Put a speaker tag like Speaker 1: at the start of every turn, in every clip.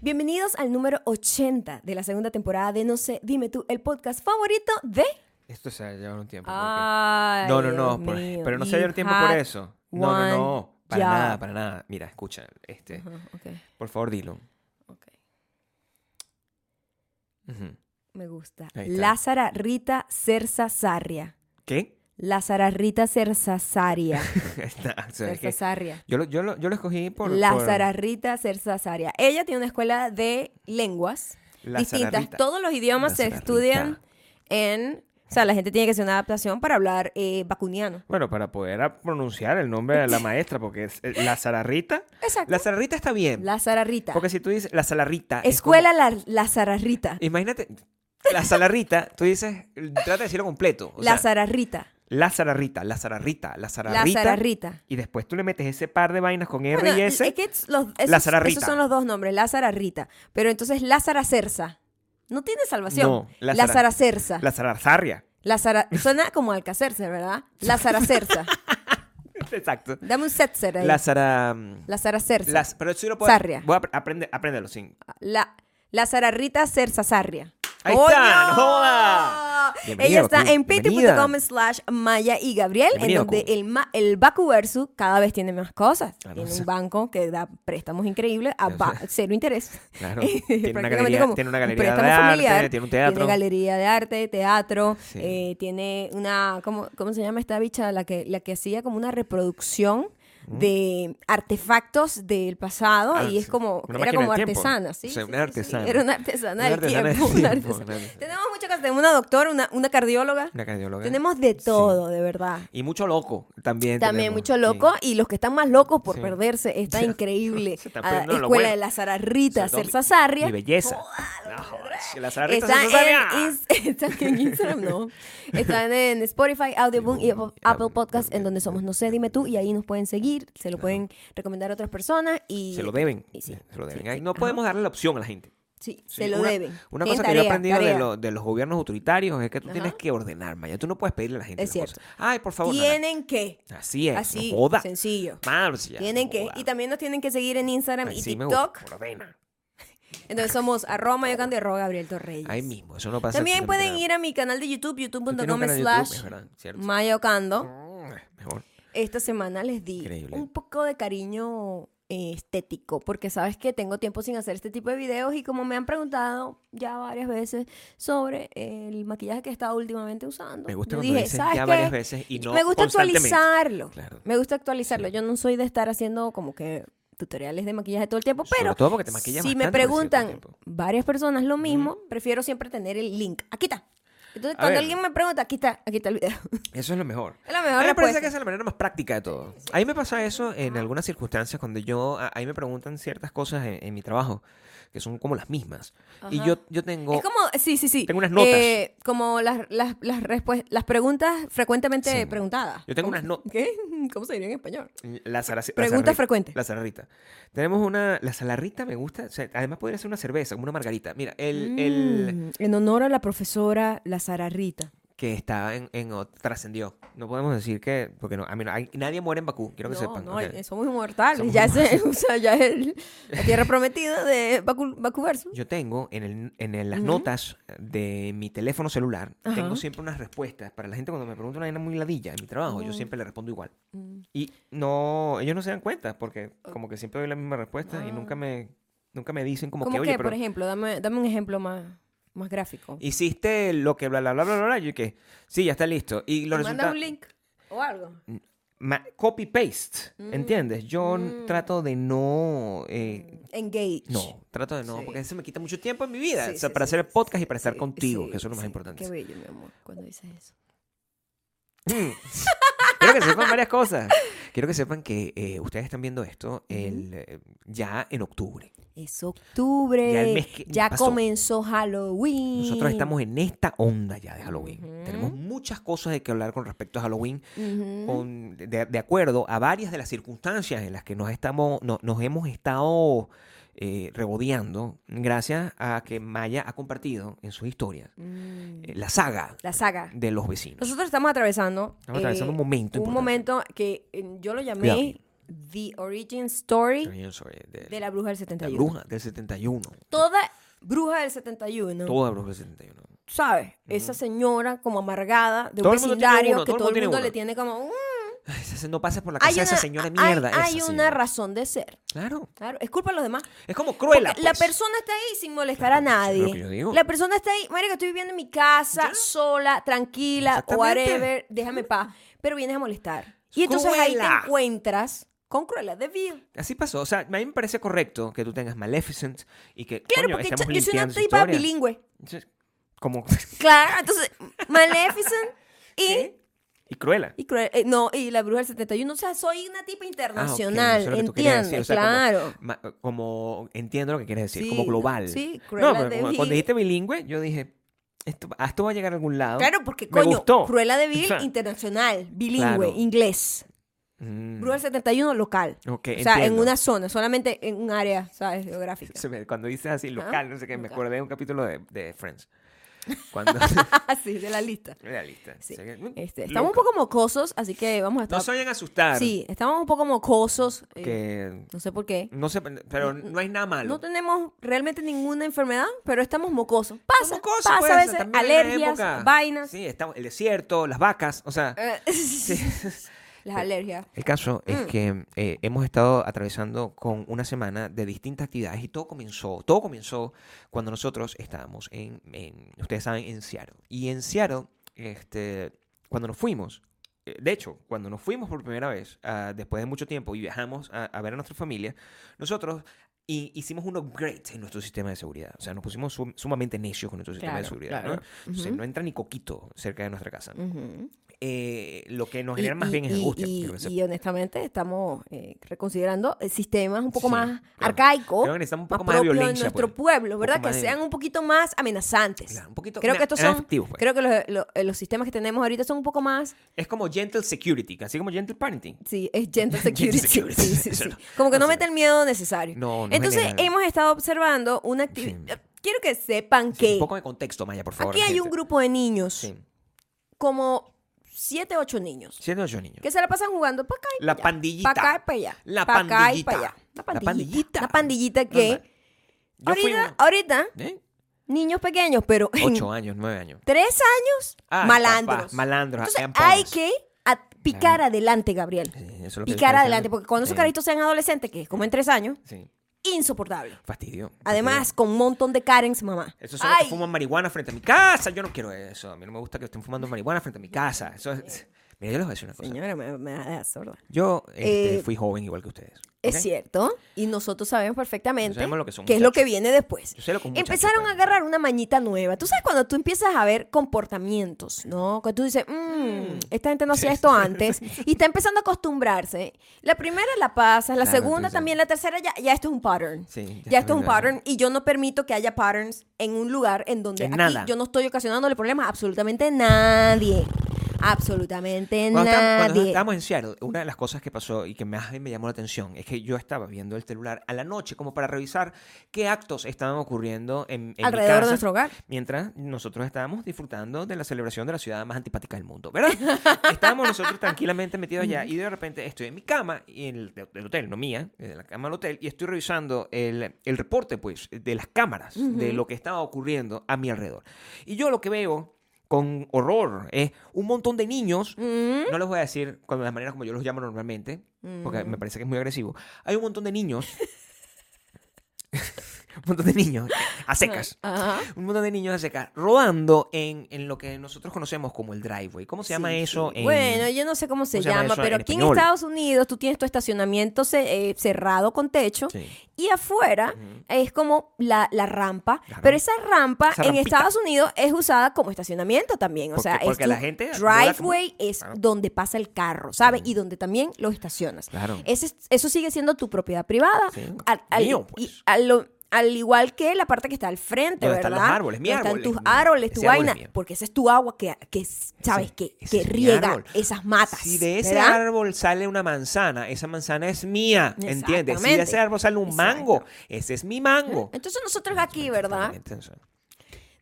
Speaker 1: Bienvenidos al número 80 de la segunda temporada de No sé, dime tú, el podcast favorito de...
Speaker 2: Esto se ha llevado un tiempo. porque-
Speaker 1: Ay,
Speaker 2: no, no,
Speaker 1: Dios
Speaker 2: no. por- e,
Speaker 1: mío.
Speaker 2: pero no se ha llevado
Speaker 1: You
Speaker 2: tiempo por
Speaker 1: had-
Speaker 2: eso. No, no, no.
Speaker 1: one
Speaker 2: Para
Speaker 1: job.
Speaker 2: nada, para nada. Mira, escucha. Este,
Speaker 1: Ajá, ok,
Speaker 2: por favor, dilo.
Speaker 1: ok.
Speaker 2: Ujú.
Speaker 1: Me gusta.
Speaker 2: Ahí está.
Speaker 1: Lázara Rita Cersa Sarria.
Speaker 2: ¿Qué?
Speaker 1: Lázara Rita Cersa Sarria.
Speaker 2: Ahí está, o sea, es
Speaker 1: Cersa
Speaker 2: que
Speaker 1: Sarria.
Speaker 2: yo, lo, yo, lo, yo lo escogí por. por-
Speaker 1: Lázara Rita Cersa Sarria. Ella tiene una escuela de lenguas
Speaker 2: Lázara
Speaker 1: distintas.
Speaker 2: Rita.
Speaker 1: Todos los idiomas se
Speaker 2: Lázara
Speaker 1: estudian
Speaker 2: Rita.
Speaker 1: en... O sea, la gente tiene que hacer una adaptación para hablar eh, vacuniano.
Speaker 2: Bueno, para poder a- pronunciar el nombre de la maestra, porque es eh, la Zararrita.
Speaker 1: Exacto.
Speaker 2: La Zararrita está bien.
Speaker 1: Lázara Rita.
Speaker 2: Porque si tú dices la Zararrita. Ah, es como-
Speaker 1: Escuela la, Lázara Rita.
Speaker 2: imagínate, la Zararrita, tú dices, trata de decirlo completo. O sea,
Speaker 1: Lázara Rita.
Speaker 2: la Zararrita, la Zararrita, la Zararrita.
Speaker 1: Lázara Rita.
Speaker 2: Y después tú le metes ese par de vainas con R
Speaker 1: Bueno,
Speaker 2: y S.
Speaker 1: es que es- los- esos,
Speaker 2: Lázara
Speaker 1: esos
Speaker 2: Rita.
Speaker 1: son los dos nombres, Lázara Rita. Pero entonces Lázara Cersa. No tiene salvación.
Speaker 2: No,
Speaker 1: Lázara,
Speaker 2: Lázara-
Speaker 1: Cersa.
Speaker 2: La Zararzarria.
Speaker 1: Lázara, suena como Alcacerse, ¿verdad? Lázara Cersa.
Speaker 2: Exacto.
Speaker 1: Dame un setzer ahí.
Speaker 2: La Zara.
Speaker 1: Lázara Cersa.
Speaker 2: las- pero eso yo lo puedo.
Speaker 1: Sarria.
Speaker 2: Voy a apre- aprende, apréndelo, sin.
Speaker 1: La, Lázara Rita Cersa Sarria.
Speaker 2: Ahí
Speaker 1: ¡Coño!
Speaker 2: está, no joda.
Speaker 1: Ella
Speaker 2: Bienvenido,
Speaker 1: está
Speaker 2: Q.
Speaker 1: en
Speaker 2: Bienvenida.
Speaker 1: patreon.com slash Maya y Gabriel, en
Speaker 2: Bienvenido,
Speaker 1: donde
Speaker 2: Q.
Speaker 1: el, ma- el Baku Versu cada vez tiene más cosas.
Speaker 2: Claro,
Speaker 1: tiene
Speaker 2: sí.
Speaker 1: un banco que da préstamos increíbles a ba- cero interés.
Speaker 2: Claro.
Speaker 1: Prácticamente
Speaker 2: Tiene una galería,
Speaker 1: como
Speaker 2: tiene una
Speaker 1: un
Speaker 2: galería de
Speaker 1: préstamo familiar,
Speaker 2: arte, tiene un teatro.
Speaker 1: Tiene galería de arte, teatro,
Speaker 2: Sí.
Speaker 1: eh, tiene una, ¿cómo, ¿cómo se llama esta bicha? La que, la que hacía como una reproducción
Speaker 2: Mm.
Speaker 1: de artefactos del pasado
Speaker 2: Ah,
Speaker 1: y es
Speaker 2: sí.
Speaker 1: como, era
Speaker 2: Una máquina
Speaker 1: como
Speaker 2: del tiempo.
Speaker 1: artesana, ¿sí?
Speaker 2: O sea,
Speaker 1: sí,
Speaker 2: una
Speaker 1: sí, sí,
Speaker 2: artesana.
Speaker 1: Era una artesana
Speaker 2: Una
Speaker 1: del
Speaker 2: artesana del
Speaker 1: tiempo. una
Speaker 2: tiempo,
Speaker 1: artesana.
Speaker 2: una artesana.
Speaker 1: Tenemos muchas cosas, tenemos una doctora, una, una cardióloga,
Speaker 2: Una cardióloga.
Speaker 1: tenemos de
Speaker 2: Sí.
Speaker 1: todo, de verdad.
Speaker 2: Y mucho loco también.
Speaker 1: También
Speaker 2: tenemos,
Speaker 1: mucho
Speaker 2: sí.
Speaker 1: loco y los que están más locos por
Speaker 2: Sí.
Speaker 1: perderse esta increíble
Speaker 2: Se están
Speaker 1: ah,
Speaker 2: perdiendo lo
Speaker 1: escuela
Speaker 2: bueno.
Speaker 1: de la Zararrita,
Speaker 2: Sobre todo
Speaker 1: Cersa Sarria.
Speaker 2: Mi belleza.
Speaker 1: Joda,
Speaker 2: No,
Speaker 1: lo que
Speaker 2: jodas,
Speaker 1: me trae.
Speaker 2: la Zararrita
Speaker 1: Está
Speaker 2: se ah,
Speaker 1: en,
Speaker 2: sabía.
Speaker 1: Ins- está en Instagram, no. Están en Spotify, Audioboom y Apple, Apple Podcast, en donde somos No sé, dime tú, y ahí nos pueden seguir, se lo pueden recomendar a otras personas y...
Speaker 2: Se lo deben.
Speaker 1: y sí,
Speaker 2: se lo deben.
Speaker 1: sí,
Speaker 2: Ay,
Speaker 1: sí.
Speaker 2: no
Speaker 1: Ajá.
Speaker 2: podemos darle la opción a la gente.
Speaker 1: Sí,
Speaker 2: Sí,
Speaker 1: se lo
Speaker 2: una,
Speaker 1: deben.
Speaker 2: Una
Speaker 1: Tienen
Speaker 2: cosa que yo he
Speaker 1: tarea,
Speaker 2: aprendido de,
Speaker 1: tarea.
Speaker 2: lo- de los gobiernos autoritarios es que tú tienes
Speaker 1: Ajá.
Speaker 2: que ordenar, Maya. Tú no puedes pedirle a la gente
Speaker 1: Es
Speaker 2: las
Speaker 1: cierto.
Speaker 2: cosas. Ay, por favor. nana.
Speaker 1: Tienen que.
Speaker 2: Así es.
Speaker 1: Así,
Speaker 2: no joda.
Speaker 1: sencillo.
Speaker 2: Marcia,
Speaker 1: Tienen
Speaker 2: no
Speaker 1: que.
Speaker 2: joda.
Speaker 1: Y también nos tienen que seguir en Instagram y
Speaker 2: Así me gusta,
Speaker 1: TikTok.
Speaker 2: ordena.
Speaker 1: Entonces somos arroba mayocando y arroba Gabriel Torreyes.
Speaker 2: Ahí mismo. Eso no pasa.
Speaker 1: También pueden ir a mi canal de YouTube,
Speaker 2: Tú tienes un
Speaker 1: youtube.com
Speaker 2: canal de YouTube,
Speaker 1: slash
Speaker 2: es verdad, cierto. Mm,
Speaker 1: mayocando.
Speaker 2: Mejor.
Speaker 1: Esta semana les di
Speaker 2: Increíble.
Speaker 1: un poco de cariño eh, estético, porque sabes que tengo tiempo sin hacer este tipo de videos y como me han preguntado ya varias veces sobre el maquillaje que he estado últimamente usando.
Speaker 2: Me gusta
Speaker 1: yo
Speaker 2: cuando
Speaker 1: dije,
Speaker 2: dices
Speaker 1: ¿sabes
Speaker 2: ya
Speaker 1: qué?
Speaker 2: varias veces y no
Speaker 1: me gusta
Speaker 2: constantemente.
Speaker 1: actualizarlo.
Speaker 2: Claro.
Speaker 1: Me gusta actualizarlo.
Speaker 2: Sí.
Speaker 1: Yo no soy de estar haciendo como que tutoriales de maquillaje todo el tiempo,
Speaker 2: Sobre
Speaker 1: pero
Speaker 2: todo porque te maquillas
Speaker 1: si me
Speaker 2: bastante por cierto
Speaker 1: preguntan
Speaker 2: tiempo.
Speaker 1: varias personas lo mismo, prefiero siempre tener el link. Aquí está. Entonces,
Speaker 2: A
Speaker 1: cuando
Speaker 2: ver.
Speaker 1: alguien me pregunta, aquí está, aquí está el video.
Speaker 2: Eso es lo mejor.
Speaker 1: Es la mejor
Speaker 2: a mí me
Speaker 1: respuesta.
Speaker 2: parece que esa es la manera más práctica de todo. A mí me pasa eso en algunas circunstancias cuando yo, a, a mí me preguntan ciertas cosas en, en mi trabajo que son como las mismas. Y
Speaker 1: Ajá.
Speaker 2: yo, yo tengo...
Speaker 1: Es como, sí, sí, sí.
Speaker 2: Tengo unas notas.
Speaker 1: Eh, como las, las, las, respues- las preguntas frecuentemente
Speaker 2: Sí.
Speaker 1: preguntadas.
Speaker 2: Yo tengo
Speaker 1: ¿Cómo-
Speaker 2: unas notas.
Speaker 1: ¿Qué? ¿Cómo se diría en español?
Speaker 2: La Sara- la
Speaker 1: Pregunta
Speaker 2: Sarri-
Speaker 1: frecuente.
Speaker 2: La salarrita. Tenemos una... La salarrita me gusta. o sea, además podría ser una cerveza, como una margarita. Mira, el, el
Speaker 1: Mm, En honor a la profesora Lazara Rita.
Speaker 2: que está en... en ot- trascendió. No podemos decir que... Porque no, a mí no, hay- nadie muere en Bakú, quiero que
Speaker 1: no,
Speaker 2: sepan.
Speaker 1: no,
Speaker 2: ok.
Speaker 1: eh, somos inmortales.
Speaker 2: Somos
Speaker 1: ya, es, o sea, ya es el- la tierra prometida de Baku, Baku Verso.
Speaker 2: Yo tengo en, el- en el- las
Speaker 1: Ujú.
Speaker 2: notas de mi teléfono celular,
Speaker 1: Ajá.
Speaker 2: tengo siempre unas respuestas. Para la gente cuando me pregunta una vaina muy ladilla en mi trabajo,
Speaker 1: Oh.
Speaker 2: yo siempre le respondo igual.
Speaker 1: Mm.
Speaker 2: Y no, ellos no se dan cuenta porque como que siempre doy la misma respuesta
Speaker 1: Ah.
Speaker 2: y nunca me, nunca me dicen como
Speaker 1: ¿Cómo
Speaker 2: que,
Speaker 1: que,
Speaker 2: oye,
Speaker 1: por
Speaker 2: pero
Speaker 1: ejemplo? Dame, dame un ejemplo más, más gráfico.
Speaker 2: hiciste lo que bla, bla, bla, bla, bla, bla, y yo que, sí, ya está listo. Y lo
Speaker 1: ¿Me mandas
Speaker 2: resulta,
Speaker 1: un link o algo?
Speaker 2: ma- copy-paste, ¿entiendes? Yo n-
Speaker 1: mm.
Speaker 2: trato de no... eh,
Speaker 1: Engage.
Speaker 2: no, trato de no,
Speaker 1: Sí.
Speaker 2: porque eso me quita mucho tiempo en mi vida.
Speaker 1: Sí,
Speaker 2: o sea,
Speaker 1: sí,
Speaker 2: para
Speaker 1: sí,
Speaker 2: hacer el
Speaker 1: sí,
Speaker 2: podcast
Speaker 1: sí,
Speaker 2: y para estar
Speaker 1: sí,
Speaker 2: contigo,
Speaker 1: sí,
Speaker 2: que eso es lo más
Speaker 1: sí.
Speaker 2: importante.
Speaker 1: Qué bello, mi amor, cuando dices eso.
Speaker 2: Mm. Quiero que sepan varias cosas. Quiero que sepan que eh, ustedes están viendo esto el, eh, ya en octubre.
Speaker 1: Es octubre.
Speaker 2: Ya
Speaker 1: Ya,
Speaker 2: el mes que pasó.
Speaker 1: comenzó Halloween.
Speaker 2: Nosotros estamos en esta onda ya de Halloween.
Speaker 1: Ujú.
Speaker 2: Tenemos muchas cosas de que hablar con respecto a Halloween,
Speaker 1: Ujú.
Speaker 2: con- de, de acuerdo a varias de las circunstancias en las que nos, estamos, no- nos hemos estado eh, rebodeando, gracias a que Maya ha compartido en su historia
Speaker 1: Mm.
Speaker 2: eh, la saga
Speaker 1: La saga.
Speaker 2: de los vecinos.
Speaker 1: Nosotros estamos atravesando. eh,
Speaker 2: Estamos atravesando un momento
Speaker 1: Un
Speaker 2: importante.
Speaker 1: momento que eh, yo lo llamé
Speaker 2: Cuidado.
Speaker 1: The Origin Story
Speaker 2: Origin Story, de,
Speaker 1: de la Bruja del
Speaker 2: la
Speaker 1: 71.
Speaker 2: bruja del 71.
Speaker 1: Toda Bruja del 71.
Speaker 2: Toda bruja del 71.
Speaker 1: ¿Sabes? Esa señora como amargada de
Speaker 2: Todo
Speaker 1: un
Speaker 2: el mundo tiene
Speaker 1: vecindario
Speaker 2: uno,
Speaker 1: que todo el mundo,
Speaker 2: tiene uno.
Speaker 1: le tiene como... "Mm,
Speaker 2: Ay, esa- no pases por la casa
Speaker 1: hay
Speaker 2: de esa
Speaker 1: una-
Speaker 2: señora
Speaker 1: hay-
Speaker 2: mierda. esa
Speaker 1: hay una
Speaker 2: señora.
Speaker 1: razón de ser.
Speaker 2: Claro.
Speaker 1: Claro, es culpa de los demás.
Speaker 2: Es como
Speaker 1: Porque
Speaker 2: cruela.
Speaker 1: La
Speaker 2: pues.
Speaker 1: persona está ahí sin molestar a
Speaker 2: Claro, eso es
Speaker 1: nadie.
Speaker 2: lo que yo digo.
Speaker 1: La persona está ahí, marica, estoy viviendo en mi casa,
Speaker 2: Ya.
Speaker 1: sola, tranquila,
Speaker 2: Exactamente.
Speaker 1: whatever, déjame paz. Pero vienes a molestar. Y entonces ahí
Speaker 2: Cruella.
Speaker 1: te encuentras con Cruella de Vil.
Speaker 2: Así pasó. O sea, a mí me parece correcto que tú tengas Maleficent y que.
Speaker 1: Claro,
Speaker 2: coño,
Speaker 1: porque
Speaker 2: estamos
Speaker 1: yo soy una
Speaker 2: limpiando su
Speaker 1: tipa
Speaker 2: historia.
Speaker 1: bilingüe.
Speaker 2: Entonces, Como.
Speaker 1: Claro, entonces, Maleficent y...
Speaker 2: y cruela.
Speaker 1: y Cruella- eh, no, y la bruja del 71, o sea, soy una
Speaker 2: Ah,
Speaker 1: tipa internacional,
Speaker 2: eso es lo que tú querías
Speaker 1: entiendes,
Speaker 2: decir, o sea, ah,
Speaker 1: claro.
Speaker 2: Ma- como entiendo lo que quieres decir,
Speaker 1: Sí,
Speaker 2: como global.
Speaker 1: sí,
Speaker 2: no,
Speaker 1: Cruella
Speaker 2: pero
Speaker 1: de
Speaker 2: como-
Speaker 1: Vil.
Speaker 2: cuando dijiste bilingüe, yo dije, esto, a esto va a llegar a algún lado.
Speaker 1: Claro, porque
Speaker 2: Me
Speaker 1: coño,
Speaker 2: gustó.
Speaker 1: Cruella de Vil
Speaker 2: O sea,
Speaker 1: internacional, bilingüe,
Speaker 2: claro.
Speaker 1: inglés.
Speaker 2: Mm,
Speaker 1: Bruja del 71 local.
Speaker 2: ok,
Speaker 1: o sea, en
Speaker 2: entiendo.
Speaker 1: una zona, solamente en un área, ¿sabes? Geográfica.
Speaker 2: Se me- cuando dices
Speaker 1: Ah,
Speaker 2: así, local, no sé qué, me
Speaker 1: local.
Speaker 2: acordé de un capítulo de, de Friends. Cuando...
Speaker 1: Así, de la lista.
Speaker 2: Era lista.
Speaker 1: Sí.
Speaker 2: O sea que, mm,
Speaker 1: Este, estamos un
Speaker 2: loca.
Speaker 1: poco mocosos, así que vamos a estar...
Speaker 2: No se vayan a asustar.
Speaker 1: sí, estamos un poco mocosos. eh,
Speaker 2: Que...
Speaker 1: no sé por qué.
Speaker 2: No sé, pero no hay nada malo.
Speaker 1: No tenemos realmente ninguna enfermedad, pero estamos mocosos. Pasa,
Speaker 2: Como cosas,
Speaker 1: pasa
Speaker 2: pues,
Speaker 1: a veces,
Speaker 2: también en la época.
Speaker 1: alergias, vainas.
Speaker 2: Sí, estamos, el desierto, las vacas, o sea...
Speaker 1: eh, Las alergias.
Speaker 2: El caso
Speaker 1: Mm.
Speaker 2: es que eh, hemos estado atravesando con una semana de distintas actividades y todo comenzó, todo comenzó cuando nosotros estábamos en, en- ustedes saben, en Seattle. Y en Seattle, este, cuando nos fuimos, eh, de hecho, cuando nos fuimos por primera vez, ah, después de mucho tiempo y viajamos a, a ver a nuestra familia, nosotros hi- hicimos un upgrade en nuestro sistema de seguridad. O sea, nos pusimos sum- sumamente necios con nuestro sistema de
Speaker 1: Claro,
Speaker 2: seguridad.
Speaker 1: claro.
Speaker 2: ¿no? Entonces,
Speaker 1: Ujú.
Speaker 2: no entra ni coquito cerca de nuestra casa.
Speaker 1: Ujú.
Speaker 2: Eh, lo que nos
Speaker 1: Y-
Speaker 2: genera más
Speaker 1: y-
Speaker 2: bien es
Speaker 1: y-
Speaker 2: angustia.
Speaker 1: Y,
Speaker 2: quiero que sepa.
Speaker 1: y honestamente estamos eh, reconsiderando eh, sistemas un poco
Speaker 2: Sí,
Speaker 1: más
Speaker 2: claro.
Speaker 1: arcaicos,
Speaker 2: Creo que necesitamos un poco
Speaker 1: más
Speaker 2: más de
Speaker 1: propios de
Speaker 2: violencia,
Speaker 1: nuestro
Speaker 2: pues.
Speaker 1: pueblo, ¿verdad?
Speaker 2: poco
Speaker 1: Que
Speaker 2: más de-
Speaker 1: sean un poquito más amenazantes.
Speaker 2: Claro, un poquito
Speaker 1: creo
Speaker 2: na-
Speaker 1: que estos
Speaker 2: nada
Speaker 1: son,
Speaker 2: efectivo, pues.
Speaker 1: creo que los, lo- eh, los sistemas que tenemos ahorita son un poco más,
Speaker 2: Es como gentle security, así como gentle parenting.
Speaker 1: sí, es gentle security.
Speaker 2: security,
Speaker 1: sí, sí,
Speaker 2: eso
Speaker 1: sí.
Speaker 2: no-
Speaker 1: Como que
Speaker 2: no
Speaker 1: no
Speaker 2: se
Speaker 1: mete el miedo necesario.
Speaker 2: No, no
Speaker 1: Entonces
Speaker 2: genera-
Speaker 1: hemos estado observando una actividad.
Speaker 2: Sí.
Speaker 1: Quiero que sepan
Speaker 2: Sí,
Speaker 1: que
Speaker 2: Un poco de contexto, Maya, por favor.
Speaker 1: aquí
Speaker 2: la
Speaker 1: hay
Speaker 2: gente.
Speaker 1: un grupo de niños,
Speaker 2: Sí.
Speaker 1: como siete, ocho niños,
Speaker 2: Siendo yo niño.
Speaker 1: que se la pasan jugando para acá y
Speaker 2: La
Speaker 1: pa' allá.
Speaker 2: pandillita.
Speaker 1: Para acá y para allá.
Speaker 2: La
Speaker 1: pa' acá y
Speaker 2: pandillita.
Speaker 1: pa' allá. La
Speaker 2: La
Speaker 1: pandillita.
Speaker 2: pandillita.
Speaker 1: Una pandillita que.
Speaker 2: Normal. Yo fui
Speaker 1: ahorita,
Speaker 2: uno.
Speaker 1: ahorita,
Speaker 2: ¿Eh?
Speaker 1: niños pequeños, pero. en
Speaker 2: Ocho años, nueve años.
Speaker 1: Tres años,
Speaker 2: Ay,
Speaker 1: malandros.
Speaker 2: papá, malandros, Ah,
Speaker 1: Entonces
Speaker 2: and
Speaker 1: hay
Speaker 2: pawns.
Speaker 1: que a- picar adelante, Gabriel.
Speaker 2: Sí, eso es lo que yo
Speaker 1: picar
Speaker 2: estaba
Speaker 1: adelante,
Speaker 2: diciendo.
Speaker 1: porque cuando esos
Speaker 2: Sí,
Speaker 1: carajitos sean adolescentes, que es como en tres años,
Speaker 2: Sí.
Speaker 1: insoportable.
Speaker 2: Fastidio.
Speaker 1: Además,
Speaker 2: fastidio.
Speaker 1: con un montón de Karens, mamá.
Speaker 2: Esos son los
Speaker 1: Ay,
Speaker 2: que fuman marihuana frente a mi casa. Yo no quiero eso. A mí no me gusta que estén fumando marihuana frente a mi casa. Eso es... Mira, yo les voy a decir una cosa.
Speaker 1: señora, me, me da sorda.
Speaker 2: Yo este,
Speaker 1: Eh,
Speaker 2: fui joven igual que ustedes.
Speaker 1: Es
Speaker 2: ¿ok?
Speaker 1: cierto, y nosotros sabemos perfectamente
Speaker 2: Sabemos lo que son
Speaker 1: qué es lo
Speaker 2: muchachos.
Speaker 1: que viene después.
Speaker 2: Yo sé lo que un muchacho
Speaker 1: Empezaron
Speaker 2: puede.
Speaker 1: a agarrar una mañita nueva. Tú sabes cuando tú empiezas a ver comportamientos, ¿no? Cuando tú dices, "Mm, esta gente no hacía esto antes y está empezando a acostumbrarse. La primera la pasas, la
Speaker 2: Claro,
Speaker 1: segunda
Speaker 2: entonces-
Speaker 1: también, la tercera ya, ya esto es un pattern.
Speaker 2: Sí,
Speaker 1: ya
Speaker 2: ya
Speaker 1: esto es un
Speaker 2: está bien,
Speaker 1: pattern y yo no permito que haya patterns en un lugar en donde
Speaker 2: En
Speaker 1: aquí
Speaker 2: nada.
Speaker 1: yo no estoy ocasionándole problemas a absolutamente nadie. Absolutamente
Speaker 2: Cuando, estábamos- cuando
Speaker 1: nadie.
Speaker 2: estábamos en Seattle, una de las cosas que pasó y que más me llamó la atención es que yo estaba viendo el celular a la noche como para revisar qué actos estaban ocurriendo en, en mi
Speaker 1: Alrededor de
Speaker 2: casa
Speaker 1: nuestro hogar.
Speaker 2: Mientras nosotros estábamos disfrutando de la celebración de la ciudad más antipática del mundo, ¿verdad? estábamos nosotros tranquilamente metidos allá y de repente estoy en mi cama, y en el, del hotel, no mía, en la cama del hotel, y estoy revisando el, el reporte, pues, de las cámaras, de lo que estaba ocurriendo a mi alrededor. Y yo lo que veo con horror es un montón de niños
Speaker 1: Mm,
Speaker 2: no les voy a decir con las maneras como yo los llamo normalmente, porque me parece que es muy agresivo. Hay un montón de niños. un montón de niños a secas.
Speaker 1: Ajá.
Speaker 2: Un montón de niños a secas rodando en, en lo que nosotros conocemos como el driveway. ¿Cómo se llama
Speaker 1: Sí,
Speaker 2: eso?
Speaker 1: sí.
Speaker 2: en-
Speaker 1: Bueno, yo no sé cómo se,
Speaker 2: ¿cómo se llama
Speaker 1: llama,
Speaker 2: eso
Speaker 1: pero
Speaker 2: en
Speaker 1: aquí
Speaker 2: español?
Speaker 1: en Estados Unidos tú tienes tu estacionamiento ce- eh, cerrado con techo
Speaker 2: Sí.
Speaker 1: y afuera es como la, la rampa,
Speaker 2: La
Speaker 1: pero
Speaker 2: rampa.
Speaker 1: esa rampa
Speaker 2: Esa
Speaker 1: en
Speaker 2: rampita.
Speaker 1: Estados Unidos es usada como estacionamiento también, o
Speaker 2: Porque-
Speaker 1: sea, es
Speaker 2: porque
Speaker 1: tu
Speaker 2: la gente rueda como-
Speaker 1: driveway es
Speaker 2: Claro. Mm.
Speaker 1: donde pasa el carro, ¿sabes? Y donde también lo estacionas.
Speaker 2: Claro.
Speaker 1: Ese es- eso sigue siendo tu propiedad privada.
Speaker 2: Sí.
Speaker 1: Al, al-
Speaker 2: Mío,
Speaker 1: y
Speaker 2: pues.
Speaker 1: al lo- al igual que la parte que está al frente,
Speaker 2: Donde
Speaker 1: ¿verdad?
Speaker 2: están los árboles, mi
Speaker 1: Donde están
Speaker 2: árbol es
Speaker 1: tus
Speaker 2: mío.
Speaker 1: árboles, tu
Speaker 2: Ese árbol es
Speaker 1: vaina,
Speaker 2: mío.
Speaker 1: porque ese es tu agua que, que sabes, que,
Speaker 2: ese
Speaker 1: que
Speaker 2: es mi
Speaker 1: riega
Speaker 2: árbol.
Speaker 1: esas matas.
Speaker 2: Si de ese
Speaker 1: ¿verdad?
Speaker 2: árbol sale una manzana, esa manzana es mía, ¿entiendes? Si de ese
Speaker 1: Exactamente.
Speaker 2: árbol sale un mango, ese es mi mango.
Speaker 1: Entonces nosotros aquí, ¿verdad?
Speaker 2: Totalmente, o sea,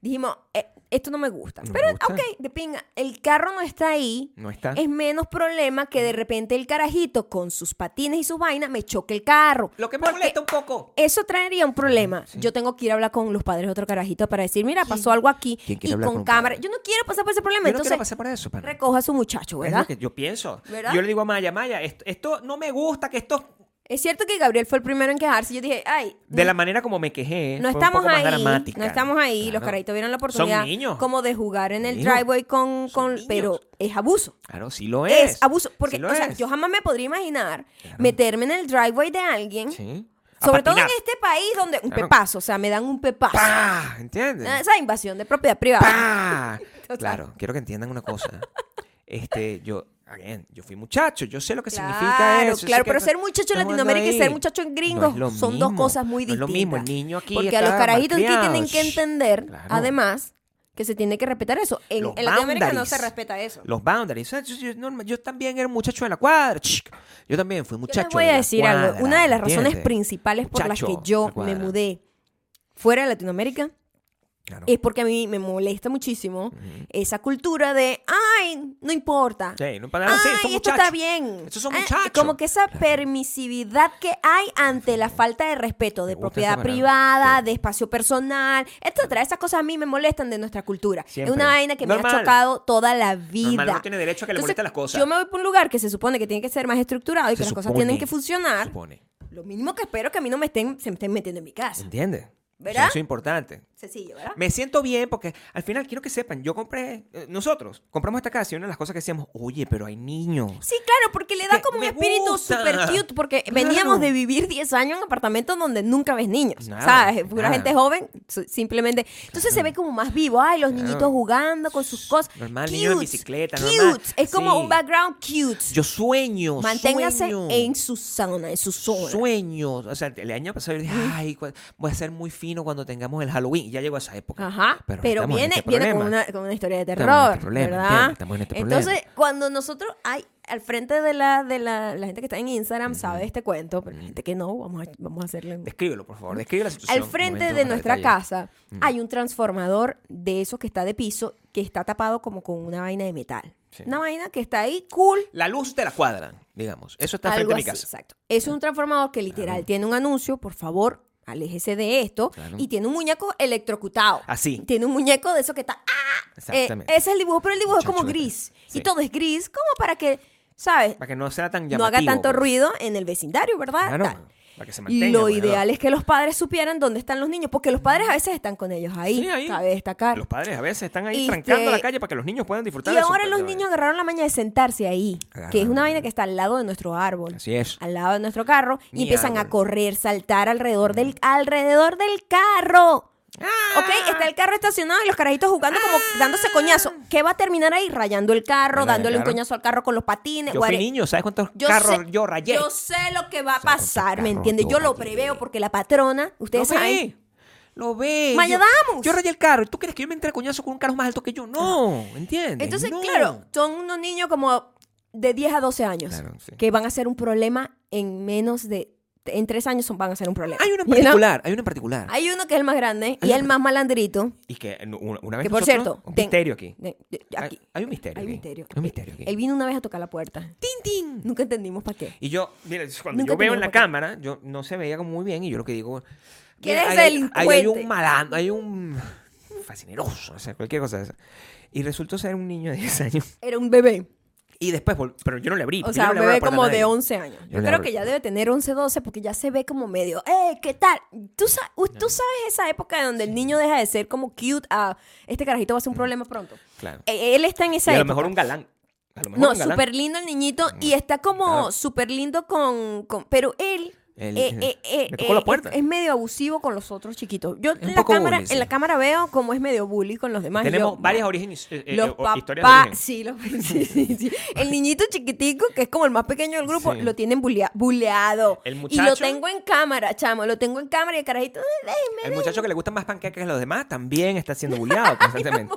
Speaker 1: dijimos, "Eh, esto no me gusta.
Speaker 2: No me
Speaker 1: Pero,
Speaker 2: gusta.
Speaker 1: ok, de pinga, el carro no está ahí.
Speaker 2: No está. Mm.
Speaker 1: Es menos problema que de repente el carajito con sus patines y sus vainas me choque el carro.
Speaker 2: Lo que me
Speaker 1: Porque
Speaker 2: molesta un poco.
Speaker 1: Eso traería un problema.
Speaker 2: Sí.
Speaker 1: Yo tengo que ir a hablar con los padres de otro carajito para decir, mira, pasó algo aquí
Speaker 2: ¿Quién quiere
Speaker 1: y
Speaker 2: hablar con
Speaker 1: con
Speaker 2: un
Speaker 1: cámara.
Speaker 2: padre?
Speaker 1: Yo no quiero pasar por ese problema.
Speaker 2: Yo no quiero
Speaker 1: Entonces,
Speaker 2: pasar por eso, pana.
Speaker 1: recoja a su muchacho,
Speaker 2: Es
Speaker 1: ¿verdad?
Speaker 2: lo que yo pienso.
Speaker 1: ¿Verdad?
Speaker 2: Yo le digo a Maya, Maya, esto, esto no me gusta, que esto,
Speaker 1: Es cierto que Gabriel fue el primero en quejarse. Yo dije, ay,
Speaker 2: de la manera como me quejé,
Speaker 1: no
Speaker 2: fue un
Speaker 1: estamos,
Speaker 2: poco más
Speaker 1: ahí,
Speaker 2: dramática.
Speaker 1: no estamos ahí. Los
Speaker 2: Claro.
Speaker 1: carajitos vieron la oportunidad
Speaker 2: Son niños.
Speaker 1: como de jugar en el
Speaker 2: Niños.
Speaker 1: driveway con...
Speaker 2: Son
Speaker 1: con-
Speaker 2: niños.
Speaker 1: pero es abuso.
Speaker 2: Claro, sí lo es.
Speaker 1: Es, abuso. Porque,
Speaker 2: Sí lo
Speaker 1: o sea,
Speaker 2: es.
Speaker 1: yo jamás me podría imaginar
Speaker 2: Claro.
Speaker 1: meterme en el driveway de alguien.
Speaker 2: Sí. A
Speaker 1: Sobre todo en
Speaker 2: patinar.
Speaker 1: este país donde... Un
Speaker 2: Claro.
Speaker 1: pepazo. O sea, me dan un pepazo. Ah,
Speaker 2: ¡Pah! ¿Entiendes?
Speaker 1: Esa invasión de propiedad privada.
Speaker 2: ¡Pah!
Speaker 1: Ah, Total.
Speaker 2: Claro, quiero que entiendan una cosa. Este, yo, again, yo fui muchacho, yo sé lo que significa
Speaker 1: Claro,
Speaker 2: eso. yo sé
Speaker 1: claro,
Speaker 2: que
Speaker 1: pero
Speaker 2: eso-
Speaker 1: ser muchacho en
Speaker 2: estamos hablando
Speaker 1: Latinoamérica y ser
Speaker 2: ahí.
Speaker 1: muchacho en
Speaker 2: No
Speaker 1: gringos
Speaker 2: es lo
Speaker 1: son dos
Speaker 2: mismo,
Speaker 1: cosas muy
Speaker 2: no es
Speaker 1: distintas.
Speaker 2: lo mismo, el niño aquí
Speaker 1: Porque a los
Speaker 2: está
Speaker 1: carajitos aquí
Speaker 2: malcriado,
Speaker 1: tienen que
Speaker 2: shh.
Speaker 1: entender,
Speaker 2: Claro.
Speaker 1: además, que se tiene que respetar eso. En,
Speaker 2: Los
Speaker 1: en Latinoamérica no
Speaker 2: boundaries.
Speaker 1: se respeta eso.
Speaker 2: Los boundaries. Ah, Yo, yo- no, yo también era un muchacho de la cuadra. chic. Yo también fui
Speaker 1: Yo
Speaker 2: muchacho.
Speaker 1: les voy
Speaker 2: de
Speaker 1: a
Speaker 2: la
Speaker 1: decir
Speaker 2: cuadra,
Speaker 1: algo. Una de las razones
Speaker 2: ¿entiendes?
Speaker 1: principales por las
Speaker 2: Muchacho
Speaker 1: que yo
Speaker 2: de
Speaker 1: me
Speaker 2: cuadra.
Speaker 1: mudé fuera de Latinoamérica
Speaker 2: Claro.
Speaker 1: es porque a mí me molesta muchísimo esa cultura de, ay, no importa.
Speaker 2: Sí, no,
Speaker 1: Ay,
Speaker 2: para, sí, son
Speaker 1: esto
Speaker 2: muchachos.
Speaker 1: está bien.
Speaker 2: Estos son
Speaker 1: Ah,
Speaker 2: muchachos.
Speaker 1: Como que esa permisividad que hay ante la falta de respeto de
Speaker 2: Me gusta
Speaker 1: propiedad
Speaker 2: esa palabra.
Speaker 1: privada,
Speaker 2: Sí.
Speaker 1: de espacio personal, etcétera. Esas cosas a mí me molestan de nuestra cultura.
Speaker 2: Siempre.
Speaker 1: Es una vaina que me ha
Speaker 2: Normal.
Speaker 1: chocado toda la vida.
Speaker 2: Normal, uno tiene derecho a que le
Speaker 1: Entonces,
Speaker 2: molesten las cosas.
Speaker 1: Yo me voy para un lugar que se supone que tiene que ser más estructurado y que
Speaker 2: Se
Speaker 1: las cosas
Speaker 2: supone,
Speaker 1: tienen que
Speaker 2: se
Speaker 1: funcionar.
Speaker 2: Supone.
Speaker 1: Lo mínimo que espero es que a mí no me estén, se me estén metiendo en mi casa.
Speaker 2: ¿Entiendes? O sea,
Speaker 1: ¿Verdad?
Speaker 2: eso es importante.
Speaker 1: Sencillo, ¿verdad?
Speaker 2: Me siento bien porque al final quiero que sepan, yo compré, eh, nosotros compramos esta casa y una de las cosas que decíamos, oye, pero hay niños.
Speaker 1: Sí, claro, porque le da
Speaker 2: Que
Speaker 1: como un
Speaker 2: me
Speaker 1: espíritu
Speaker 2: gusta.
Speaker 1: súper cute, porque
Speaker 2: Claro.
Speaker 1: veníamos de vivir 10 años en apartamentos donde nunca ves niños,
Speaker 2: Nada,
Speaker 1: ¿sabes? Pura
Speaker 2: nada.
Speaker 1: gente joven, su- simplemente. Entonces se ve como más vivo, ay, los niñitos jugando con sus cosas.
Speaker 2: Normal,
Speaker 1: cute,
Speaker 2: niño en bicicleta,
Speaker 1: cute.
Speaker 2: normal.
Speaker 1: Es como
Speaker 2: Sí.
Speaker 1: un background cute.
Speaker 2: Yo sueño,
Speaker 1: Manténgase
Speaker 2: sueño.
Speaker 1: en su zona, en su zona.
Speaker 2: Sueños. O sea, el año pasado yo dije, ay, cu- voy a ser muy fino cuando tengamos el Halloween. Y Ya llegó esa época.
Speaker 1: Ajá, pero,
Speaker 2: Pero, estamos en
Speaker 1: viene,
Speaker 2: este
Speaker 1: viene con,
Speaker 2: problema.
Speaker 1: una, con una historia de
Speaker 2: Estamos en
Speaker 1: terror,
Speaker 2: este problema,
Speaker 1: ¿verdad?
Speaker 2: ¿entiendes? Estamos en este
Speaker 1: Entonces,
Speaker 2: problema.
Speaker 1: cuando nosotros hay al frente de la de la, la gente que está en Instagram sabe este cuento, pero la gente que no, vamos a, vamos a hacerle un-
Speaker 2: Descríbelo, por favor. Describe la situación.
Speaker 1: Al frente
Speaker 2: momento
Speaker 1: de
Speaker 2: para Mm.
Speaker 1: nuestra
Speaker 2: detalle.
Speaker 1: casa hay un transformador de esos que está de piso que está tapado como con una vaina de metal.
Speaker 2: Sí.
Speaker 1: Una vaina que está ahí, cool,
Speaker 2: La luz de la cuadra, digamos. Eso está
Speaker 1: algo
Speaker 2: frente a mi
Speaker 1: así.
Speaker 2: casa.
Speaker 1: Exacto. Eso es un transformador que literal tiene un anuncio, por favor, aléjese de esto.
Speaker 2: Claro.
Speaker 1: Y tiene un muñeco electrocutado.
Speaker 2: Así.
Speaker 1: Tiene un muñeco de eso que está. ¡ah! Eh,
Speaker 2: Exactamente.
Speaker 1: ese es el dibujo, pero el dibujo es como
Speaker 2: Muchacho, vete.
Speaker 1: gris. Y
Speaker 2: Sí.
Speaker 1: todo es gris, como para que, ¿sabes?
Speaker 2: Para que no sea tan
Speaker 1: No
Speaker 2: llamativo.
Speaker 1: haga tanto
Speaker 2: pues.
Speaker 1: ruido en el vecindario, ¿verdad?
Speaker 2: Claro,
Speaker 1: Tal.
Speaker 2: Para que se mantenga.
Speaker 1: Lo
Speaker 2: pues, ¿verdad?
Speaker 1: ideal es que los padres supieran dónde están los niños, porque los padres a veces están con ellos ahí,
Speaker 2: Sí, ahí.
Speaker 1: cabe destacar.
Speaker 2: Los padres a veces están ahí
Speaker 1: Y
Speaker 2: trancando
Speaker 1: que-
Speaker 2: la calle para que los niños puedan disfrutar
Speaker 1: Y
Speaker 2: de su
Speaker 1: ahora los
Speaker 2: propia
Speaker 1: niños
Speaker 2: vaina.
Speaker 1: agarraron la maña de sentarse ahí, que es
Speaker 2: Agarraron.
Speaker 1: una vaina que está al lado de nuestro árbol.
Speaker 2: Así es.
Speaker 1: al lado de nuestro carro y
Speaker 2: Mi
Speaker 1: empiezan a
Speaker 2: árbol.
Speaker 1: correr, saltar alrededor del alrededor del carro.
Speaker 2: ¡Ah!
Speaker 1: Ok, está el carro estacionado y los carajitos jugando como dándose coñazo. ¿Qué va a terminar ahí? Rayando el carro,
Speaker 2: Bueno,
Speaker 1: dándole
Speaker 2: claro.
Speaker 1: un coñazo al carro con los patines.
Speaker 2: Yo fui
Speaker 1: whatever.
Speaker 2: niño, ¿sabes cuántos
Speaker 1: Yo
Speaker 2: carros
Speaker 1: sé,
Speaker 2: yo rayé?
Speaker 1: yo sé lo que va a
Speaker 2: ¿Sabes cuántos
Speaker 1: pasar, ¿me
Speaker 2: carros
Speaker 1: entiendes?
Speaker 2: yo
Speaker 1: Yo lo
Speaker 2: rayé?
Speaker 1: preveo porque la patrona,
Speaker 2: Lo
Speaker 1: ustedes saben,
Speaker 2: ve. Lo ve.
Speaker 1: Maya,
Speaker 2: yo,
Speaker 1: vamos.
Speaker 2: Yo rayé el carro. ¿Y tú crees que yo me entré a coñazo con un carro más alto que yo? No, ¿entiendes?
Speaker 1: Ah. Entonces,
Speaker 2: No.
Speaker 1: claro, son unos niños como de 10 a 12 años
Speaker 2: Claro, sí.
Speaker 1: que van a ser un problema en menos de. En tres años son- van a ser un problema.
Speaker 2: Hay uno en
Speaker 1: You know?
Speaker 2: particular, hay uno en particular.
Speaker 1: Hay uno que es el más grande y
Speaker 2: Hay
Speaker 1: el
Speaker 2: uno-
Speaker 1: más malandrito.
Speaker 2: Y que eh, una, una vez
Speaker 1: Que por
Speaker 2: nosotros-
Speaker 1: cierto.
Speaker 2: un
Speaker 1: ten-
Speaker 2: misterio aquí.
Speaker 1: de- de-
Speaker 2: Hay-
Speaker 1: aquí.
Speaker 2: Hay un misterio
Speaker 1: Hay un
Speaker 2: aquí.
Speaker 1: misterio.
Speaker 2: Hay un misterio aquí.
Speaker 1: Él vino una vez a tocar la puerta.
Speaker 2: Tin, tin.
Speaker 1: Nunca entendimos para qué.
Speaker 2: Y yo, mira, cuando
Speaker 1: Nunca
Speaker 2: yo veo
Speaker 1: teníamos
Speaker 2: en la
Speaker 1: papel.
Speaker 2: cámara, yo no se veía como muy bien y yo lo que digo...
Speaker 1: Que
Speaker 2: mira,
Speaker 1: eres
Speaker 2: ahí hay- ahí Hay
Speaker 1: delincuente.
Speaker 2: un malandro, hay un fascineroso, o sea, cualquier cosa de esa. Y resultó ser un niño de 10 años.
Speaker 1: Era un bebé.
Speaker 2: Y después, vol- pero yo no le abrí.
Speaker 1: O
Speaker 2: porque
Speaker 1: sea, un
Speaker 2: yo no le abro la
Speaker 1: bebé
Speaker 2: puerta a
Speaker 1: como de
Speaker 2: nadie.
Speaker 1: 11 años.
Speaker 2: Yo
Speaker 1: Yo
Speaker 2: le
Speaker 1: creo
Speaker 2: abro-
Speaker 1: que ya debe tener 11, 12 porque ya se ve como medio, ¡eh, qué tal! ¿Tú, sa- u- tú sabes esa época donde el niño deja de ser como cute a este carajito va a ser un problema pronto.
Speaker 2: Claro.
Speaker 1: Eh, Él está en esa
Speaker 2: Mm. Y a lo
Speaker 1: época.
Speaker 2: mejor un galán. A lo mejor
Speaker 1: No,
Speaker 2: un galán. Mm,
Speaker 1: súper lindo el niñito y está como
Speaker 2: Claro.
Speaker 1: súper lindo con, con- Pero él...
Speaker 2: Él-
Speaker 1: eh, eh, eh,
Speaker 2: le tocó la
Speaker 1: eh,
Speaker 2: puerta.
Speaker 1: Es, es medio abusivo con los otros chiquitos. Yo en
Speaker 2: un
Speaker 1: la,
Speaker 2: poco
Speaker 1: cámara,
Speaker 2: bully, sí.
Speaker 1: en la cámara veo como es medio bully con los demás. y
Speaker 2: Tenemos
Speaker 1: yo,
Speaker 2: varias
Speaker 1: no.
Speaker 2: orígenes, eh, eh,
Speaker 1: Los
Speaker 2: o- historias de
Speaker 1: papás,
Speaker 2: origen.
Speaker 1: sí, los- sí, sí, sí. el niñito chiquitico, que es como el más pequeño del grupo,
Speaker 2: Sí.
Speaker 1: lo tienen bulea- buleado.
Speaker 2: El
Speaker 1: Y lo
Speaker 2: muchacho-
Speaker 1: tengo en cámara, chamo, lo tengo en cámara y el carajito, "Ay, déjeme".
Speaker 2: El muchacho que le gustan más panqueques que a los demás también está siendo bulleado constantemente.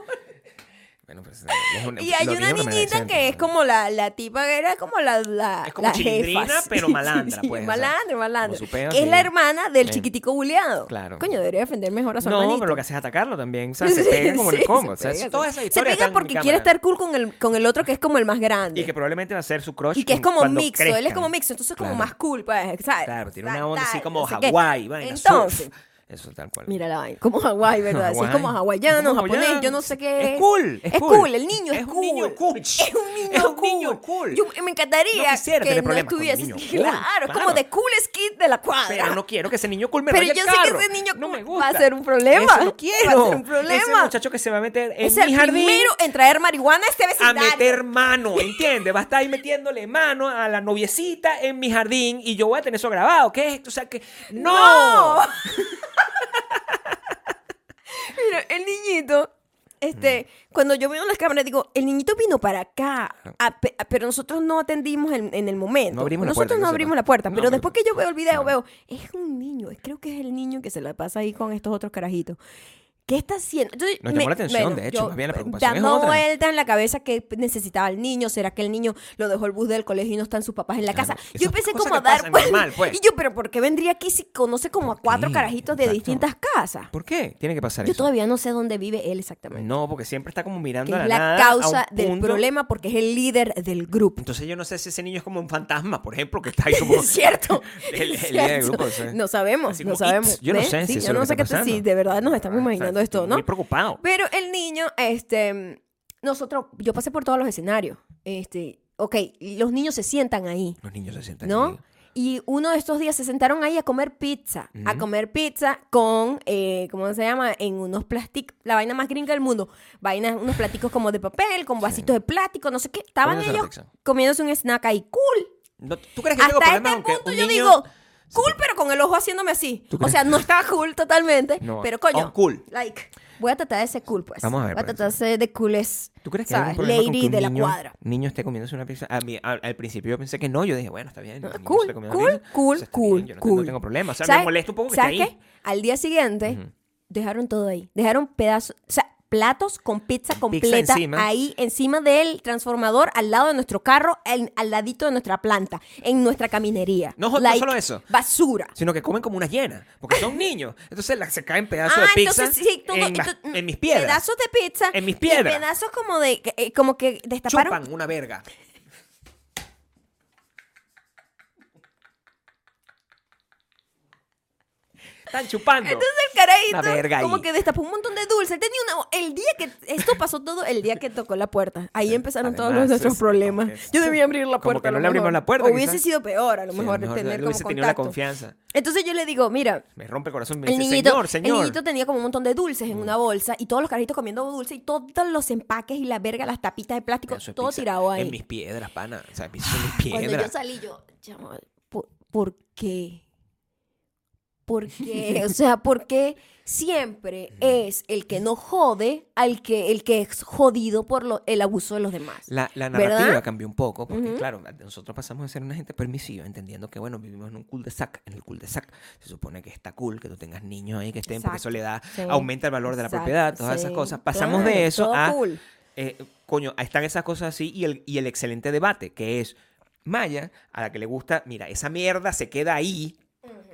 Speaker 2: Bueno, pues, es una-
Speaker 1: Y
Speaker 2: lo
Speaker 1: hay
Speaker 2: dije
Speaker 1: una
Speaker 2: de manera
Speaker 1: niñita
Speaker 2: decente,
Speaker 1: que es
Speaker 2: ¿no?
Speaker 1: como la, la tipa, que era como la, la,
Speaker 2: Es como
Speaker 1: la
Speaker 2: chilindrina,
Speaker 1: jefa,
Speaker 2: pero
Speaker 1: sí,
Speaker 2: malandra,
Speaker 1: sí,
Speaker 2: pues, o sea,
Speaker 1: malandra, malandra.
Speaker 2: como su peo,
Speaker 1: que es
Speaker 2: sí.
Speaker 1: la hermana del
Speaker 2: Sí.
Speaker 1: chiquitico buleado.
Speaker 2: Claro.
Speaker 1: Coño, debería defender mejor a su
Speaker 2: No,
Speaker 1: hermanito.
Speaker 2: pero lo que hace es atacarlo también. O sea, se
Speaker 1: Sí,
Speaker 2: pega como en
Speaker 1: sí,
Speaker 2: el combo.
Speaker 1: se
Speaker 2: o sea,
Speaker 1: pega,
Speaker 2: toda
Speaker 1: se-
Speaker 2: esa
Speaker 1: se
Speaker 2: historia
Speaker 1: pega
Speaker 2: está en mi
Speaker 1: porque quiere
Speaker 2: cámara.
Speaker 1: estar cool con el, con el otro que es como el más grande.
Speaker 2: Y que probablemente va a ser su crush.
Speaker 1: Y que es
Speaker 2: en-
Speaker 1: como
Speaker 2: cuando
Speaker 1: mixto, él es
Speaker 2: crezcan.
Speaker 1: como mixto, entonces es como
Speaker 2: Claro.
Speaker 1: más cool, pues, ¿sabes?
Speaker 2: Claro, tiene
Speaker 1: Tal,
Speaker 2: una onda así
Speaker 1: tal,
Speaker 2: como
Speaker 1: no sé qué.
Speaker 2: Hawái, vaina, surf.
Speaker 1: Entonces,
Speaker 2: Eso tal cual.
Speaker 1: mira la vaina, como Hawái, ¿verdad? Sí, es como
Speaker 2: Hawái.
Speaker 1: hawaiano,
Speaker 2: Como
Speaker 1: japonés,
Speaker 2: hawaiano.
Speaker 1: yo no sé qué.
Speaker 2: Es cool, es
Speaker 1: es
Speaker 2: cool.
Speaker 1: cool, el niño es,
Speaker 2: Es un
Speaker 1: cool.
Speaker 2: niño cool.
Speaker 1: Es un niño
Speaker 2: Es un
Speaker 1: cool.
Speaker 2: niño cool.
Speaker 1: Yo, me encantaría
Speaker 2: No quisiera
Speaker 1: que
Speaker 2: tener
Speaker 1: no
Speaker 2: problemas con un
Speaker 1: estuviese.
Speaker 2: niño cool,
Speaker 1: claro, es como
Speaker 2: claro.
Speaker 1: de cool kid de la cuadra.
Speaker 2: Pero no quiero que ese niño cool me
Speaker 1: Pero
Speaker 2: raya el
Speaker 1: yo sé que
Speaker 2: carro.
Speaker 1: ese niño
Speaker 2: no me
Speaker 1: cool
Speaker 2: gusta.
Speaker 1: va a ser un problema.
Speaker 2: Eso no quiero.
Speaker 1: Va a ser un problema.
Speaker 2: Ese muchacho que se va a meter en
Speaker 1: es
Speaker 2: mi
Speaker 1: el
Speaker 2: jardín
Speaker 1: primero en traer marihuana a este
Speaker 2: a
Speaker 1: vecindario.
Speaker 2: meter mano, ¿entiendes? Va a estar ahí metiéndole mano a la noviecita en mi jardín y yo voy a tener eso grabado. ¿Qué es esto? O sea que no.
Speaker 1: ¡No! Mira, el niñito, este,
Speaker 2: Mm.
Speaker 1: cuando yo veo las cámaras, digo, el niñito vino para acá, a pe- a- pero nosotros no atendimos en, en el momento.
Speaker 2: No abrimos la
Speaker 1: nosotros
Speaker 2: puerta,
Speaker 1: no
Speaker 2: que
Speaker 1: abrimos
Speaker 2: sepa.
Speaker 1: la puerta,
Speaker 2: No,
Speaker 1: pero
Speaker 2: pero-
Speaker 1: después que yo veo el video, veo, es un niño, creo que es el niño que se la pasa ahí con estos otros carajitos. ¿Qué está haciendo? Entonces,
Speaker 2: Nos llamó la atención, de hecho, más bien la preocupación es
Speaker 1: Dando
Speaker 2: otra.
Speaker 1: vuelta en la cabeza que necesitaba el niño, ¿será que el niño lo dejó el bus del colegio y no están sus papás en la
Speaker 2: Claro,
Speaker 1: casa?
Speaker 2: esas
Speaker 1: Yo empecé
Speaker 2: cosas
Speaker 1: como a
Speaker 2: que
Speaker 1: dar
Speaker 2: pasan,
Speaker 1: vueltas.
Speaker 2: normal, pues.
Speaker 1: Y yo, pero ¿por qué vendría aquí si conoce como a
Speaker 2: ¿Por
Speaker 1: cuatro
Speaker 2: qué?
Speaker 1: carajitos de
Speaker 2: Exacto.
Speaker 1: distintas casas?
Speaker 2: ¿Por qué? Tiene que pasar
Speaker 1: Yo
Speaker 2: eso.
Speaker 1: todavía no sé dónde vive él exactamente.
Speaker 2: No, porque siempre está como
Speaker 1: que
Speaker 2: mirando a la
Speaker 1: es la
Speaker 2: nada, a un
Speaker 1: causa del
Speaker 2: punto.
Speaker 1: problema porque es el líder del grupo.
Speaker 2: Entonces yo no sé si ese niño es como un fantasma, por ejemplo, que está ahí como...
Speaker 1: Es cierto.
Speaker 2: El- el líder
Speaker 1: es
Speaker 2: del
Speaker 1: cierto.
Speaker 2: grupo, ¿sabes?
Speaker 1: No sabemos,
Speaker 2: Así
Speaker 1: no
Speaker 2: como,
Speaker 1: sabemos.
Speaker 2: "Ips". Yo no
Speaker 1: ¿Ves?
Speaker 2: sé
Speaker 1: Sí,
Speaker 2: si eso
Speaker 1: yo
Speaker 2: es lo
Speaker 1: no
Speaker 2: que
Speaker 1: sé qué
Speaker 2: está
Speaker 1: te- si
Speaker 2: pasando.
Speaker 1: de verdad nos estamos
Speaker 2: Ah,
Speaker 1: imaginando
Speaker 2: exacto.
Speaker 1: esto,
Speaker 2: Estoy
Speaker 1: ¿no?
Speaker 2: Muy preocupado.
Speaker 1: Pero el niño, este, nosotros, yo pasé por todos los escenarios. Este, ok, los niños se sientan ahí,
Speaker 2: Los niños se sientan
Speaker 1: ¿no?
Speaker 2: ahí.
Speaker 1: Y uno de estos días se sentaron ahí a comer pizza, a
Speaker 2: Ujú.
Speaker 1: comer pizza con, eh, ¿cómo se llama? En unos plásticos, la vaina más gringa del mundo, vainas, unos platicos como de papel, con vasitos de plástico, no sé qué. Estaban
Speaker 2: Buena
Speaker 1: ellos
Speaker 2: sorpresa.
Speaker 1: comiéndose un snack ahí, cool.
Speaker 2: No, ¿Tú crees que tengo
Speaker 1: Hasta
Speaker 2: problemas
Speaker 1: este
Speaker 2: aunque
Speaker 1: punto
Speaker 2: un
Speaker 1: yo
Speaker 2: niño-
Speaker 1: digo, cool, pero con el ojo haciéndome así.
Speaker 2: ¿Tú
Speaker 1: O
Speaker 2: crees?
Speaker 1: sea, no estaba cool totalmente,
Speaker 2: No,
Speaker 1: pero coño.
Speaker 2: oh, cool.
Speaker 1: Like, voy a tratar de ser cool, pues.
Speaker 2: Vamos a ver,
Speaker 1: Voy a
Speaker 2: pues.
Speaker 1: tratar de ser de cool es,
Speaker 2: ¿Tú crees que hay
Speaker 1: ¿sabes?
Speaker 2: algún problema con
Speaker 1: Lady
Speaker 2: que un
Speaker 1: de la
Speaker 2: niño,
Speaker 1: cuadra.
Speaker 2: niño esté comiéndose una pizza? A mí, al, al principio yo pensé que no. Yo dije, bueno, está bien. el
Speaker 1: Ah,
Speaker 2: niño
Speaker 1: cool,
Speaker 2: se está comiendo
Speaker 1: cool,
Speaker 2: pizza,
Speaker 1: cool,
Speaker 2: eso está
Speaker 1: cool,
Speaker 2: bien, yo no,
Speaker 1: cool.
Speaker 2: no tengo problema. O sea, me
Speaker 1: ¿Sabes-
Speaker 2: molesta un poco que esté
Speaker 1: ¿sabes
Speaker 2: ahí.
Speaker 1: qué? Al día siguiente
Speaker 2: Ujú.
Speaker 1: dejaron todo ahí. Dejaron pedazos, o sea, platos con pizza completa
Speaker 2: encima.
Speaker 1: ahí encima del transformador, al lado de nuestro carro, en- al ladito de nuestra planta, en nuestra caminería.
Speaker 2: No, no
Speaker 1: Like,
Speaker 2: solo eso.
Speaker 1: Basura.
Speaker 2: Sino que comen como unas hienas, porque son niños. Entonces la- se caen pedazos
Speaker 1: ah,
Speaker 2: de pizza
Speaker 1: entonces sí, todo-
Speaker 2: en, las-
Speaker 1: entonces,
Speaker 2: en mis piedras.
Speaker 1: mm, Pedazos de pizza.
Speaker 2: En mis
Speaker 1: y
Speaker 2: piedras.
Speaker 1: pedazos como de, que- eh, como que destaparon.
Speaker 2: Chupan una verga. Están chupando.
Speaker 1: Entonces el carajito
Speaker 2: Una verga ahí.
Speaker 1: como que destapó un montón de dulce. Él tenía una... El día que... Esto pasó todo el día que tocó la puerta. Ahí empezaron todos
Speaker 2: además,
Speaker 1: los- nuestros
Speaker 2: es como
Speaker 1: problemas.
Speaker 2: que-
Speaker 1: Yo debía abrir la
Speaker 2: como
Speaker 1: puerta.
Speaker 2: que
Speaker 1: a lo
Speaker 2: no le abrimos
Speaker 1: mejor.
Speaker 2: la puerta,
Speaker 1: O hubiese
Speaker 2: quizás.
Speaker 1: sido peor, a lo
Speaker 2: Sí,
Speaker 1: mejor,
Speaker 2: no, no,
Speaker 1: tener
Speaker 2: él
Speaker 1: como
Speaker 2: hubiese tenido la
Speaker 1: contacto.
Speaker 2: confianza.
Speaker 1: Entonces yo le digo, mira,
Speaker 2: Me rompe el corazón. Me
Speaker 1: el
Speaker 2: dice,
Speaker 1: niñito,
Speaker 2: señor, señor.
Speaker 1: el niñito tenía como un montón de dulces en una bolsa y todos los carajitos comiendo dulce y todos los empaques y la verga, las tapitas de plástico,
Speaker 2: Pedazo de
Speaker 1: todo
Speaker 2: pizza.
Speaker 1: tirado ahí.
Speaker 2: En mis piedras, pana. O sea, en mis, en mis
Speaker 1: Cuando yo
Speaker 2: piedras.
Speaker 1: salí, yo, chamo, ¿por, por qué? ¿Por qué? O sea, ¿por qué siempre es el que no jode al que, el que es jodido por lo- el abuso de los demás?
Speaker 2: La, la
Speaker 1: ¿Verdad?
Speaker 2: narrativa cambió un poco, porque claro, nosotros pasamos de ser una gente permisiva, entendiendo que, bueno, vivimos en un cul-de-sac. En el cul-de-sac se supone que está cool que tú tengas niños ahí que estén, porque eso
Speaker 1: Exacto,
Speaker 2: le da,
Speaker 1: sí.
Speaker 2: aumenta el valor de la
Speaker 1: Exacto,
Speaker 2: propiedad, todas esas
Speaker 1: sí.
Speaker 2: cosas. Pasamos
Speaker 1: Claro,
Speaker 2: de eso
Speaker 1: todo
Speaker 2: a,
Speaker 1: cool.
Speaker 2: eh, coño, ahí están esas cosas así y el, y el excelente debate, que es Maya, a la que le gusta, mira, esa mierda se queda ahí.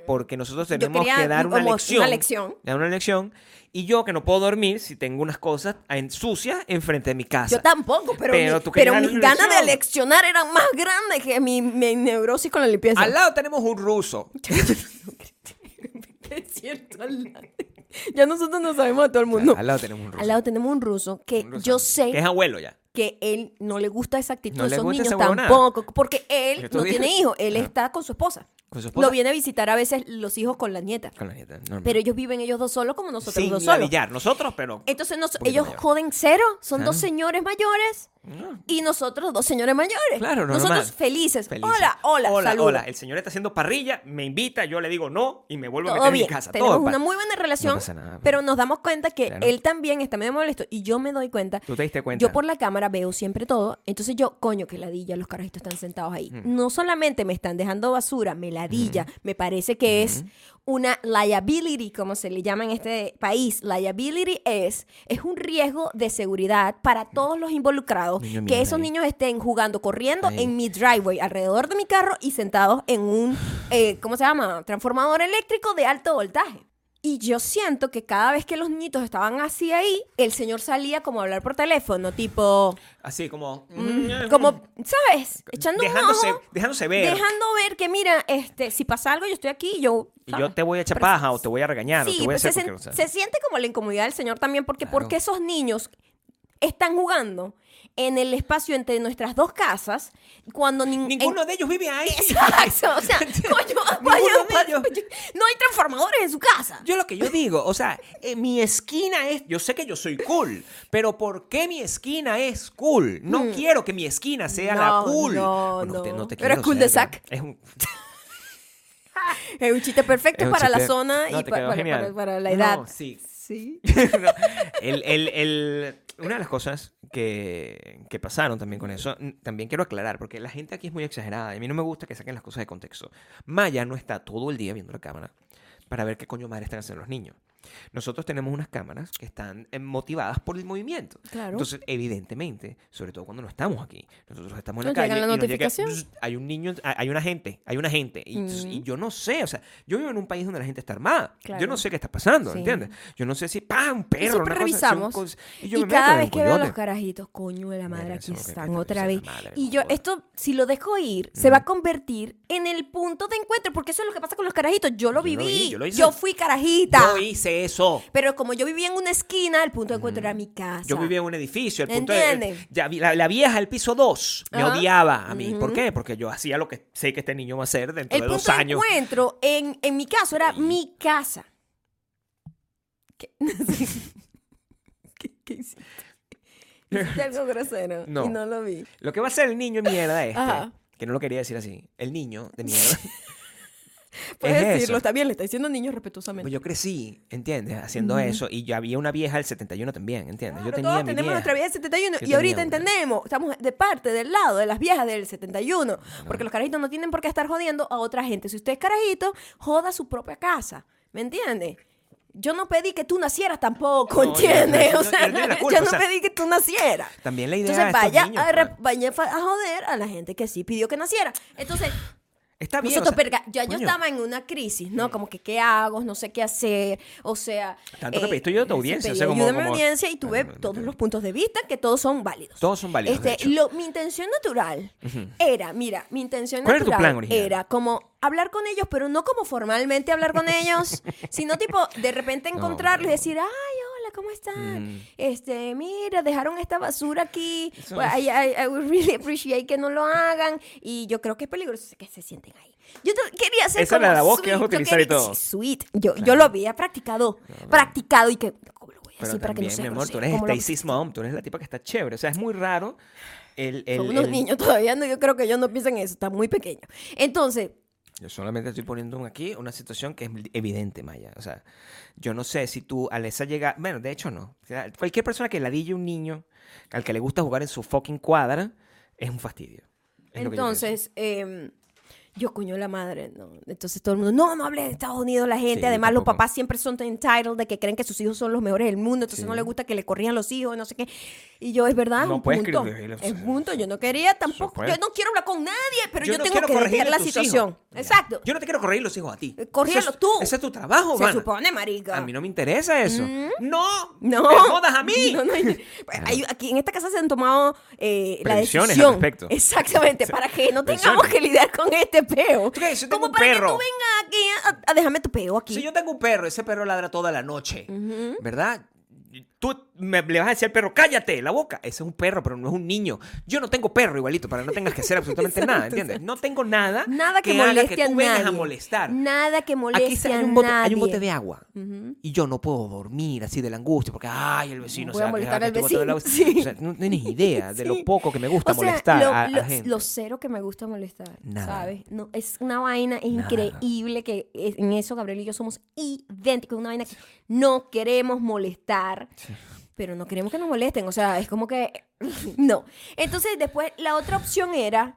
Speaker 2: Porque nosotros
Speaker 1: Yo
Speaker 2: tenemos
Speaker 1: quería
Speaker 2: que dar una
Speaker 1: como
Speaker 2: lección,
Speaker 1: una lección.
Speaker 2: Dar una lección. Y yo que no puedo dormir si tengo unas cosas en- sucias enfrente de mi casa.
Speaker 1: Yo tampoco, pero,
Speaker 2: Pero
Speaker 1: mi-
Speaker 2: tú querías
Speaker 1: pero
Speaker 2: dar
Speaker 1: mis
Speaker 2: una
Speaker 1: ganas de
Speaker 2: lección.
Speaker 1: leccionar eran más grandes que mi, mi neurosis con la limpieza.
Speaker 2: Al lado tenemos un ruso.
Speaker 1: Es cierto, al lado. Ya nosotros no sabemos de todo el mundo.
Speaker 2: Al lado tenemos un ruso.
Speaker 1: Al lado tenemos un ruso que
Speaker 2: Un ruso.
Speaker 1: yo sé
Speaker 2: Que es abuelo ya.
Speaker 1: que él no le gusta esa actitud
Speaker 2: No
Speaker 1: de
Speaker 2: le
Speaker 1: esos
Speaker 2: gusta
Speaker 1: niños
Speaker 2: esa huevonada.
Speaker 1: tampoco, porque
Speaker 2: Yo
Speaker 1: él no
Speaker 2: estoy-
Speaker 1: tiene hijos, él
Speaker 2: Ajá.
Speaker 1: está con su esposa.
Speaker 2: Con su esposa.
Speaker 1: Lo viene a visitar a veces los hijos con la nieta,
Speaker 2: Con la nieta. normal.
Speaker 1: pero ellos viven ellos dos solos como nosotros
Speaker 2: Sin
Speaker 1: dos solos. Eh,
Speaker 2: ladillar. Nosotros, pero.
Speaker 1: Entonces nos-
Speaker 2: Un poquito
Speaker 1: ellos
Speaker 2: mayor.
Speaker 1: joden cero, son
Speaker 2: Ah.
Speaker 1: dos señores mayores
Speaker 2: No.
Speaker 1: y nosotros dos señores mayores.
Speaker 2: Claro, no,
Speaker 1: nosotros
Speaker 2: normal.
Speaker 1: felices.
Speaker 2: Feliz.
Speaker 1: Hola, hola,
Speaker 2: Hola,
Speaker 1: saludos.
Speaker 2: hola. El señor está haciendo parrilla, me invita, yo le digo no y me vuelvo a
Speaker 1: Todo
Speaker 2: meter
Speaker 1: bien,
Speaker 2: en mi casa.
Speaker 1: tenemos
Speaker 2: Todo en
Speaker 1: una
Speaker 2: paz.
Speaker 1: muy buena relación,
Speaker 2: pasa nada. pues.
Speaker 1: pero nos damos cuenta que
Speaker 2: Claro.
Speaker 1: él también está medio molesto y yo me doy cuenta
Speaker 2: Tú te diste cuenta.
Speaker 1: Yo por la cámara veo siempre
Speaker 2: Mm.
Speaker 1: todo. Entonces yo, coño, que ladilla, los carajitos están sentados ahí. No solamente me están dejando basura, me ladilla. Me parece que es
Speaker 2: Mm.
Speaker 1: una liability, como se le llama en este país. Liability es, es un riesgo de seguridad para todos los involucrados.
Speaker 2: Mm. Niño
Speaker 1: que esos
Speaker 2: millonario.
Speaker 1: niños estén jugando, corriendo
Speaker 2: Ahí.
Speaker 1: en mi driveway, alrededor de mi carro y sentados en un, eh, ¿cómo se llama? Transformador eléctrico de alto voltaje. Y yo siento que cada vez que los niñitos estaban así ahí, el señor salía como a hablar por teléfono, tipo,
Speaker 2: Así como.
Speaker 1: mm, como, ¿sabes? Echando un
Speaker 2: dejándose,
Speaker 1: ojo,
Speaker 2: dejándose ver.
Speaker 1: dejando ver que mira, este, si pasa algo yo estoy aquí, yo,
Speaker 2: Y
Speaker 1: ¿sabes?
Speaker 2: yo te voy a echar
Speaker 1: Pero-
Speaker 2: paja o te voy a regañar o
Speaker 1: Sí,
Speaker 2: te voy a
Speaker 1: pues se,
Speaker 2: hacer
Speaker 1: sen-
Speaker 2: cualquier cosa.
Speaker 1: se siente como la incomodidad del señor también, porque
Speaker 2: Claro.
Speaker 1: porque esos niños están jugando en el espacio entre nuestras dos casas cuando nin-
Speaker 2: Ninguno
Speaker 1: en-
Speaker 2: de ellos vive ahí.
Speaker 1: Exacto, o sea, coño,
Speaker 2: Ninguno de
Speaker 1: vaya-
Speaker 2: ellos.
Speaker 1: no hay transformadores en su casa.
Speaker 2: Yo lo que yo digo, o sea, eh, mi esquina es, yo sé que yo soy cool, pero ¿por qué mi esquina es cool? No quiero que mi esquina sea la
Speaker 1: Mm. No,
Speaker 2: cool.
Speaker 1: no, no.
Speaker 2: te- te
Speaker 1: Pero
Speaker 2: quiero,
Speaker 1: cool de
Speaker 2: Sergio.
Speaker 1: sac.
Speaker 2: Es un-
Speaker 1: Es un chiste perfecto
Speaker 2: es un
Speaker 1: para la
Speaker 2: chiste-
Speaker 1: zona
Speaker 2: No,
Speaker 1: y
Speaker 2: te
Speaker 1: pa-
Speaker 2: quedó
Speaker 1: para,
Speaker 2: genial.
Speaker 1: para- para la
Speaker 2: No,
Speaker 1: edad.
Speaker 2: sí.
Speaker 1: Sí.
Speaker 2: No, el- el- el- una de las cosas que, que pasaron también con eso, n- también quiero aclarar, porque la gente aquí es muy exagerada. y A mí no me gusta que saquen las cosas de contexto. Maya no está todo el día viendo la cámara para ver qué coño madre están haciendo los niños. Nosotros tenemos unas cámaras que están eh, motivadas por el movimiento.
Speaker 1: Claro.
Speaker 2: Entonces, evidentemente, sobre todo cuando no estamos aquí, nosotros estamos en la
Speaker 1: Nos
Speaker 2: calle
Speaker 1: llega la
Speaker 2: y nos llega,
Speaker 1: notificación.
Speaker 2: "Bzz, hay un niño, hay hay una gente, hay una gente. Y, entonces- y
Speaker 1: Mm.
Speaker 2: yo no sé, o sea, yo vivo en un país donde la gente está armada. Yo no
Speaker 1: Claro.
Speaker 2: sé qué está pasando,
Speaker 1: Sí.
Speaker 2: ¿entiendes? Yo no sé si ¡pam! un perro,
Speaker 1: siempre
Speaker 2: una cosa, así, un
Speaker 1: revisamos.
Speaker 2: cos- y yo
Speaker 1: Y
Speaker 2: me
Speaker 1: cada
Speaker 2: meto en
Speaker 1: vez
Speaker 2: el
Speaker 1: que veo a
Speaker 2: coyote.
Speaker 1: los carajitos, coño de la madre,
Speaker 2: Verga,
Speaker 1: aquí
Speaker 2: eso es lo que
Speaker 1: están
Speaker 2: quiero
Speaker 1: otra vez.
Speaker 2: decir, la madre,
Speaker 1: Y
Speaker 2: no
Speaker 1: yo,
Speaker 2: joda.
Speaker 1: esto, si lo dejo ir, se va a convertir en el punto de encuentro, porque eso es lo que pasa con los carajitos. Yo lo
Speaker 2: Yo lo vi,
Speaker 1: viví,
Speaker 2: yo
Speaker 1: yo,
Speaker 2: lo hice.
Speaker 1: fui carajita.
Speaker 2: Yo hice eso.
Speaker 1: Pero como yo vivía en una esquina, el punto de encuentro era mi casa.
Speaker 2: Yo vivía en un edificio, el punto de,
Speaker 1: ¿Entiendes?
Speaker 2: ya vi- la, la vieja del piso 2 me
Speaker 1: Ajá.
Speaker 2: odiaba a mí. ¿Por
Speaker 1: Ujú.
Speaker 2: qué? Porque yo hacía lo que sé que este niño va a hacer dentro
Speaker 1: El
Speaker 2: de
Speaker 1: punto
Speaker 2: dos
Speaker 1: de
Speaker 2: años.
Speaker 1: encuentro, en, en mi caso, era mi casa. ¿Qué? ¿Qué, qué hiciste? Hiciste algo grosero
Speaker 2: No.
Speaker 1: y no lo vi.
Speaker 2: Lo que va a hacer el niño de mierda este,
Speaker 1: Ajá.
Speaker 2: que no lo quería decir así, el niño de mierda.
Speaker 1: Puedes
Speaker 2: Es eso.
Speaker 1: decirlo, está bien, le está diciendo niños respetuosamente.
Speaker 2: Pues yo crecí, ¿entiendes? Haciendo eso. Y yo había una vieja del 71 también, ¿entiendes? yo
Speaker 1: Claro,
Speaker 2: tenía
Speaker 1: todos
Speaker 2: mi
Speaker 1: tenemos
Speaker 2: vieja.
Speaker 1: nuestra vida del 71
Speaker 2: Yo
Speaker 1: y ahorita
Speaker 2: tenía una.
Speaker 1: entendemos, estamos de parte del lado de las viejas del 71, porque los carajitos no tienen por qué estar jodiendo a otra gente. Si usted es carajito, joda su propia casa, ¿me entiende? Yo no pedí que tú nacieras tampoco,
Speaker 2: No, yo-
Speaker 1: ¿entiendes?
Speaker 2: yo- yo-
Speaker 1: o sea,
Speaker 2: yo no
Speaker 1: yo,
Speaker 2: tengo la culpa,
Speaker 1: no
Speaker 2: o sea,
Speaker 1: pedí que tú nacieras.
Speaker 2: También la idea de
Speaker 1: Entonces
Speaker 2: estos
Speaker 1: vaya,
Speaker 2: niños, pues.
Speaker 1: a, re-
Speaker 2: man.
Speaker 1: vaya fa- a joder a la gente que sí pidió que naciera. Entonces,
Speaker 2: Está bien. o
Speaker 1: nosotros,
Speaker 2: sea,
Speaker 1: verga, ya yo
Speaker 2: coño, Mm.
Speaker 1: estaba en una crisis, ¿no? Como que qué hago, no sé qué hacer, o sea... eh,
Speaker 2: Tanto que pediste ayuda a tu
Speaker 1: sí,
Speaker 2: audiencia, o
Speaker 1: pedí
Speaker 2: sea, como-
Speaker 1: ayuda a mi
Speaker 2: como-
Speaker 1: audiencia y tuve
Speaker 2: Ah, no, no,
Speaker 1: todos
Speaker 2: no.
Speaker 1: los puntos de vista, que todos son válidos.
Speaker 2: Todos son válidos, de
Speaker 1: Este,
Speaker 2: hecho.
Speaker 1: lo- mi intención natural era, mira, mi intención
Speaker 2: ¿Cuál era tu
Speaker 1: natural
Speaker 2: plan original?
Speaker 1: era como hablar con ellos, pero no como formalmente hablar con ellos, sino tipo de repente
Speaker 2: No,
Speaker 1: encontrarlos
Speaker 2: no.
Speaker 1: y decir, ay, hola, ¿cómo están?
Speaker 2: Mm.
Speaker 1: Este, mira, dejaron esta basura aquí,
Speaker 2: Eso
Speaker 1: Well, I, I- I would really appreciate que no lo hagan y yo creo que es peligroso que se sienten ahí. Yo t- quería hacer
Speaker 2: Esa era
Speaker 1: como
Speaker 2: la voz que
Speaker 1: sweet,
Speaker 2: ibas a
Speaker 1: yo
Speaker 2: utilizar y
Speaker 1: quería-
Speaker 2: todo.
Speaker 1: sí, sweet. Yo, yo lo había practicado, practicado y que... ¿Cómo lo voy a
Speaker 2: Pero
Speaker 1: decir para que no
Speaker 2: también,
Speaker 1: sea
Speaker 2: mi amor, tú
Speaker 1: grosero?
Speaker 2: eres
Speaker 1: ¿Cómo lo-
Speaker 2: Stacy's mom, tú eres la tipa que está chévere. O sea, es muy raro el... el,
Speaker 1: son unos
Speaker 2: el-
Speaker 1: niños todavía, no, yo creo que ellos no piensan en eso, están muy pequeños. Entonces,
Speaker 2: Yo solamente estoy poniendo un- aquí una situación que es evidente, Maya. O sea, yo no sé si tú al esa llega... Bueno, de hecho no. O sea, cualquier persona que ladille un niño al que le gusta jugar en su fucking cuadra es un fastidio. Es lo que yo
Speaker 1: entonces, em, yo coño la madre, no. Entonces todo el mundo, no, no hable de Estados Unidos la gente.
Speaker 2: Sí,
Speaker 1: Además, los
Speaker 2: tampoco.
Speaker 1: papás siempre son tan entitled de que creen que sus hijos son los mejores del mundo, entonces
Speaker 2: Sí.
Speaker 1: no les gusta que le corrían los hijos, no sé qué. Y yo, es verdad, es
Speaker 2: No
Speaker 1: un
Speaker 2: puedes
Speaker 1: punto.
Speaker 2: escribirle, o
Speaker 1: Es
Speaker 2: sea,
Speaker 1: un punto, yo no quería tampoco,
Speaker 2: supuesto.
Speaker 1: yo no quiero hablar con nadie, pero yo,
Speaker 2: no
Speaker 1: tengo
Speaker 2: quiero
Speaker 1: que
Speaker 2: corregirle
Speaker 1: detener
Speaker 2: a
Speaker 1: la
Speaker 2: tus
Speaker 1: situación.
Speaker 2: hijos. Ya.
Speaker 1: Exacto.
Speaker 2: Yo no te quiero corregir los hijos a ti.
Speaker 1: Eh, corrígelo
Speaker 2: Eso es-
Speaker 1: tú.
Speaker 2: Ese es tu trabajo,
Speaker 1: Se
Speaker 2: Juana.
Speaker 1: supone, marica.
Speaker 2: A mí no me interesa eso. ¡No!
Speaker 1: No.
Speaker 2: ¡Me jodas a mí! Ah.
Speaker 1: No, no, no. Hay- aquí en esta casa se han tomado eh, la
Speaker 2: Previsiones al
Speaker 1: decisión.
Speaker 2: respecto.
Speaker 1: Exactamente, para que no tengamos
Speaker 2: Previsiones.
Speaker 1: que lidiar con este peo.
Speaker 2: ¿Tú crees? Yo tengo
Speaker 1: Como
Speaker 2: un
Speaker 1: para
Speaker 2: perro.
Speaker 1: que tú vengas aquí a, a déjame tu peo aquí.
Speaker 2: Si yo tengo un perro, ese perro ladra toda la noche, ¿verdad? Tú me- le vas a decir al perro, cállate la boca. Ese es un perro, pero no es un niño. Yo no tengo perro igualito, para que no tengas que hacer absolutamente nada, ¿entiendes? No tengo nada,
Speaker 1: Nada que,
Speaker 2: haga
Speaker 1: moleste
Speaker 2: que tú
Speaker 1: a
Speaker 2: vengas
Speaker 1: nadie.
Speaker 2: a molestar.
Speaker 1: Nada que moleste
Speaker 2: Aquí se-
Speaker 1: a
Speaker 2: hay un, bote,
Speaker 1: nadie.
Speaker 2: hay un bote de agua
Speaker 1: Ujú.
Speaker 2: y yo no puedo dormir así de la angustia porque, ay, el vecino
Speaker 1: Voy
Speaker 2: se
Speaker 1: a
Speaker 2: va
Speaker 1: molestar
Speaker 2: quejar que
Speaker 1: al
Speaker 2: estuvo todo el agua.
Speaker 1: vecino, sí.
Speaker 2: O sea, no tienes idea de lo
Speaker 1: Sí.
Speaker 2: poco que me gusta
Speaker 1: O sea,
Speaker 2: molestar
Speaker 1: lo,
Speaker 2: a, a
Speaker 1: lo-
Speaker 2: gente.
Speaker 1: lo cero que me gusta molestar,
Speaker 2: Nada.
Speaker 1: ¿sabes? No, es una vaina es
Speaker 2: Nada.
Speaker 1: increíble que es- en eso Gabriel y yo somos idénticos. Es una vaina que no queremos molestar, pero no queremos que nos molesten. O sea, es como que... no. Entonces, después, la otra opción era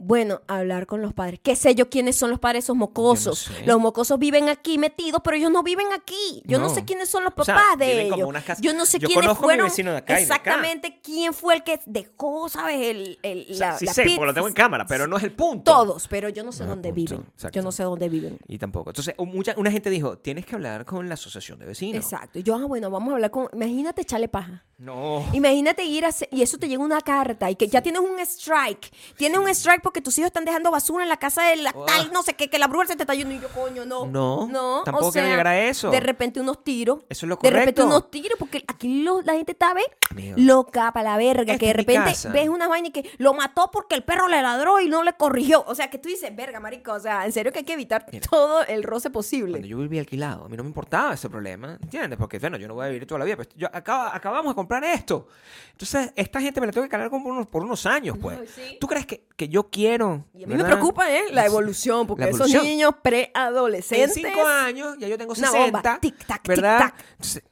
Speaker 1: Bueno, hablar con los padres. ¿Qué sé yo quiénes son los padres de esos mocosos?
Speaker 2: sé.
Speaker 1: Los mocosos viven aquí metidos, pero ellos no viven aquí. Yo no,
Speaker 2: No.
Speaker 1: sé quiénes son los
Speaker 2: O sea,
Speaker 1: papás de
Speaker 2: viven
Speaker 1: ellos.
Speaker 2: como unas casas-
Speaker 1: Yo no sé
Speaker 2: Yo
Speaker 1: quiénes
Speaker 2: conozco a mi
Speaker 1: fueron.
Speaker 2: vecino de acá y de acá.
Speaker 1: exactamente quién fue el que dejó, ¿sabes? El, el-
Speaker 2: O sea,
Speaker 1: la,
Speaker 2: sí
Speaker 1: la
Speaker 2: sé,
Speaker 1: pizza.
Speaker 2: porque lo tengo en cámara, pero no es el punto.
Speaker 1: Todos, pero yo no sé
Speaker 2: Ah,
Speaker 1: dónde
Speaker 2: punto.
Speaker 1: viven. Yo
Speaker 2: Exacto.
Speaker 1: no sé dónde viven.
Speaker 2: Y tampoco. Entonces, o mucha, una gente dijo, tienes que hablar con la asociación de vecinos.
Speaker 1: Exacto. Y yo, ah, bueno, vamos a hablar con. Imagínate echarle paja.
Speaker 2: No.
Speaker 1: Imagínate ir a... hacer- Y eso te llega una carta y que ya tienes un strike. Tienes un strike porque tus hijos están dejando basura en la casa de la
Speaker 2: Ah.
Speaker 1: tal, no sé qué, que la bruja se te está yendo y yo, coño, no.
Speaker 2: No,
Speaker 1: No. o
Speaker 2: tampoco quiero
Speaker 1: sea,
Speaker 2: llegar a eso.
Speaker 1: De repente unos tiros.
Speaker 2: Eso es lo
Speaker 1: De repente
Speaker 2: correcto.
Speaker 1: unos tiros porque aquí lo- la gente está, ve,
Speaker 2: Amigo.
Speaker 1: loca para la verga.
Speaker 2: Esta
Speaker 1: que de
Speaker 2: es mi
Speaker 1: repente
Speaker 2: casa.
Speaker 1: ves una vaina y que lo mató porque el perro le ladró y no le corrigió. O sea, que tú dices, verga, marico. O sea, en serio que hay que evitar todo el roce posible.
Speaker 2: Cuando yo vivía alquilado, a mí no me importaba ese problema, ¿entiendes? Porque, bueno, yo no voy a vivir toda la vida, pero yo acaba- acabamos de comprar esto. Entonces, esta gente me la tengo que cargar como por unos, por unos años, pues.
Speaker 1: Ay, sí.
Speaker 2: ¿Tú crees que, que yo quiero?
Speaker 1: Y a mí me
Speaker 2: ¿verdad?
Speaker 1: preocupa, ¿eh? La evolución, porque
Speaker 2: La
Speaker 1: esos
Speaker 2: evolución.
Speaker 1: niños
Speaker 2: En
Speaker 1: preadolescentes.
Speaker 2: cinco años, ya yo tengo
Speaker 1: Una
Speaker 2: 60,
Speaker 1: bomba. Tic, tac, tic,
Speaker 2: ¿verdad?
Speaker 1: tac.
Speaker 2: Entonces,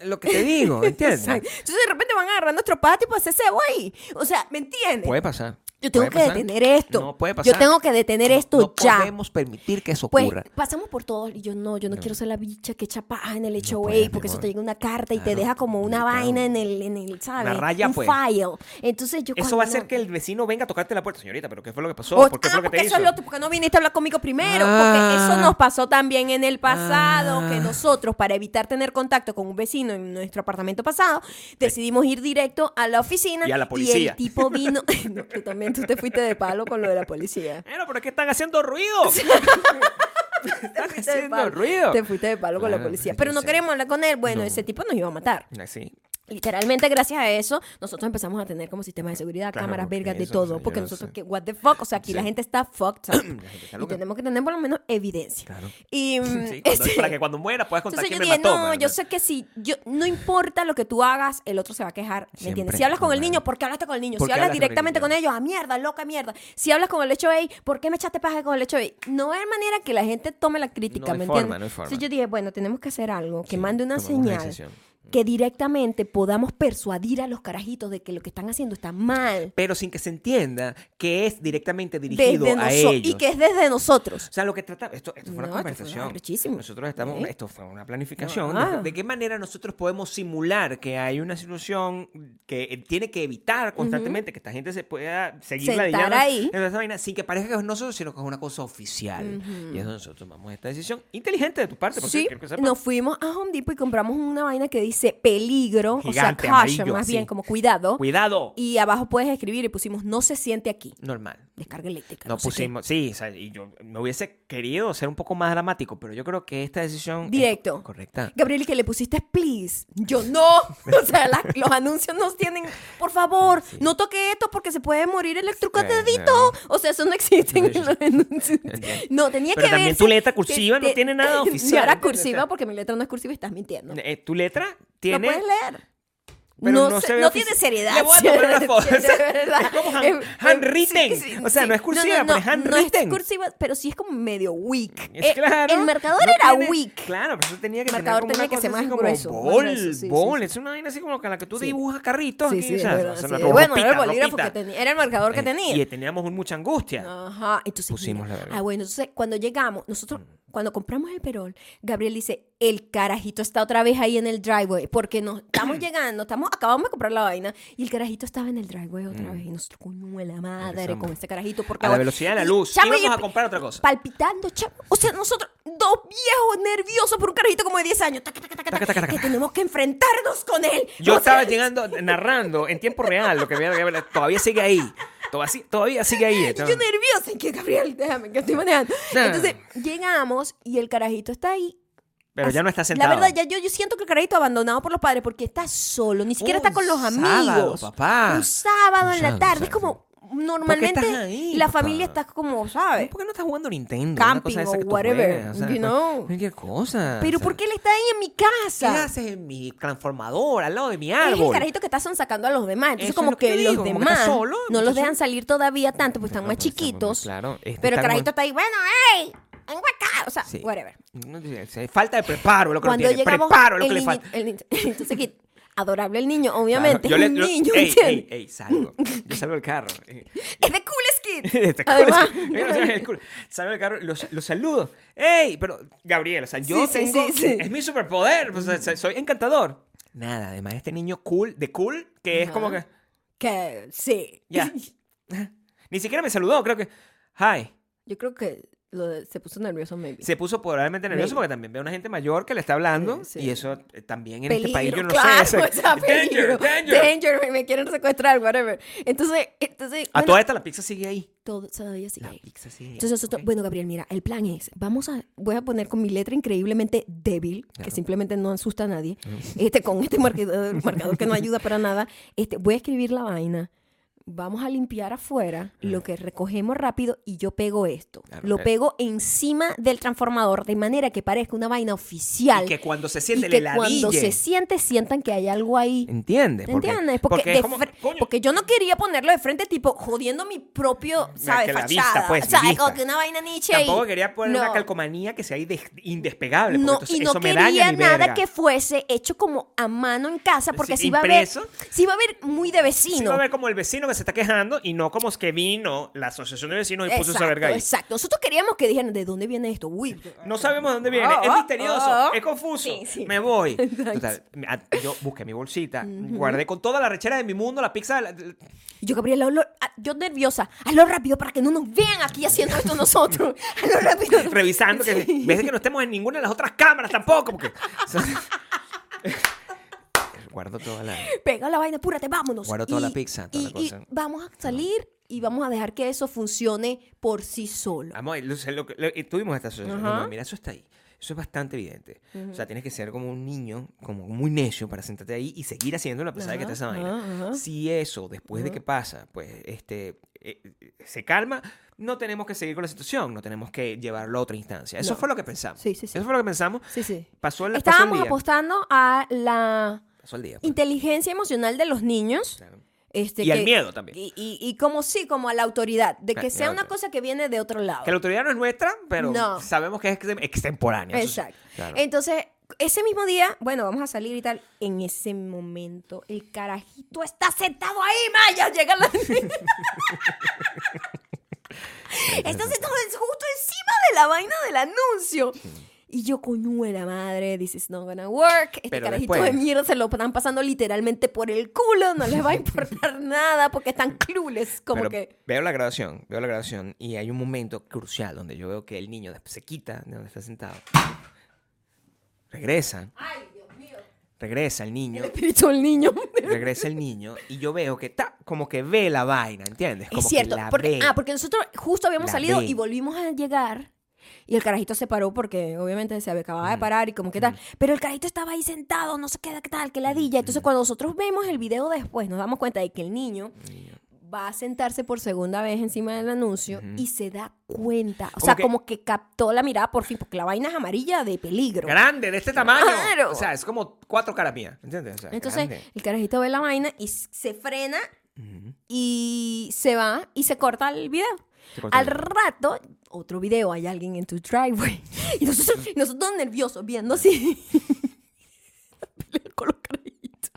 Speaker 2: lo que te digo, ¿entiendes?
Speaker 1: Exacto. Entonces de repente van a agarrar nuestro patio para hacerse ahí. O sea, ¿me entiendes?
Speaker 2: Puede pasar.
Speaker 1: Yo tengo
Speaker 2: puede
Speaker 1: que
Speaker 2: pasar.
Speaker 1: detener esto.
Speaker 2: No puede pasar.
Speaker 1: Yo tengo que detener
Speaker 2: No-
Speaker 1: esto
Speaker 2: no
Speaker 1: ya.
Speaker 2: podemos permitir que eso
Speaker 1: Pues
Speaker 2: ocurra.
Speaker 1: pasamos por todos y yo no, yo no, quiero ser la bicha que echa paja en el hecho
Speaker 2: puedes, mi
Speaker 1: porque eso
Speaker 2: amor.
Speaker 1: te llega una carta y te
Speaker 2: Claro,
Speaker 1: deja como una
Speaker 2: complicado.
Speaker 1: vaina en el, en el, ¿sabes?
Speaker 2: Una raya,
Speaker 1: Un
Speaker 2: pues.
Speaker 1: file. Entonces yo
Speaker 2: Eso
Speaker 1: cuando
Speaker 2: va a
Speaker 1: no-
Speaker 2: hacer que el vecino venga a tocarte la puerta, señorita, pero ¿qué fue lo que pasó?
Speaker 1: O-
Speaker 2: ¿Por qué
Speaker 1: ah,
Speaker 2: fue lo que
Speaker 1: porque
Speaker 2: te
Speaker 1: eso
Speaker 2: hizo?
Speaker 1: es lo otro, porque no viniste a hablar conmigo primero.
Speaker 2: Ah.
Speaker 1: porque eso nos pasó también en el pasado,
Speaker 2: Ah.
Speaker 1: que nosotros, para evitar tener contacto con un vecino en nuestro apartamento pasado, decidimos ir directo a la oficina.
Speaker 2: Y a la policía.
Speaker 1: el tipo vino. No, tú también tú te fuiste de palo con lo de la policía.
Speaker 2: Bueno, pero es que están haciendo ruido. están
Speaker 1: Te fuiste de
Speaker 2: haciendo
Speaker 1: palo.
Speaker 2: ruido.
Speaker 1: Te fuiste de palo con la
Speaker 2: Claro,
Speaker 1: policía.
Speaker 2: yo
Speaker 1: Pero no
Speaker 2: sé.
Speaker 1: queremos hablar con él. Bueno,
Speaker 2: Ah, No.
Speaker 1: ese tipo nos iba a matar.
Speaker 2: Así.
Speaker 1: Literalmente, gracias a eso, nosotros empezamos a tener como sistema de seguridad,
Speaker 2: Claro,
Speaker 1: cámaras,
Speaker 2: porque
Speaker 1: vergas, de
Speaker 2: eso, o sea,
Speaker 1: todo.
Speaker 2: yo
Speaker 1: Porque
Speaker 2: no
Speaker 1: nosotros,
Speaker 2: sé.
Speaker 1: que, what the fuck? O sea, aquí la
Speaker 2: Sí.
Speaker 1: gente está fucked up.
Speaker 2: La gente está
Speaker 1: Y
Speaker 2: loca.
Speaker 1: tenemos que tener por lo menos evidencia.
Speaker 2: Claro.
Speaker 1: Y, mm,
Speaker 2: Sí, cuando-
Speaker 1: este,
Speaker 2: para que cuando muera puedas contar
Speaker 1: entonces yo
Speaker 2: quién
Speaker 1: dije,
Speaker 2: me mató.
Speaker 1: no,
Speaker 2: mano".
Speaker 1: yo sé que si yo, no importa lo que tú hagas, el otro se va a quejar, ¿me entiendes?
Speaker 2: Siempre,
Speaker 1: Si hablas con el
Speaker 2: claro.
Speaker 1: niño, ¿por qué hablaste con el niño?
Speaker 2: ¿Por
Speaker 1: Si
Speaker 2: qué
Speaker 1: hablas
Speaker 2: hablas con el
Speaker 1: directamente con,
Speaker 2: niño?
Speaker 1: ellos, a mierda, loca mierda. Si hablas con el hecho A, ¿por qué me echaste paja con el hecho A? No hay manera que la gente tome la crítica,
Speaker 2: No hay
Speaker 1: ¿me
Speaker 2: forma,
Speaker 1: entiendes?
Speaker 2: no hay forma.
Speaker 1: Entonces yo dije, bueno, tenemos que hacer algo, que
Speaker 2: Sí,
Speaker 1: mande una
Speaker 2: tomemos una
Speaker 1: señal.
Speaker 2: decisión.
Speaker 1: que directamente podamos persuadir a los carajitos de que lo que están haciendo está mal.
Speaker 2: Pero sin que se entienda que es directamente dirigido
Speaker 1: desde
Speaker 2: a
Speaker 1: noso-
Speaker 2: ellos.
Speaker 1: Y que es desde nosotros.
Speaker 2: O sea, lo que trataba, esto, esto fue una
Speaker 1: No, esto fue
Speaker 2: conversación.
Speaker 1: arrechísimo.
Speaker 2: Nosotros estamos,
Speaker 1: Sí.
Speaker 2: esto fue una planificación.
Speaker 1: Ah.
Speaker 2: ¿De- ¿De qué manera nosotros podemos simular que hay una situación que eh, tiene que evitar constantemente que esta gente se pueda seguir
Speaker 1: Sentar
Speaker 2: ladillando
Speaker 1: ahí.
Speaker 2: en esa vaina sin que parezca que es nosotros, sino que es una cosa oficial? Y es donde nosotros tomamos esta decisión inteligente de tu parte, porque
Speaker 1: Sí,
Speaker 2: quiero que sepas.
Speaker 1: nos fuimos a Home Depot y compramos una vaina que dice peligro,
Speaker 2: Gigante,
Speaker 1: o sea, caution,
Speaker 2: amarillo,
Speaker 1: más
Speaker 2: así.
Speaker 1: bien, como cuidado.
Speaker 2: Cuidado.
Speaker 1: Y abajo puedes escribir y pusimos no se siente aquí.
Speaker 2: Normal.
Speaker 1: Descarga eléctrica.
Speaker 2: No,
Speaker 1: No, sé qué.
Speaker 2: pusimos, sí, o sea, y yo me hubiese querido ser un poco más dramático, pero yo creo que esta decisión es
Speaker 1: Directo.
Speaker 2: correcta.
Speaker 1: Gabriel, que le pusiste please. Yo no. O sea, la- los anuncios nos tienen. Por favor, no toque esto porque se puede morir electrocutadito. O sea, eso no existe en los anuncios. No, tenía
Speaker 2: Pero
Speaker 1: que ver.
Speaker 2: también tu letra cursiva no tiene nada oficial,
Speaker 1: era
Speaker 2: ¿entiendes?
Speaker 1: cursiva porque mi letra no es cursiva y estás mintiendo.
Speaker 2: Eh, tu letra
Speaker 1: No
Speaker 2: tiene
Speaker 1: puedes leer.
Speaker 2: Pero
Speaker 1: no
Speaker 2: no
Speaker 1: sé-
Speaker 2: se ve
Speaker 1: no
Speaker 2: ofici-
Speaker 1: tiene seriedad.
Speaker 2: Le voy a tomar una foto.
Speaker 1: de verdad.
Speaker 2: Es como hand-
Speaker 1: Eh,
Speaker 2: handwritten.
Speaker 1: sí, sí,
Speaker 2: O sea,
Speaker 1: sí.
Speaker 2: no es cursiva, pero es handwritten.
Speaker 1: No es cursiva, pero sí es como medio weak.
Speaker 2: Es
Speaker 1: Eh,
Speaker 2: claro.
Speaker 1: El marcador
Speaker 2: no
Speaker 1: era
Speaker 2: tiene-
Speaker 1: weak.
Speaker 2: Claro, pero eso tenía que
Speaker 1: El marcador
Speaker 2: tener
Speaker 1: tenía
Speaker 2: como una
Speaker 1: que
Speaker 2: cosa
Speaker 1: ser
Speaker 2: así
Speaker 1: más
Speaker 2: como
Speaker 1: grueso, más
Speaker 2: Bol,
Speaker 1: grueso, sí, sí,
Speaker 2: bol.
Speaker 1: sí.
Speaker 2: Es una vaina así como con la que tú
Speaker 1: Sí.
Speaker 2: dibujas carritos.
Speaker 1: Sí,
Speaker 2: aquí,
Speaker 1: sí,
Speaker 2: o
Speaker 1: es
Speaker 2: sea,
Speaker 1: verdad,
Speaker 2: son
Speaker 1: sí.
Speaker 2: una
Speaker 1: Bueno, era el
Speaker 2: ropita,
Speaker 1: bolígrafo
Speaker 2: ropita.
Speaker 1: que tenía, era el marcador que
Speaker 2: Eh,
Speaker 1: tenía.
Speaker 2: Y teníamos un- mucha angustia.
Speaker 1: Ajá, entonces
Speaker 2: Pusimos
Speaker 1: mira,
Speaker 2: la verga. Mm.
Speaker 1: Ah, bueno, entonces cuando llegamos, nosotros cuando compramos el perol, Gabriel dice, "El carajito está otra vez ahí en el driveway porque nos estamos llegando, estamos acabamos de comprar la vaina y el carajito estaba en el driveway otra vez y nosotros coño de la madre
Speaker 2: Regresamos.
Speaker 1: con ese carajito porque
Speaker 2: Mm. A la
Speaker 1: ahora-
Speaker 2: velocidad de la
Speaker 1: y,
Speaker 2: luz.
Speaker 1: chamo,
Speaker 2: Íbamos
Speaker 1: yo-
Speaker 2: a comprar otra cosa.
Speaker 1: Palpitando, chamo. O sea, nosotros dos viejos nerviosos por un carajito como de 10 años, taca, taca, taca, taca,
Speaker 2: Taca, taca, taca,
Speaker 1: que
Speaker 2: taca.
Speaker 1: tenemos que enfrentarnos con él.
Speaker 2: Yo
Speaker 1: O sea,
Speaker 2: estaba llegando, narrando en tiempo real lo que había- había- Todavía sigue ahí. Todavía, todavía sigue ahí.
Speaker 1: Y yo nerviosa, y que Gabriel, déjame que estoy manejando.
Speaker 2: Nah.
Speaker 1: Entonces llegamos y el carajito está ahí.
Speaker 2: Pero ya no está
Speaker 1: Así-
Speaker 2: sentado.
Speaker 1: La verdad, ya yo, yo siento que el carajito abandonado por los padres porque está solo, ni siquiera
Speaker 2: Un
Speaker 1: está con los amigos.
Speaker 2: sábado, papá.
Speaker 1: Un sábado
Speaker 2: Un
Speaker 1: en la
Speaker 2: sábado,
Speaker 1: tarde, es
Speaker 2: exacto.
Speaker 1: como
Speaker 2: ¿Por qué
Speaker 1: normalmente
Speaker 2: estás ahí,
Speaker 1: la
Speaker 2: papá?
Speaker 1: familia está como, ¿sabes?
Speaker 2: ¿Por qué no estás jugando Nintendo?
Speaker 1: Camping
Speaker 2: Una cosa de esa
Speaker 1: o
Speaker 2: que tú
Speaker 1: whatever,
Speaker 2: juegas, o sea,
Speaker 1: you know.
Speaker 2: Cualquier cosa.
Speaker 1: Pero
Speaker 2: o sea.
Speaker 1: ¿por qué él está ahí en mi
Speaker 2: ¿Qué
Speaker 1: casa?
Speaker 2: haces en mi transformador, al lado de mi
Speaker 1: Es el
Speaker 2: árbol?
Speaker 1: carajito que está sacando a los demás. Entonces,
Speaker 2: Eso es
Speaker 1: como
Speaker 2: lo que
Speaker 1: que
Speaker 2: te
Speaker 1: los
Speaker 2: digo, como que
Speaker 1: demás
Speaker 2: está
Speaker 1: no
Speaker 2: solo,
Speaker 1: los
Speaker 2: entonces-
Speaker 1: dejan salir todavía tanto, pues están
Speaker 2: No,
Speaker 1: más
Speaker 2: pues, estamos-
Speaker 1: chiquitos.
Speaker 2: claro, este
Speaker 1: pero el
Speaker 2: está
Speaker 1: carajito
Speaker 2: como-
Speaker 1: está ahí, bueno, ¡ey! ¡Vengo acá! O sea,
Speaker 2: Sí.
Speaker 1: whatever.
Speaker 2: No sé, se- Falta de preparo es lo que no
Speaker 1: Cuando
Speaker 2: tiene.
Speaker 1: llegamos,
Speaker 2: Preparo es lo
Speaker 1: el
Speaker 2: que le
Speaker 1: niñi-
Speaker 2: falta.
Speaker 1: el niño- entonces, que- adorable el niño, obviamente.
Speaker 2: Claro, yo le-
Speaker 1: es un
Speaker 2: yo-
Speaker 1: niño,
Speaker 2: ey,
Speaker 1: ¿entiendes?
Speaker 2: ey, ey, salgo. Yo salgo del carro. Eh,
Speaker 1: Es de Cool
Speaker 2: David. Este culo,
Speaker 1: Además.
Speaker 2: sí. Mira, o sea, el culo. Salgo del carro, los, los saludo. ¡Ey! Pero, Gabriel, o sea, yo
Speaker 1: Sí, sí,
Speaker 2: tengo.
Speaker 1: sí, sí.
Speaker 2: Es mi superpoder. pues, o sea, soy encantador. Nada, además, este niño cool, de cool, que es
Speaker 1: Ajá.
Speaker 2: como que.
Speaker 1: Que sí.
Speaker 2: Ya. Ni siquiera me saludó, creo que. Hi.
Speaker 1: Yo creo que lo de- se puso nervioso, maybe.
Speaker 2: Se puso probablemente nervioso
Speaker 1: Maybe.
Speaker 2: porque también ve a una gente mayor que le está hablando.
Speaker 1: Sí, sí.
Speaker 2: Y eso eh, también en
Speaker 1: peligro,
Speaker 2: este país yo no
Speaker 1: claro,
Speaker 2: sé.
Speaker 1: o
Speaker 2: ese-
Speaker 1: sea, peligro,
Speaker 2: danger, danger.
Speaker 1: danger, me, me quieren secuestrar, whatever. Entonces, entonces,
Speaker 2: A
Speaker 1: bueno,
Speaker 2: toda esta la pizza sigue ahí.
Speaker 1: todo, todavía sigue
Speaker 2: La
Speaker 1: ahí.
Speaker 2: pizza sigue ahí.
Speaker 1: Entonces nosotros,
Speaker 2: Eh,
Speaker 1: pues,
Speaker 2: ok.
Speaker 1: bueno, Gabriel, mira, el plan es, vamos a, voy a poner con mi letra increíblemente débil, que
Speaker 2: Claro.
Speaker 1: simplemente no asusta a nadie, este, con este marcador, marcador que no ayuda para nada, este, voy a escribir la vaina, vamos a limpiar afuera lo que recogemos rápido y yo pego esto,
Speaker 2: Claro,
Speaker 1: lo
Speaker 2: eh.
Speaker 1: pego encima del transformador de manera que parezca una vaina oficial
Speaker 2: Y que cuando se
Speaker 1: y
Speaker 2: siente le
Speaker 1: que cuando se
Speaker 2: ladille.
Speaker 1: siente sientan que hay algo ahí.
Speaker 2: ¿Entiendes? Porque-
Speaker 1: ¿Entiendes? Porque,
Speaker 2: porque es
Speaker 1: de
Speaker 2: como,
Speaker 1: fre-
Speaker 2: coño,
Speaker 1: porque yo no quería ponerlo de frente, tipo, jodiendo mi propio, ¿sabes?
Speaker 2: que la
Speaker 1: Fachada.
Speaker 2: vista, pues, mi
Speaker 1: ¿Sabes?
Speaker 2: vista.
Speaker 1: Como que una vaina Nietzsche. y-
Speaker 2: Tampoco quería poner una
Speaker 1: No.
Speaker 2: calcomanía que sea inde- indespegable.
Speaker 1: No,
Speaker 2: No,
Speaker 1: y no
Speaker 2: eso me daña
Speaker 1: quería
Speaker 2: mi
Speaker 1: nada
Speaker 2: verga.
Speaker 1: que fuese hecho como a mano en casa, porque
Speaker 2: Sí,
Speaker 1: así va a ver.
Speaker 2: impreso.
Speaker 1: Sí, va a ver muy de
Speaker 2: Sí,
Speaker 1: vecino.
Speaker 2: va a ver como el vecino que se está quejando y no como es que vino la asociación de vecinos y puso esa
Speaker 1: Exacto,
Speaker 2: verga ahí.
Speaker 1: exacto. Nosotros queríamos que dijeran, ¿de dónde viene esto? Uy,
Speaker 2: No sabemos de dónde viene,
Speaker 1: Ah,
Speaker 2: es
Speaker 1: ah,
Speaker 2: misterioso,
Speaker 1: ah, ah.
Speaker 2: es confuso.
Speaker 1: Sí, sí.
Speaker 2: Me voy.
Speaker 1: Exacto.
Speaker 2: Total, me- a- yo busqué mi bolsita, guardé con toda la rechera de mi mundo la pizza. de la- de-
Speaker 1: Y Yo, Gabriela, hazlo- ah, yo nerviosa. Hazlo rápido para que no nos vean aquí haciendo esto nosotros. Hazlo rápido.
Speaker 2: revisando, que
Speaker 1: Sí.
Speaker 2: ves que no estemos en ninguna de las otras cámaras tampoco. Porque, o sea, guardo toda la.
Speaker 1: Pega la vaina, apúrate, vámonos.
Speaker 2: Guardo toda la pizza, toda
Speaker 1: y,
Speaker 2: la
Speaker 1: y
Speaker 2: cosa.
Speaker 1: vamos a salir y vamos a dejar que eso funcione por sí solo.
Speaker 2: Amor, lo- lo que- lo- y tuvimos esta asociación.
Speaker 1: Ajá.
Speaker 2: No, no, mira, eso está ahí. Eso es bastante evidente. O sea, tienes que ser como un niño, como muy necio para sentarte ahí y seguir haciendo la pesada que
Speaker 1: Ajá,
Speaker 2: está esa vaina.
Speaker 1: ajá, ajá.
Speaker 2: Si eso, después de que pasa, pues este eh, eh, se calma, no tenemos que seguir con la situación, no tenemos que llevarlo a otra instancia. Eso
Speaker 1: No.
Speaker 2: fue lo que pensamos.
Speaker 1: Sí, sí, sí.
Speaker 2: Eso fue lo que pensamos.
Speaker 1: Sí, sí.
Speaker 2: Pasó el, pasó el
Speaker 1: Estábamos
Speaker 2: día.
Speaker 1: apostando a la
Speaker 2: Pasó el día. pues,
Speaker 1: inteligencia emocional de los niños.
Speaker 2: claro.
Speaker 1: Este,
Speaker 2: Y al
Speaker 1: que-
Speaker 2: miedo también.
Speaker 1: Y, y- y como sí, como a la autoridad, de que
Speaker 2: Claro,
Speaker 1: sea
Speaker 2: Ah, la
Speaker 1: una
Speaker 2: autoridad.
Speaker 1: cosa que viene de otro lado.
Speaker 2: Que la autoridad no es nuestra, pero
Speaker 1: No.
Speaker 2: sabemos que es extem- extemporánea. eso sí.
Speaker 1: Exacto.
Speaker 2: Claro.
Speaker 1: Entonces, ese mismo día, bueno, vamos a salir y tal. En ese momento, el carajito está sentado ahí, Maya. Llega la. está sentado en- justo encima de la vaina del anuncio. Y yo, coño de la madre, this is not gonna work. Este
Speaker 2: Pero
Speaker 1: carajito
Speaker 2: después-
Speaker 1: de mierda se lo están pasando literalmente por el culo. No les va a importar nada porque están clules. Como
Speaker 2: Pero
Speaker 1: que.
Speaker 2: veo la grabación, veo la grabación y hay un momento crucial donde yo veo que el niño se quita de donde está sentado. Regresa,
Speaker 1: Ay, Dios mío.
Speaker 2: regresa el niño,
Speaker 1: El espíritu del niño.
Speaker 2: regresa el niño y yo veo que está como que ve la vaina, ¿entiendes? Como
Speaker 1: es cierto.
Speaker 2: que la
Speaker 1: porque-
Speaker 2: ve.
Speaker 1: ah, porque nosotros justo habíamos
Speaker 2: La
Speaker 1: salido
Speaker 2: ve.
Speaker 1: y volvimos a llegar. Y el carajito se paró porque obviamente se acababa de parar y como que tal. Pero el carajito estaba ahí sentado, no sé qué tal, que ladilla. Entonces cuando nosotros vemos el video después, nos damos cuenta de que el niño va a sentarse por segunda vez encima del anuncio y se da cuenta. O
Speaker 2: Como
Speaker 1: sea,
Speaker 2: que-
Speaker 1: como que captó la mirada por fin, porque la vaina es amarilla de peligro.
Speaker 2: Grande, de este tamaño.
Speaker 1: Claro.
Speaker 2: O sea, es como cuatro caras mías, ¿entiendes? O sea,
Speaker 1: Entonces
Speaker 2: grande.
Speaker 1: el carajito ve la vaina y s- se frena
Speaker 2: Ujú.
Speaker 1: y se va y se corta el video.
Speaker 2: Se corta
Speaker 1: Al
Speaker 2: el
Speaker 1: rato, otro video, hay alguien en tu driveway. Y nosotros, y nosotros nerviosos viendo así. pelea con los carajitos.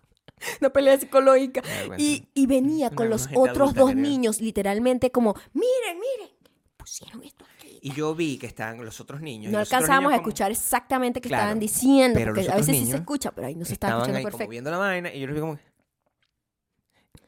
Speaker 1: Una pelea psicológica.
Speaker 2: Qué vergüenza.
Speaker 1: Y, y venía
Speaker 2: pues, Una-
Speaker 1: con
Speaker 2: una
Speaker 1: los
Speaker 2: gente
Speaker 1: otros
Speaker 2: adulta,
Speaker 1: dos
Speaker 2: creo.
Speaker 1: niños, literalmente como, miren, miren, pusieron esto aquí.
Speaker 2: Y yo vi que estaban los otros niños. y
Speaker 1: No
Speaker 2: los otros
Speaker 1: alcanzábamos a
Speaker 2: niños como-
Speaker 1: escuchar exactamente qué
Speaker 2: Claro,
Speaker 1: estaban diciendo,
Speaker 2: pero
Speaker 1: porque
Speaker 2: los
Speaker 1: a
Speaker 2: otros
Speaker 1: veces sí se
Speaker 2: niños
Speaker 1: escucha, pero ahí no se estaba
Speaker 2: Estaban
Speaker 1: escuchando
Speaker 2: ahí como
Speaker 1: perfecto.
Speaker 2: viendo la vaina y yo les vi como...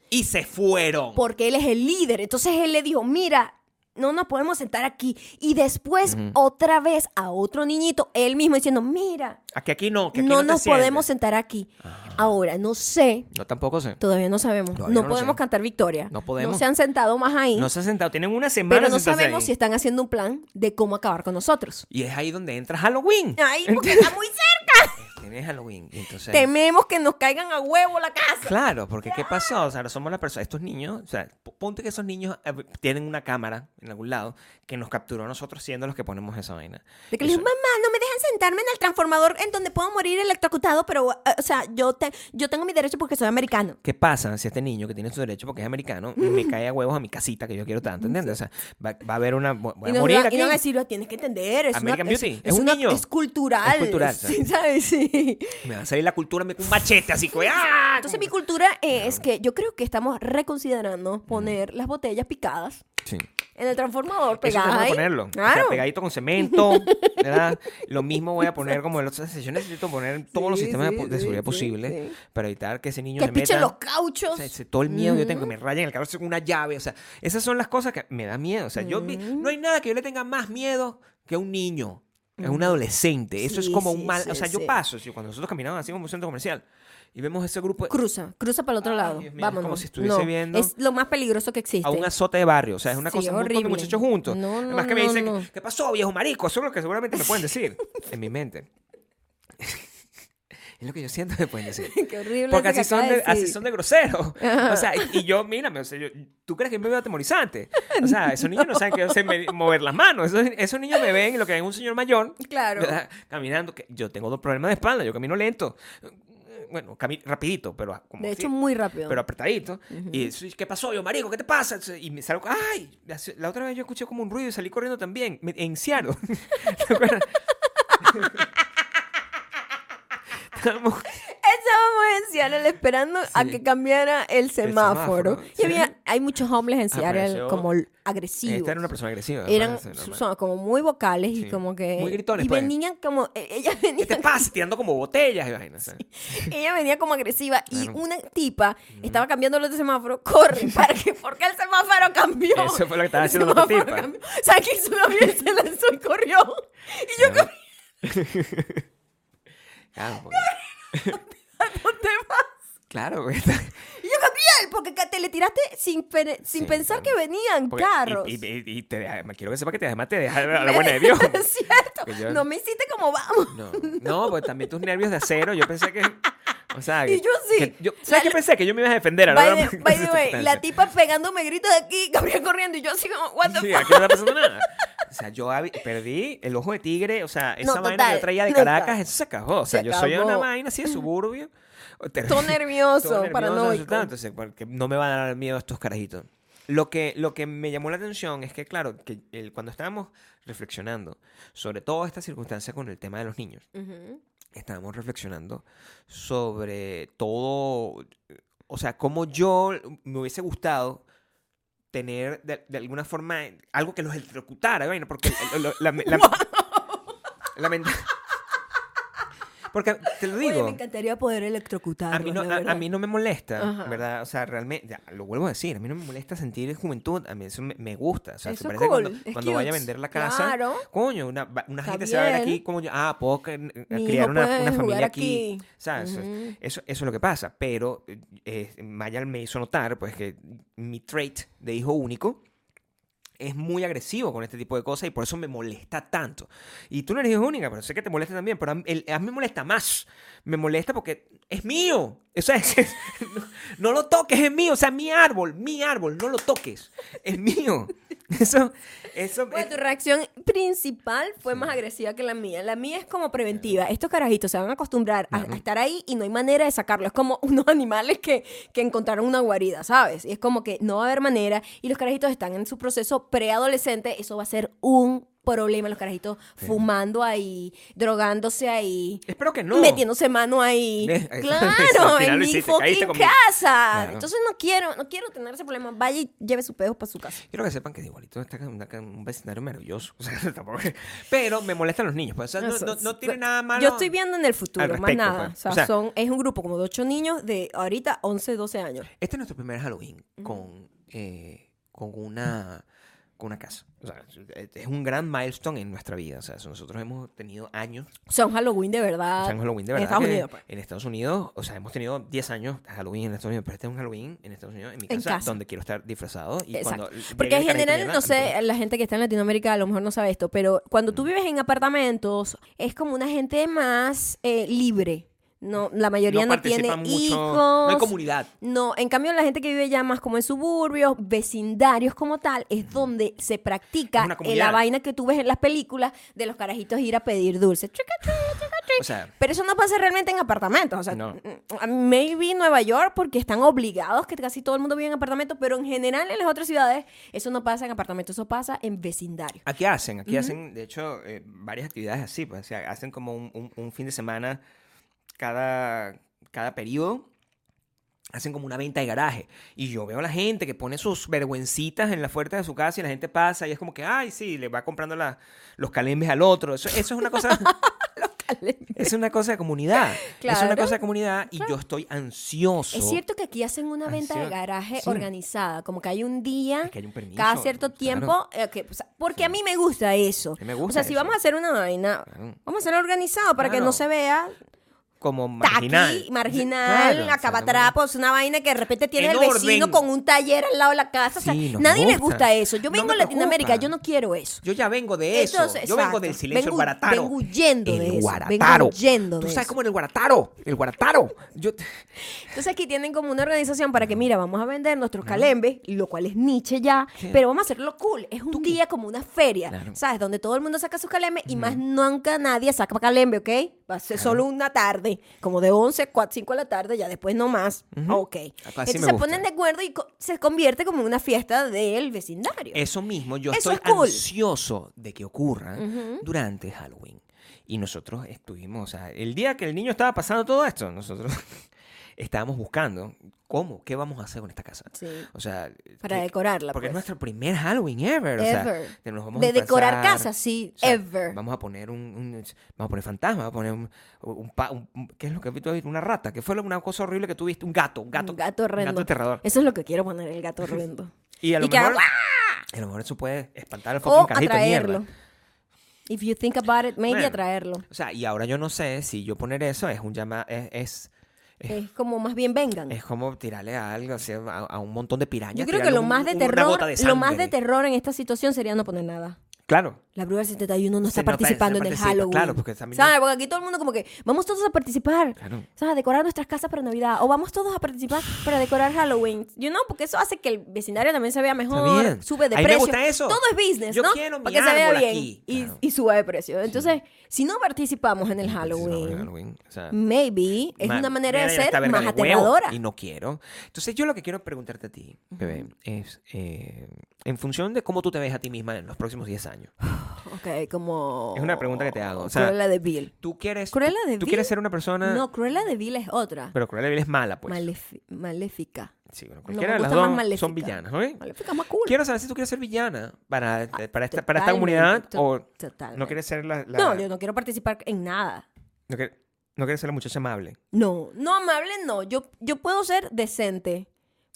Speaker 2: Y se fueron.
Speaker 1: porque él es el líder. Entonces él le dijo, mira, no nos podemos sentar aquí. Y después
Speaker 2: Ujú.
Speaker 1: otra vez a otro niñito, él mismo diciendo, mira,
Speaker 2: A que aquí no, que aquí
Speaker 1: no,
Speaker 2: no, te
Speaker 1: nos podemos
Speaker 2: sientes.
Speaker 1: sentar aquí. Ahora, no sé,
Speaker 2: No, tampoco sé.
Speaker 1: todavía no sabemos,
Speaker 2: Todavía
Speaker 1: no,
Speaker 2: no lo
Speaker 1: podemos
Speaker 2: sé.
Speaker 1: cantar victoria.
Speaker 2: No podemos.
Speaker 1: No se han sentado más ahí,
Speaker 2: No se ha sentado. Tienen una semana
Speaker 1: pero no
Speaker 2: sin sentarse
Speaker 1: sabemos
Speaker 2: ahí.
Speaker 1: si están haciendo un plan de cómo acabar con nosotros.
Speaker 2: Y es ahí donde entra Halloween.
Speaker 1: Ay, porque está muy cerca.
Speaker 2: Tienes Halloween. Y entonces...
Speaker 1: Tememos que nos caigan a huevo la casa.
Speaker 2: Claro, porque ¿qué pasó? O sea, ahora somos la persona. Estos niños, o sea, p- ponte que esos niños eh, tienen una cámara en algún lado que nos capturó a nosotros siendo los que ponemos esa vaina.
Speaker 1: De que le digo,
Speaker 2: Eso-
Speaker 1: mamá, no me dejan sentarme en el transformador en donde puedo morir electrocutado, pero, eh, o sea, yo, te, yo tengo mi derecho porque soy americano.
Speaker 2: ¿Qué pasa si este niño que tiene su derecho porque es americano me cae a huevos a mi casita que yo quiero tanto? ¿Entiendes? O sea, va, va a haber una. vo- Voy
Speaker 1: Y
Speaker 2: a
Speaker 1: nos
Speaker 2: morir
Speaker 1: va- y
Speaker 2: aquí.
Speaker 1: nos van a decir, "Lo tienes que entender, es,
Speaker 2: American
Speaker 1: una, es-
Speaker 2: Beauty,
Speaker 1: es
Speaker 2: es un
Speaker 1: una-
Speaker 2: niño.
Speaker 1: es cultural.
Speaker 2: Es cultural,
Speaker 1: sí, ¿sabes? Sí.
Speaker 2: Me va a salir la cultura me- un machete así. como, ¡ah!
Speaker 1: Entonces mi eh, cultura es que yo creo que estamos reconsiderando poner las botellas picadas
Speaker 2: Sí.
Speaker 1: en el transformador
Speaker 2: Eso
Speaker 1: pegada
Speaker 2: tengo que
Speaker 1: ahí.
Speaker 2: ponerlo. O sea,
Speaker 1: Claro.
Speaker 2: pegadito con cemento, ¿verdad? Lo mismo voy a poner como en los yo necesito poner todos los
Speaker 1: Sí,
Speaker 2: sistemas de
Speaker 1: sí,
Speaker 2: po- de
Speaker 1: sí,
Speaker 2: seguridad
Speaker 1: sí,
Speaker 2: posibles
Speaker 1: sí.
Speaker 2: para evitar que ese niño
Speaker 1: Que
Speaker 2: le
Speaker 1: pichen
Speaker 2: meta
Speaker 1: los Mm.
Speaker 2: o
Speaker 1: cauchos.
Speaker 2: sea, ese- todo el miedo que yo tengo, que me rayen el cabello con una llave, o sea, esas son las cosas que me da miedo, o sea, yo vi-
Speaker 1: Mm.
Speaker 2: no hay nada que yo le tenga más miedo que a un niño, que a un adolescente, eso es
Speaker 1: Mm. Sí,
Speaker 2: como
Speaker 1: sí,
Speaker 2: un mal, o
Speaker 1: sí,
Speaker 2: sea, yo
Speaker 1: sí.
Speaker 2: paso, si- cuando nosotros caminamos así como un centro comercial y vemos ese grupo de-
Speaker 1: Cruza, cruza para el otro
Speaker 2: Ay,
Speaker 1: lado.
Speaker 2: Dios mío, es
Speaker 1: Vámonos.
Speaker 2: como si estuviese
Speaker 1: No,
Speaker 2: viendo
Speaker 1: Es lo más peligroso que existe.
Speaker 2: a un azote de barrio, o sea, es una
Speaker 1: Sí,
Speaker 2: cosa un montón de
Speaker 1: horrible.
Speaker 2: muchachos juntos,
Speaker 1: No, no,
Speaker 2: además que me
Speaker 1: no,
Speaker 2: dicen,
Speaker 1: no.
Speaker 2: ¿qué pasó, viejo marico? Eso es lo que seguramente me pueden decir en mi mente. es lo que yo siento que me pueden decir.
Speaker 1: Qué horrible.
Speaker 2: Porque
Speaker 1: eso que
Speaker 2: así son,
Speaker 1: acaba
Speaker 2: de, así
Speaker 1: decir.
Speaker 2: son de groseros. O sea, y- y yo, mírame, o sea, yo- tú crees que me veo atemorizante. O sea, esos niños no, saben que yo sé me- mover las manos. Esos, esos niños me ven y lo que ven es un señor mayor
Speaker 1: Claro.
Speaker 2: ¿verdad? caminando. Que yo tengo dos problemas de espalda, yo camino lento. Bueno, cami- rapidito, pero como
Speaker 1: De hecho,
Speaker 2: así,
Speaker 1: muy rápido.
Speaker 2: pero apretadito. Y eso, ¿qué pasó, yo, marico? ¿Qué te pasa? Y me salgo, ¡ay! Hace- La otra vez yo escuché como un ruido y salí corriendo también, me- en Seattle. ¿Te acuerdas? Estábamos eh,
Speaker 1: Estábamos en Seattle esperando a
Speaker 2: Sí.
Speaker 1: que cambiara el semáforo.
Speaker 2: semáforo,
Speaker 1: y
Speaker 2: sí.
Speaker 1: había, hay muchos hombres en
Speaker 2: Ah, pero
Speaker 1: Seattle
Speaker 2: eso-
Speaker 1: como l- agresivos.
Speaker 2: Esta era una persona agresiva.
Speaker 1: Eran
Speaker 2: además, eso,
Speaker 1: su-
Speaker 2: normal.
Speaker 1: son como muy vocales
Speaker 2: Sí.
Speaker 1: y como que...
Speaker 2: Muy gritones,
Speaker 1: Y
Speaker 2: pues. Este
Speaker 1: venían como... e- Ella
Speaker 2: ¿Qué
Speaker 1: venía,
Speaker 2: te pasa? Tirando como botellas y vainas. ¿sabes?
Speaker 1: ella venía como agresiva y
Speaker 2: Claro.
Speaker 1: una tipa estaba cambiando los de semáforo. Corre, para que... Porque el semáforo cambió.
Speaker 2: Eso fue lo que estaba
Speaker 1: El
Speaker 2: haciendo la otra
Speaker 1: semáforo
Speaker 2: tipa.
Speaker 1: cambió. O sea, que hizo una mierda y se lanzó y corrió. Y yo
Speaker 2: Claro. Claro, porque-
Speaker 1: con temas.
Speaker 2: claro, porque está-
Speaker 1: Y yo Gabriel, porque ca- te le tiraste sin, pere- sin
Speaker 2: Sí,
Speaker 1: pensar
Speaker 2: claro.
Speaker 1: que venían
Speaker 2: porque- y-
Speaker 1: carros.
Speaker 2: Y, y- y te deja- me quiero que sepa que te además te deja a la buena de Dios.
Speaker 1: es cierto.
Speaker 2: Porque yo-
Speaker 1: No me hiciste como vamos.
Speaker 2: No, no, pues también tus nervios de acero. Yo pensé que. O sea,
Speaker 1: Y
Speaker 2: que-
Speaker 1: yo sí.
Speaker 2: que yo- ¿Sabes qué pensé? Que yo me ibas a defender. a la
Speaker 1: By
Speaker 2: hora-
Speaker 1: the, by the way, la tipa pegándome gritos de aquí, Gabriel corriendo y yo así como, what the
Speaker 2: Sí,
Speaker 1: fuck.
Speaker 2: aquí no está pasando nada. O sea, yo hab- perdí el ojo de tigre, o sea, esa
Speaker 1: No,
Speaker 2: vaina que
Speaker 1: total,
Speaker 2: yo traía de
Speaker 1: no, total.
Speaker 2: Caracas, eso se acabó. O sea,
Speaker 1: Se
Speaker 2: yo soy una
Speaker 1: acabó.
Speaker 2: vaina así de suburbio. Ter-
Speaker 1: Todo nervioso,
Speaker 2: todo nervioso,
Speaker 1: paranoico.
Speaker 2: asustado, Entonces, porque no me van a dar miedo estos carajitos. Lo que, lo que me llamó la atención es que, claro, que el- cuando estábamos reflexionando sobre toda esta circunstancia con el tema de los niños,
Speaker 1: Ujú.
Speaker 2: estábamos reflexionando sobre todo, o sea, cómo yo me hubiese gustado tener de, de alguna forma algo que los electrocutara, vaina, porque el- el- la, la- lamenta- porque te lo
Speaker 1: Oye,
Speaker 2: digo,
Speaker 1: me encantaría poder electrocutar.
Speaker 2: a mí, no, a- a mí no me molesta,
Speaker 1: Ajá.
Speaker 2: ¿verdad? O sea, realmente, ya, lo vuelvo a decir, a mí no me molesta sentir juventud, a mí eso me, me gusta. O sea,
Speaker 1: Eso
Speaker 2: me
Speaker 1: es
Speaker 2: parece
Speaker 1: cool,
Speaker 2: cuando,
Speaker 1: es
Speaker 2: cuando vaya a
Speaker 1: cute.
Speaker 2: vender la casa,
Speaker 1: Claro.
Speaker 2: coño, una, va- una
Speaker 1: Está
Speaker 2: gente se va a ver
Speaker 1: bien.
Speaker 2: aquí, coño, ah, puedo cre-
Speaker 1: Mi
Speaker 2: criar
Speaker 1: hijo
Speaker 2: una,
Speaker 1: puede
Speaker 2: una
Speaker 1: jugar
Speaker 2: familia aquí.
Speaker 1: aquí.
Speaker 2: ¿sabes?
Speaker 1: Ujú.
Speaker 2: Eso, eso es lo que pasa, pero eh, eh, Mayal me hizo notar, pues, que mi trait de hijo único es muy agresivo con este tipo de cosas y por eso me molesta tanto. Y tú no eres hija única, pero sé que te molesta también, pero a, mí- el- a mí me molesta más. Me molesta porque es mío. O sea, es- es- no, no lo toques, es mío. O sea, mi árbol, mi árbol, no lo toques. Es mío. Eso, eso.
Speaker 1: Bueno, tu
Speaker 2: es-
Speaker 1: reacción principal fue más agresiva que la mía. La mía es como preventiva. Estos carajitos se van a acostumbrar a, a estar ahí y no hay manera de sacarlos. Es como unos animales que, que encontraron una guarida, ¿sabes? Y es como que no va a haber manera. Y los carajitos están en su proceso preadolescente. Eso va a ser un problema. Los carajitos fumando ahí, drogándose ahí.
Speaker 2: espero que no.
Speaker 1: Metiéndose mano ahí.
Speaker 2: Ve, ahí está. Al
Speaker 1: claro,
Speaker 2: final
Speaker 1: en
Speaker 2: lo
Speaker 1: mi
Speaker 2: hiciste, caíste
Speaker 1: fucking
Speaker 2: conmigo.
Speaker 1: casa.
Speaker 2: Claro.
Speaker 1: Entonces no quiero, no quiero tener ese problema. Vaya y lleve su pedo para su casa.
Speaker 2: Quiero que sepan que de igualito está en una- en un vecindario maravilloso. O sea, tampoco. Pero me molestan los niños. Pues, o sea, no,
Speaker 1: Eso,
Speaker 2: no- no
Speaker 1: sí.
Speaker 2: tiene nada malo.
Speaker 1: Yo estoy viendo en el futuro,
Speaker 2: al
Speaker 1: más
Speaker 2: respecto,
Speaker 1: nada.
Speaker 2: pues.
Speaker 1: O sea,
Speaker 2: O sea-
Speaker 1: son, es un grupo como de ocho niños de ahorita 11, 12 años.
Speaker 2: Este es nuestro primer Halloween con, eh, con una con una casa. O sea, es- es un gran milestone en nuestra vida. O sea, nosotros hemos tenido años
Speaker 1: O sea, un Halloween de verdad.
Speaker 2: O sea, en Halloween, de
Speaker 1: Ah, en
Speaker 2: verdad.
Speaker 1: Estados
Speaker 2: que
Speaker 1: Unidos, pues.
Speaker 2: En Estados Unidos, o sea, hemos tenido 10 años de Halloween en Estados Unidos, pero este es un Halloween en Estados Unidos, en mi
Speaker 1: En
Speaker 2: casa,
Speaker 1: casa.
Speaker 2: donde quiero estar disfrazado. Y pues.
Speaker 1: Exacto.
Speaker 2: cuando llegue
Speaker 1: Porque en
Speaker 2: el carajito
Speaker 1: general,
Speaker 2: mañana,
Speaker 1: no
Speaker 2: a mí
Speaker 1: sé, la gente que está en Latinoamérica a lo mejor no sabe esto, pero cuando
Speaker 2: Mm.
Speaker 1: tú vives en apartamentos, es como una gente más eh, libre. No, la mayoría no, tiene
Speaker 2: participan mucho,
Speaker 1: hijos.
Speaker 2: No hay comunidad.
Speaker 1: No, en cambio la gente que vive ya más como en suburbios, vecindarios como tal, es donde se
Speaker 2: Es
Speaker 1: practica
Speaker 2: una
Speaker 1: eh,
Speaker 2: comunidad.
Speaker 1: la vaina que tú ves en las películas de los carajitos ir a pedir dulce. Trick or treat, trick or treat.
Speaker 2: O sea,
Speaker 1: Pero eso no pasa realmente en apartamentos. O sea,
Speaker 2: No.
Speaker 1: mm, maybe en Nueva York porque están obligados, que casi todo el mundo vive en apartamentos, pero en general en las otras ciudades eso no pasa en apartamentos, eso pasa en vecindario.
Speaker 2: aquí hacen, aquí hacen, de hecho, eh, varias actividades así. Pues, o sea, hacen como un, un- un fin de semana cada, cada periodo. Hacen como una venta de garaje. Y yo veo a la gente que pone sus vergüencitas en la puerta de su casa y la gente pasa y es como que, ay, sí, le va comprando la- los calembes al otro. Eso, eso es una cosa. es una cosa de comunidad. Es una
Speaker 1: Claro.
Speaker 2: cosa de comunidad y yo estoy ansioso.
Speaker 1: Es cierto que aquí hacen una venta de
Speaker 2: Ansioso.
Speaker 1: garaje
Speaker 2: Sí.
Speaker 1: organizada, como que hay un día,
Speaker 2: Es que hay un permiso,
Speaker 1: cada cierto
Speaker 2: claro.
Speaker 1: tiempo, eh, que, o sea, porque a mí me gusta eso.
Speaker 2: mí me
Speaker 1: o
Speaker 2: gusta
Speaker 1: sea, si
Speaker 2: eso.
Speaker 1: vamos a hacer una vaina, vamos a hacerlo organizado para que
Speaker 2: Claro.
Speaker 1: no se vea
Speaker 2: Como marginal.
Speaker 1: taqui, marginal,
Speaker 2: Claro,
Speaker 1: acabatrapos, una vaina que de repente tiene
Speaker 2: En
Speaker 1: el vecino
Speaker 2: orden.
Speaker 1: con un taller al lado de la casa. o sea,
Speaker 2: Sí, nos
Speaker 1: nadie le
Speaker 2: gusta.
Speaker 1: gusta eso. Yo
Speaker 2: No
Speaker 1: vengo
Speaker 2: me
Speaker 1: de Latinoamérica,
Speaker 2: preocupa.
Speaker 1: yo no quiero eso.
Speaker 2: Yo ya vengo de eso.
Speaker 1: Entonces,
Speaker 2: yo vengo
Speaker 1: exacto.
Speaker 2: del silencio
Speaker 1: Vengo-
Speaker 2: guarataro.
Speaker 1: vengo huyendo
Speaker 2: el
Speaker 1: de eso, vengo
Speaker 2: Guarataro.
Speaker 1: huyendo
Speaker 2: Tú
Speaker 1: de
Speaker 2: sabes
Speaker 1: eso.
Speaker 2: cómo era el guarataro. El guarataro. Yo,
Speaker 1: Entonces aquí tienen como una organización para que, mira, vamos a vender nuestros calembes, lo cual es niche ya, pero vamos a hacerlo cool. Es un día como una feria,
Speaker 2: Claro.
Speaker 1: ¿sabes? Donde todo el mundo saca sus calembes y más nunca nadie saca calembe, ¿ok? Va a ser solo una tarde, como de 11, 4, 5 de la tarde, ya después no más. Ok.
Speaker 2: Acá sí
Speaker 1: Entonces
Speaker 2: me
Speaker 1: se
Speaker 2: gusta.
Speaker 1: ponen de acuerdo y co- se convierte como en una fiesta del vecindario.
Speaker 2: Eso mismo, yo
Speaker 1: Eso
Speaker 2: estoy
Speaker 1: es cool.
Speaker 2: ansioso de que ocurra durante Halloween. Y nosotros estuvimos, o sea, el día que el niño estaba pasando todo esto, nosotros estábamos buscando cómo, qué vamos a hacer con esta casa.
Speaker 1: Sí.
Speaker 2: O sea,
Speaker 1: Para
Speaker 2: ¿qué-
Speaker 1: decorarla,
Speaker 2: Porque
Speaker 1: pues.
Speaker 2: es nuestro primer Halloween ever. o sea,
Speaker 1: Ever.
Speaker 2: de, nos vamos a
Speaker 1: De decorar
Speaker 2: disfrazar,
Speaker 1: casas, sí,
Speaker 2: o sea,
Speaker 1: ever.
Speaker 2: Vamos a poner un, un- vamos a poner fantasma, vamos a poner un, un pa- un- un- ¿qué es lo que tú has visto? Una rata, que fue lo- una cosa horrible que tuviste, un gato, un gato,
Speaker 1: Un gato
Speaker 2: un
Speaker 1: horrendo.
Speaker 2: gato aterrador.
Speaker 1: Eso es lo que quiero poner, el gato horrendo.
Speaker 2: Y a lo
Speaker 1: Y que haga
Speaker 2: mejor, a lo mejor eso puede espantar al
Speaker 1: o
Speaker 2: fucking carajito de mierda.
Speaker 1: atraerlo. If you think about it, maybe
Speaker 2: Bueno.
Speaker 1: atraerlo.
Speaker 2: O sea, y ahora yo no sé si yo poner eso es un llamado, es, es, es,
Speaker 1: Es como más bien vengan.
Speaker 2: es como tirarle a algo, o sea, a, a un montón de pirañas.
Speaker 1: Yo creo que
Speaker 2: tirarle
Speaker 1: lo
Speaker 2: un-
Speaker 1: más de
Speaker 2: una
Speaker 1: terror,
Speaker 2: gota de
Speaker 1: lo más
Speaker 2: sangre.
Speaker 1: de terror en esta situación sería no poner nada.
Speaker 2: Claro.
Speaker 1: La Bruja del 71 no está
Speaker 2: no está-
Speaker 1: participando
Speaker 2: no
Speaker 1: en el
Speaker 2: participa,
Speaker 1: Halloween.
Speaker 2: claro, porque también
Speaker 1: ¿Sabes?
Speaker 2: no-
Speaker 1: Porque aquí todo el mundo como que, vamos todos a participar.
Speaker 2: Claro.
Speaker 1: ¿Sabes? A decorar nuestras casas para Navidad. O vamos todos a participar para decorar Halloween. You know, porque eso hace que el vecindario también se vea mejor.
Speaker 2: bien.
Speaker 1: Sube de
Speaker 2: A mí me
Speaker 1: precio.
Speaker 2: gusta eso.
Speaker 1: Todo es business,
Speaker 2: Yo
Speaker 1: ¿no?
Speaker 2: quiero mi
Speaker 1: para que se vea
Speaker 2: árbol
Speaker 1: bien.
Speaker 2: aquí.
Speaker 1: Y,
Speaker 2: Claro.
Speaker 1: y sube de precio. Entonces, si no participamos en el
Speaker 2: Participamos en
Speaker 1: Halloween,
Speaker 2: Halloween, o sea,
Speaker 1: maybe es
Speaker 2: ma-
Speaker 1: una manera
Speaker 2: mira,
Speaker 1: de
Speaker 2: ya está
Speaker 1: ser
Speaker 2: verga
Speaker 1: más
Speaker 2: de huevo,
Speaker 1: aterradora.
Speaker 2: Y no quiero. Entonces, yo lo que quiero preguntarte a ti, bebé, es eh, en función de cómo tú te ves a ti misma en los próximos 10 años.
Speaker 1: Ok, como...
Speaker 2: Es una pregunta que te hago, o sea,
Speaker 1: Cruella de Vil.
Speaker 2: Tú quieres.
Speaker 1: Cruella de
Speaker 2: Tú
Speaker 1: Vil.
Speaker 2: quieres ser una persona.
Speaker 1: No, Cruella de Vil es otra.
Speaker 2: Pero Cruella de Vil es mala, pues.
Speaker 1: Malefi- maléfica.
Speaker 2: Sí, bueno,
Speaker 1: No, me
Speaker 2: cualquiera de las
Speaker 1: gusta más
Speaker 2: dos
Speaker 1: maléfica.
Speaker 2: son villanas, ¿ok?
Speaker 1: Maléfica más cool.
Speaker 2: Quiero saber si tú quieres ser villana para, eh, para, esta, para esta
Speaker 1: Ah, Totalmente,
Speaker 2: comunidad
Speaker 1: to-
Speaker 2: o
Speaker 1: totalmente.
Speaker 2: no quieres ser la... la-
Speaker 1: No, yo no quiero participar en nada.
Speaker 2: no quieres- no quieres ser la muchacha amable.
Speaker 1: No, no amable no. Yo, yo puedo ser decente,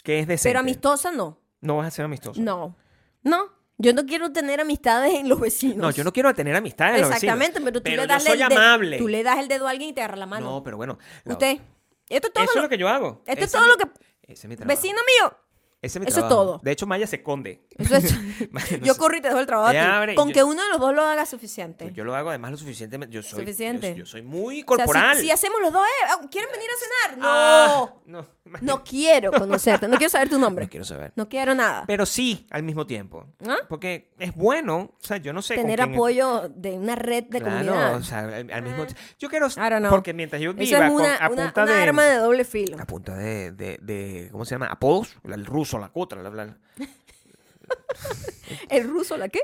Speaker 2: Que es decente.
Speaker 1: pero amistosa no.
Speaker 2: No vas a ser amistosa.
Speaker 1: No. No. Yo no quiero tener amistades en los vecinos.
Speaker 2: No, yo no quiero tener amistades. los vecinos,
Speaker 1: Exactamente, pero tú le
Speaker 2: yo
Speaker 1: das
Speaker 2: soy
Speaker 1: el dedo.
Speaker 2: amable.
Speaker 1: Tú le das el dedo a alguien y te agarra la mano.
Speaker 2: No, pero bueno. la-
Speaker 1: Usted. Esto es todo
Speaker 2: Eso es
Speaker 1: lo-
Speaker 2: lo que yo hago.
Speaker 1: esto es
Speaker 2: Ese
Speaker 1: todo
Speaker 2: mi-
Speaker 1: lo que-
Speaker 2: Ese es mi trabajo.
Speaker 1: Vecino mío.
Speaker 2: Ese es mi
Speaker 1: eso es
Speaker 2: trabajo.
Speaker 1: todo.
Speaker 2: De hecho, Maya se esconde.
Speaker 1: Eso es.
Speaker 2: Maya no
Speaker 1: yo
Speaker 2: se-
Speaker 1: corro y te dejo el trabajo a ti.
Speaker 2: Ya, abre,
Speaker 1: Con
Speaker 2: yo-
Speaker 1: que uno de los dos lo haga es suficiente.
Speaker 2: Yo lo hago además lo suficientemente. Yo soy,
Speaker 1: Suficiente.
Speaker 2: Yo, yo soy
Speaker 1: O
Speaker 2: muy
Speaker 1: sea, si-
Speaker 2: corporal.
Speaker 1: si, hacemos los dos, eh, ah, ¿quieren venir a cenar? No.
Speaker 2: Ah, no.
Speaker 1: No quiero conocerte. No quiero saber tu nombre.
Speaker 2: No quiero saber.
Speaker 1: No quiero nada.
Speaker 2: Pero sí al mismo tiempo.
Speaker 1: ¿Ah?
Speaker 2: Porque es bueno, o sea, yo no sé. con
Speaker 1: Tener
Speaker 2: quién-
Speaker 1: apoyo de una red de
Speaker 2: Claro,
Speaker 1: comunidad. Ah.
Speaker 2: o sea, al, al mismo Yo quiero.
Speaker 1: I don't know.
Speaker 2: Porque mientras yo
Speaker 1: Eso
Speaker 2: viva
Speaker 1: es
Speaker 2: con-
Speaker 1: una,
Speaker 2: a
Speaker 1: una-
Speaker 2: punta
Speaker 1: una
Speaker 2: de.
Speaker 1: arma de doble filo.
Speaker 2: A punta de, de, de- ¿Cómo se llama? Apodos. El ruso, la otra, la, la-
Speaker 1: ¿El ruso la qué?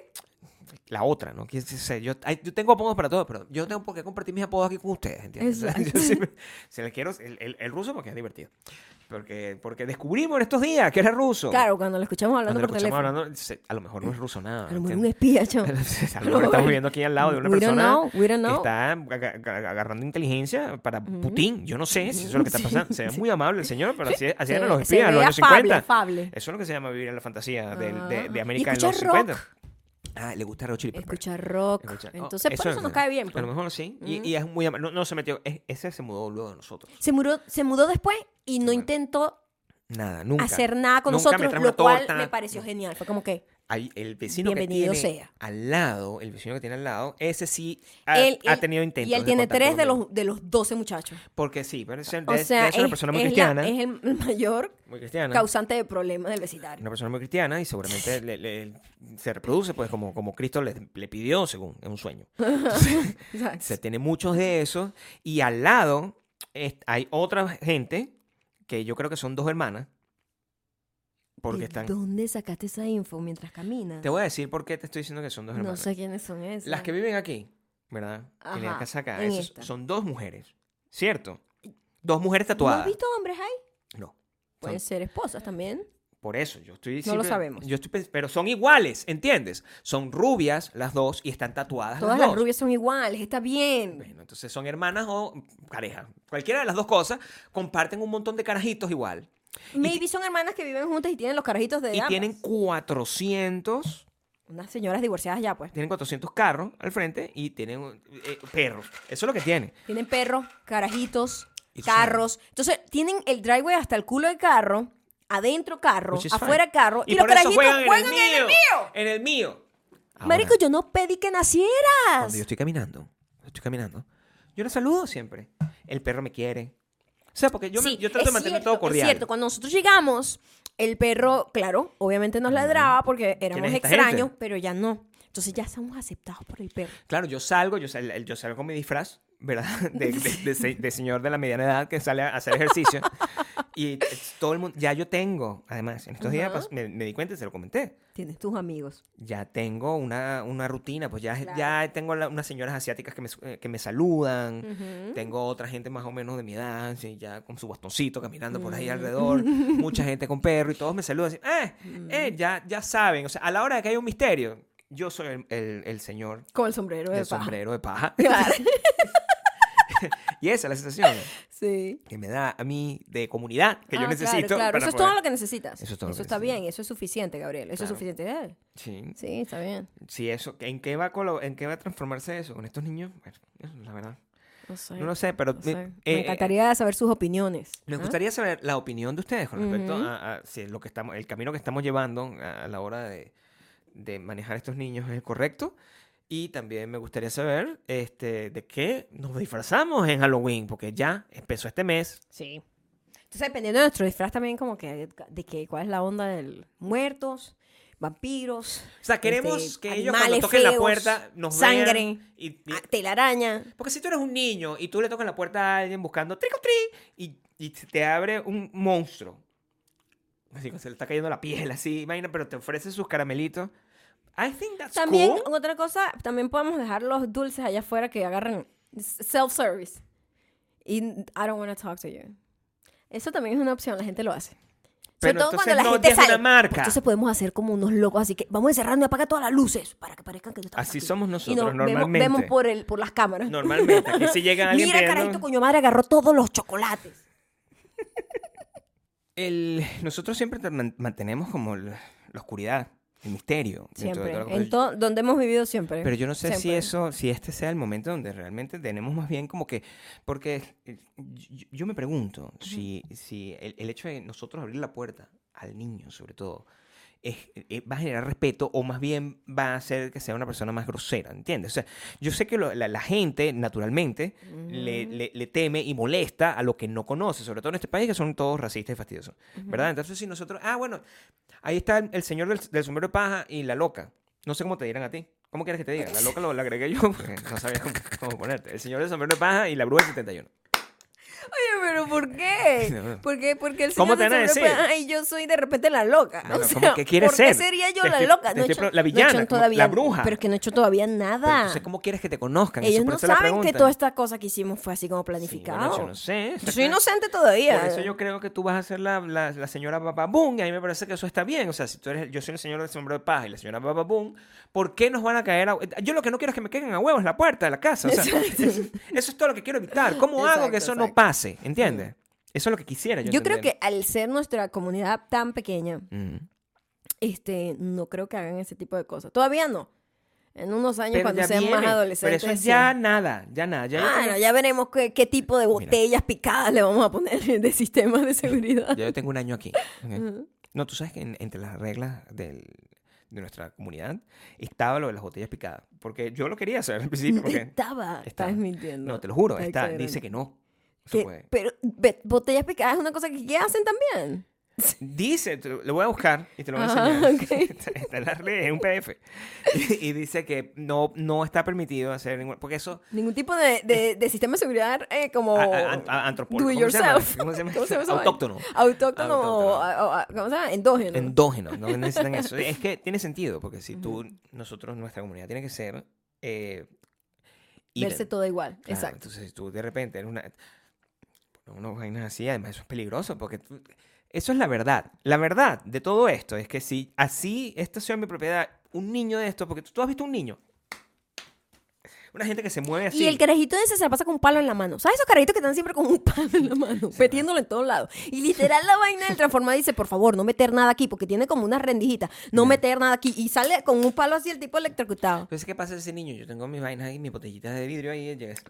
Speaker 2: la otra, ¿no? Que- que sé, yo, ay, yo tengo apodos para todos, pero yo no tengo por qué compartir mis apodos aquí con ustedes, ¿entiendes? O sea,
Speaker 1: Exacto.
Speaker 2: yo sí me- se les quiero. El, el- el ruso porque es divertido. Porque, porque descubrimos en estos días que era ruso.
Speaker 1: Claro, cuando lo escuchamos hablando
Speaker 2: Cuando lo
Speaker 1: por
Speaker 2: escuchamos
Speaker 1: teléfono.
Speaker 2: hablando, se- a lo mejor no es ruso nada.
Speaker 1: A lo mejor
Speaker 2: ¿entiendes?
Speaker 1: un espía, chamo.
Speaker 2: a lo mejor estamos viviendo aquí al lado de una
Speaker 1: We don't
Speaker 2: persona
Speaker 1: know, we don't
Speaker 2: que
Speaker 1: know.
Speaker 2: está aga- aga- agarrando inteligencia para Putin. Yo no sé si eso es lo que está pasando. Se ve muy amable el señor, pero así, así
Speaker 1: Se ve-
Speaker 2: eran los
Speaker 1: se
Speaker 2: espías en los
Speaker 1: ve
Speaker 2: años
Speaker 1: afable,
Speaker 2: 50.
Speaker 1: afable.
Speaker 2: Eso es lo que se llama vivir en la fantasía de, de- de
Speaker 1: Ah.
Speaker 2: América
Speaker 1: ¿Y
Speaker 2: en los
Speaker 1: escuchar rock?
Speaker 2: 50. Ah, le gusta Red Hot Chili Peppers.
Speaker 1: Escuchar rock.
Speaker 2: Escucha- oh,
Speaker 1: Entonces, por eso
Speaker 2: es-
Speaker 1: nos cae bien.
Speaker 2: A
Speaker 1: pues.
Speaker 2: lo mejor sí. Y, y es muy amable. No, no se metió. Es- ese se mudó luego de nosotros.
Speaker 1: Se, mudó, se mudó después y no intentó
Speaker 2: Nada, nunca.
Speaker 1: hacer nada con
Speaker 2: Nunca me
Speaker 1: nosotros,
Speaker 2: trajo
Speaker 1: lo
Speaker 2: una
Speaker 1: cual
Speaker 2: torta.
Speaker 1: me pareció genial. Fue como que
Speaker 2: Ahí, el vecino
Speaker 1: Bienvenido
Speaker 2: que tiene
Speaker 1: sea.
Speaker 2: al lado, el vecino que tiene al lado, ese sí ha,
Speaker 1: él,
Speaker 2: ha
Speaker 1: él-
Speaker 2: tenido intentos.
Speaker 1: Y él
Speaker 2: de
Speaker 1: tiene
Speaker 2: contacto
Speaker 1: tres de
Speaker 2: conmigo.
Speaker 1: los, de los 12 muchachos.
Speaker 2: Porque sí, pero es,
Speaker 1: O
Speaker 2: de-
Speaker 1: sea,
Speaker 2: de hecho,
Speaker 1: es,
Speaker 2: una persona muy
Speaker 1: es la-
Speaker 2: cristiana.
Speaker 1: es el mayor
Speaker 2: muy cristiana.
Speaker 1: causante de problemas del vecindario.
Speaker 2: Una persona muy cristiana y seguramente le- le- se reproduce, pues, como, como Cristo le, le pidió, según en un sueño.
Speaker 1: Exacto.
Speaker 2: Se tiene muchos de esos. Y al lado es- hay otra gente que yo creo que son dos hermanas. Porque
Speaker 1: ¿De
Speaker 2: están.
Speaker 1: ¿Dónde sacaste esa info mientras caminas?
Speaker 2: Te voy a decir por qué te estoy diciendo que son dos
Speaker 1: No
Speaker 2: hermanas.
Speaker 1: sé quiénes son esas.
Speaker 2: Las que viven aquí, ¿verdad? en la
Speaker 1: Ajá,
Speaker 2: casa acá.
Speaker 1: en
Speaker 2: esas
Speaker 1: esta.
Speaker 2: son dos mujeres, ¿cierto? Dos mujeres
Speaker 1: ¿No has
Speaker 2: tatuadas.
Speaker 1: visto hombres ahí?
Speaker 2: No.
Speaker 1: Pueden
Speaker 2: Son-
Speaker 1: ser esposas también.
Speaker 2: Por eso, yo estoy
Speaker 1: No lo sabemos.
Speaker 2: Yo estoy, pens- pero son iguales, ¿entiendes? Son rubias las dos y están tatuadas
Speaker 1: Todas
Speaker 2: las
Speaker 1: las
Speaker 2: dos.
Speaker 1: rubias son iguales, está bien.
Speaker 2: Bueno, entonces son hermanas o pareja. Cualquiera de las dos cosas comparten un montón de carajitos igual.
Speaker 1: Maybe son hermanas que viven juntas y tienen los carajitos de
Speaker 2: Y
Speaker 1: ambas.
Speaker 2: tienen 400,
Speaker 1: Unas señoras divorciadas ya, pues.
Speaker 2: tienen 400 carros al frente y tienen eh, perros. Eso es lo que tienen.
Speaker 1: Tienen perros, carajitos,
Speaker 2: It's
Speaker 1: carros. Entonces, tienen el driveway hasta el culo del carro, adentro carro,
Speaker 2: Which is fine.
Speaker 1: afuera carro, y, los
Speaker 2: por eso
Speaker 1: carajitos juegan, en el mío.
Speaker 2: En el mío. Ahora,
Speaker 1: Marico, yo no pedí que
Speaker 2: cuando yo
Speaker 1: nacieras.
Speaker 2: estoy caminando, yo estoy caminando, yo los saludo siempre. El perro me quiere. O sea, porque yo, me-
Speaker 1: Sí,
Speaker 2: yo trato de
Speaker 1: es
Speaker 2: mantener
Speaker 1: cierto,
Speaker 2: todo cordial.
Speaker 1: Es cierto, cuando nosotros llegamos, el perro, claro, obviamente nos ladraba porque éramos
Speaker 2: es esta
Speaker 1: extraños,
Speaker 2: gente?
Speaker 1: pero ya no. Entonces ya estamos aceptados por el perro.
Speaker 2: Claro, yo salgo, yo salgo, yo salgo con mi disfraz, ¿verdad? De, de- de se- de señor de la mediana edad que sale a hacer ejercicio. y es- todo el mundo, ya yo tengo, además, en estos días
Speaker 1: Ajá.
Speaker 2: pas- me, me di cuenta y se lo comenté.
Speaker 1: Tienes tus amigos.
Speaker 2: Ya tengo una, una rutina, pues ya,
Speaker 1: Claro.
Speaker 2: ya tengo la- unas señoras asiáticas que me, su- eh, que me saludan. Tengo otra gente más o menos de mi edad, sí, ya con su bastoncito caminando por
Speaker 1: Mm.
Speaker 2: ahí alrededor, mucha gente con perro y todos me saludan. así, eh,
Speaker 1: Mm.
Speaker 2: eh, ya, ya saben, o sea, a la hora de que hay un misterio, yo soy el, el- el señor
Speaker 1: Con el sombrero de
Speaker 2: del
Speaker 1: paja.
Speaker 2: sombrero de paja.
Speaker 1: Claro.
Speaker 2: Y esa es la sensación
Speaker 1: sí.
Speaker 2: que me da a mí de comunidad que yo
Speaker 1: Ah, claro,
Speaker 2: necesito.
Speaker 1: claro.
Speaker 2: para
Speaker 1: Eso es
Speaker 2: poder-
Speaker 1: todo lo que necesitas.
Speaker 2: Eso es todo lo que
Speaker 1: está
Speaker 2: necesito.
Speaker 1: bien, eso es suficiente, Gabriel. Eso es
Speaker 2: Claro.
Speaker 1: suficiente. Eh,
Speaker 2: Sí,
Speaker 1: Sí, está bien.
Speaker 2: sí, eso. ¿En qué, va a colo- ¿En qué va a transformarse eso con estos niños? Bueno, eso, la verdad.
Speaker 1: No sé.
Speaker 2: No lo sé, pero.
Speaker 1: no
Speaker 2: me-
Speaker 1: sé.
Speaker 2: eh,
Speaker 1: Me encantaría saber sus opiniones.
Speaker 2: eh, me
Speaker 1: ¿Ah?
Speaker 2: gustaría saber la opinión de ustedes con respecto
Speaker 1: Ujú.
Speaker 2: a, a si lo que estamos, el camino que estamos llevando a, a la hora de, de manejar estos niños es el correcto. Y también me gustaría saber este, de qué nos disfrazamos en Halloween, porque ya empezó este mes.
Speaker 1: Sí. Entonces, dependiendo de nuestro disfraz también, como que, de que cuál es la onda del muertos, vampiros,
Speaker 2: O sea, queremos
Speaker 1: Este,
Speaker 2: que ellos cuando
Speaker 1: animales
Speaker 2: toquen la
Speaker 1: feos,
Speaker 2: puerta nos
Speaker 1: sangre,
Speaker 2: vean y- y-
Speaker 1: ah, telaraña.
Speaker 2: porque si tú eres un niño y tú le tocas la puerta a alguien buscando trick or treat", y, y te abre un monstruo. Así que se le está cayendo la piel, así, imagina, pero te ofrece sus caramelitos. I think that's
Speaker 1: También,
Speaker 2: cool.
Speaker 1: otra cosa, también podemos dejar los dulces allá afuera que agarren self-service. Y I don't want to talk to you. Eso también es una opción, la gente lo hace.
Speaker 2: Pero entonces no tienes una marca.
Speaker 1: pues, Entonces podemos hacer como unos locos, así que vamos a encerrarnos y apagar todas las luces para que parezcan que no estamos
Speaker 2: Así
Speaker 1: aquí.
Speaker 2: somos nosotros,
Speaker 1: Y nos vemos-
Speaker 2: normalmente.
Speaker 1: Vemos, por, el, por las cámaras.
Speaker 2: Normalmente, aquí si llega alguien
Speaker 1: Mira,
Speaker 2: pidiendo-
Speaker 1: carajito, coño madre, agarró todos los chocolates.
Speaker 2: El- nosotros siempre te man- mantenemos como la, la oscuridad, el misterio. dentro de
Speaker 1: Siempre.
Speaker 2: toda la cosa.
Speaker 1: En to- donde hemos vivido siempre.
Speaker 2: Pero yo no sé si
Speaker 1: Siempre.
Speaker 2: eso, si este sea el momento donde realmente tenemos más bien como que, porque eh, yo, yo me pregunto si, si el, el hecho de nosotros abrir la puerta al niño, sobre todo, es, eh, va a generar respeto o más bien va a hacer que sea una persona más grosera, ¿entiendes? O sea, yo sé que lo- la, la gente, naturalmente,
Speaker 1: Mm.
Speaker 2: le, le- le teme y molesta a lo que no conoce, sobre todo en este país que son todos racistas y fastidiosos, ¿verdad? Entonces, si nosotros, ah, bueno, ahí está el, el señor del, del sombrero de paja y la loca. No sé cómo te dirán a ti. ¿Cómo quieres que te diga? La loca lo, la agregué yo porque no sabía cómo, cómo ponerte. El señor del sombrero de paja y la bruja del 71.
Speaker 1: Oye, pero ¿por qué?
Speaker 2: No.
Speaker 1: ¿Por qué? Porque el
Speaker 2: ¿Cómo
Speaker 1: señor
Speaker 2: te van a
Speaker 1: de sobre-
Speaker 2: decir?
Speaker 1: Ay, yo soy de repente la loca.
Speaker 2: No,
Speaker 1: o
Speaker 2: no,
Speaker 1: sea,
Speaker 2: ¿cómo que quieres
Speaker 1: ¿por qué
Speaker 2: ser?
Speaker 1: sería yo
Speaker 2: Te
Speaker 1: la
Speaker 2: estoy-
Speaker 1: loca?
Speaker 2: te
Speaker 1: No he
Speaker 2: estoy
Speaker 1: hecho-
Speaker 2: pro- la
Speaker 1: no he hecho
Speaker 2: villana, como
Speaker 1: todavía-
Speaker 2: la bruja.
Speaker 1: Pero es que no he hecho todavía
Speaker 2: Pero
Speaker 1: nada.
Speaker 2: entonces, ¿cómo quieres que te conozcan? Eso,
Speaker 1: Ellos
Speaker 2: por
Speaker 1: no
Speaker 2: eso la
Speaker 1: saben que
Speaker 2: pregunta.
Speaker 1: toda esta cosa que hicimos fue así como
Speaker 2: Sí, bueno,
Speaker 1: planificado.
Speaker 2: yo no sé.
Speaker 1: Yo soy
Speaker 2: exactamente.
Speaker 1: inocente todavía.
Speaker 2: Por eso yo creo que tú vas a ser la, la, la señora Bababum, y a mí me parece que eso está bien. O sea, si tú eres, yo soy el señor del sombrero de paja y la señora Bababum, ¿por qué nos van a caer a Yo lo que no quiero es que me caigan a huevos en la puerta de la casa. O sea,
Speaker 1: Exacto.
Speaker 2: eso, eso es todo lo que quiero evitar. ¿Cómo hago que eso
Speaker 1: Exacto,
Speaker 2: no
Speaker 1: exacto.
Speaker 2: pase? ¿Entiendes? Eso es lo que quisiera. Yo,
Speaker 1: Yo creo
Speaker 2: entender.
Speaker 1: que al ser nuestra comunidad tan pequeña,
Speaker 2: Mm.
Speaker 1: este, no creo que hagan ese tipo de cosas. Todavía no. En unos años
Speaker 2: Pero
Speaker 1: cuando
Speaker 2: ya
Speaker 1: sean más
Speaker 2: viene. Pero
Speaker 1: adolescentes.
Speaker 2: eso es
Speaker 1: sí.
Speaker 2: ya nada, ya nada. Ya, yo
Speaker 1: Ah,
Speaker 2: tengo-
Speaker 1: no, ya veremos qué, qué tipo de botellas picadas le vamos a poner de sistemas de seguridad.
Speaker 2: ya yo tengo un año aquí. ok. No, tú sabes que en- entre las reglas del- de nuestra comunidad estaba lo de las botellas picadas. Porque yo lo quería hacer al principio. Porque,
Speaker 1: estaba,
Speaker 2: estaba.
Speaker 1: estás mintiendo.
Speaker 2: no, te lo juro,
Speaker 1: Estás
Speaker 2: está,
Speaker 1: exagerando.
Speaker 2: dice que no. se
Speaker 1: Que-
Speaker 2: puede.
Speaker 1: Pero ve, botellas picadas es una cosa que ¿qué hacen también.
Speaker 2: Dice, te lo lo voy a buscar y te lo voy a
Speaker 1: Ajá,
Speaker 2: enseñar.
Speaker 1: Ah, ok.
Speaker 2: está, está en las redes, es un PDF. Y, y dice que no, no está permitido hacer ningún. Porque eso.
Speaker 1: Ningún tipo de, de- de sistema de seguridad eh, como...
Speaker 2: a- a- an- a-
Speaker 1: Do
Speaker 2: antropólogo.
Speaker 1: it
Speaker 2: ¿Cómo se llama?
Speaker 1: yourself.
Speaker 2: ¿Cómo se llama?
Speaker 1: ¿Cómo se llama esa vaina?
Speaker 2: Autóctono.
Speaker 1: Autóctono
Speaker 2: Autóctono.
Speaker 1: o, o- o- ¿cómo se llama? Endógeno.
Speaker 2: Endógeno, no necesitan eso. Es que tiene sentido, porque si tú, nosotros, nuestra comunidad tiene que ser. Eh, even.
Speaker 1: Verse todo igual.
Speaker 2: Claro,
Speaker 1: Exacto.
Speaker 2: Entonces, si tú de repente eres una. Unos vainas así, además eso es peligroso, porque tú- Eso es la verdad. La verdad de todo esto es que si así esta sea mi propiedad, un niño de esto, porque tú, tú has visto un niño. Una gente que se mueve así.
Speaker 1: Y el carajito ese se la pasa con un palo en la mano. ¿Sabes esos carajitos que están siempre con un palo en la mano, metiéndolo en todos lados? Y literal la vaina del transformador dice, por favor, no meter nada aquí, porque tiene como una rendijita. No meter nada aquí. Y sale con un palo así el tipo electrocutado.
Speaker 2: Entonces, ¿qué pasa ese niño? Yo tengo mis vainas ahí, mis botellitas de vidrio ahí, llega así,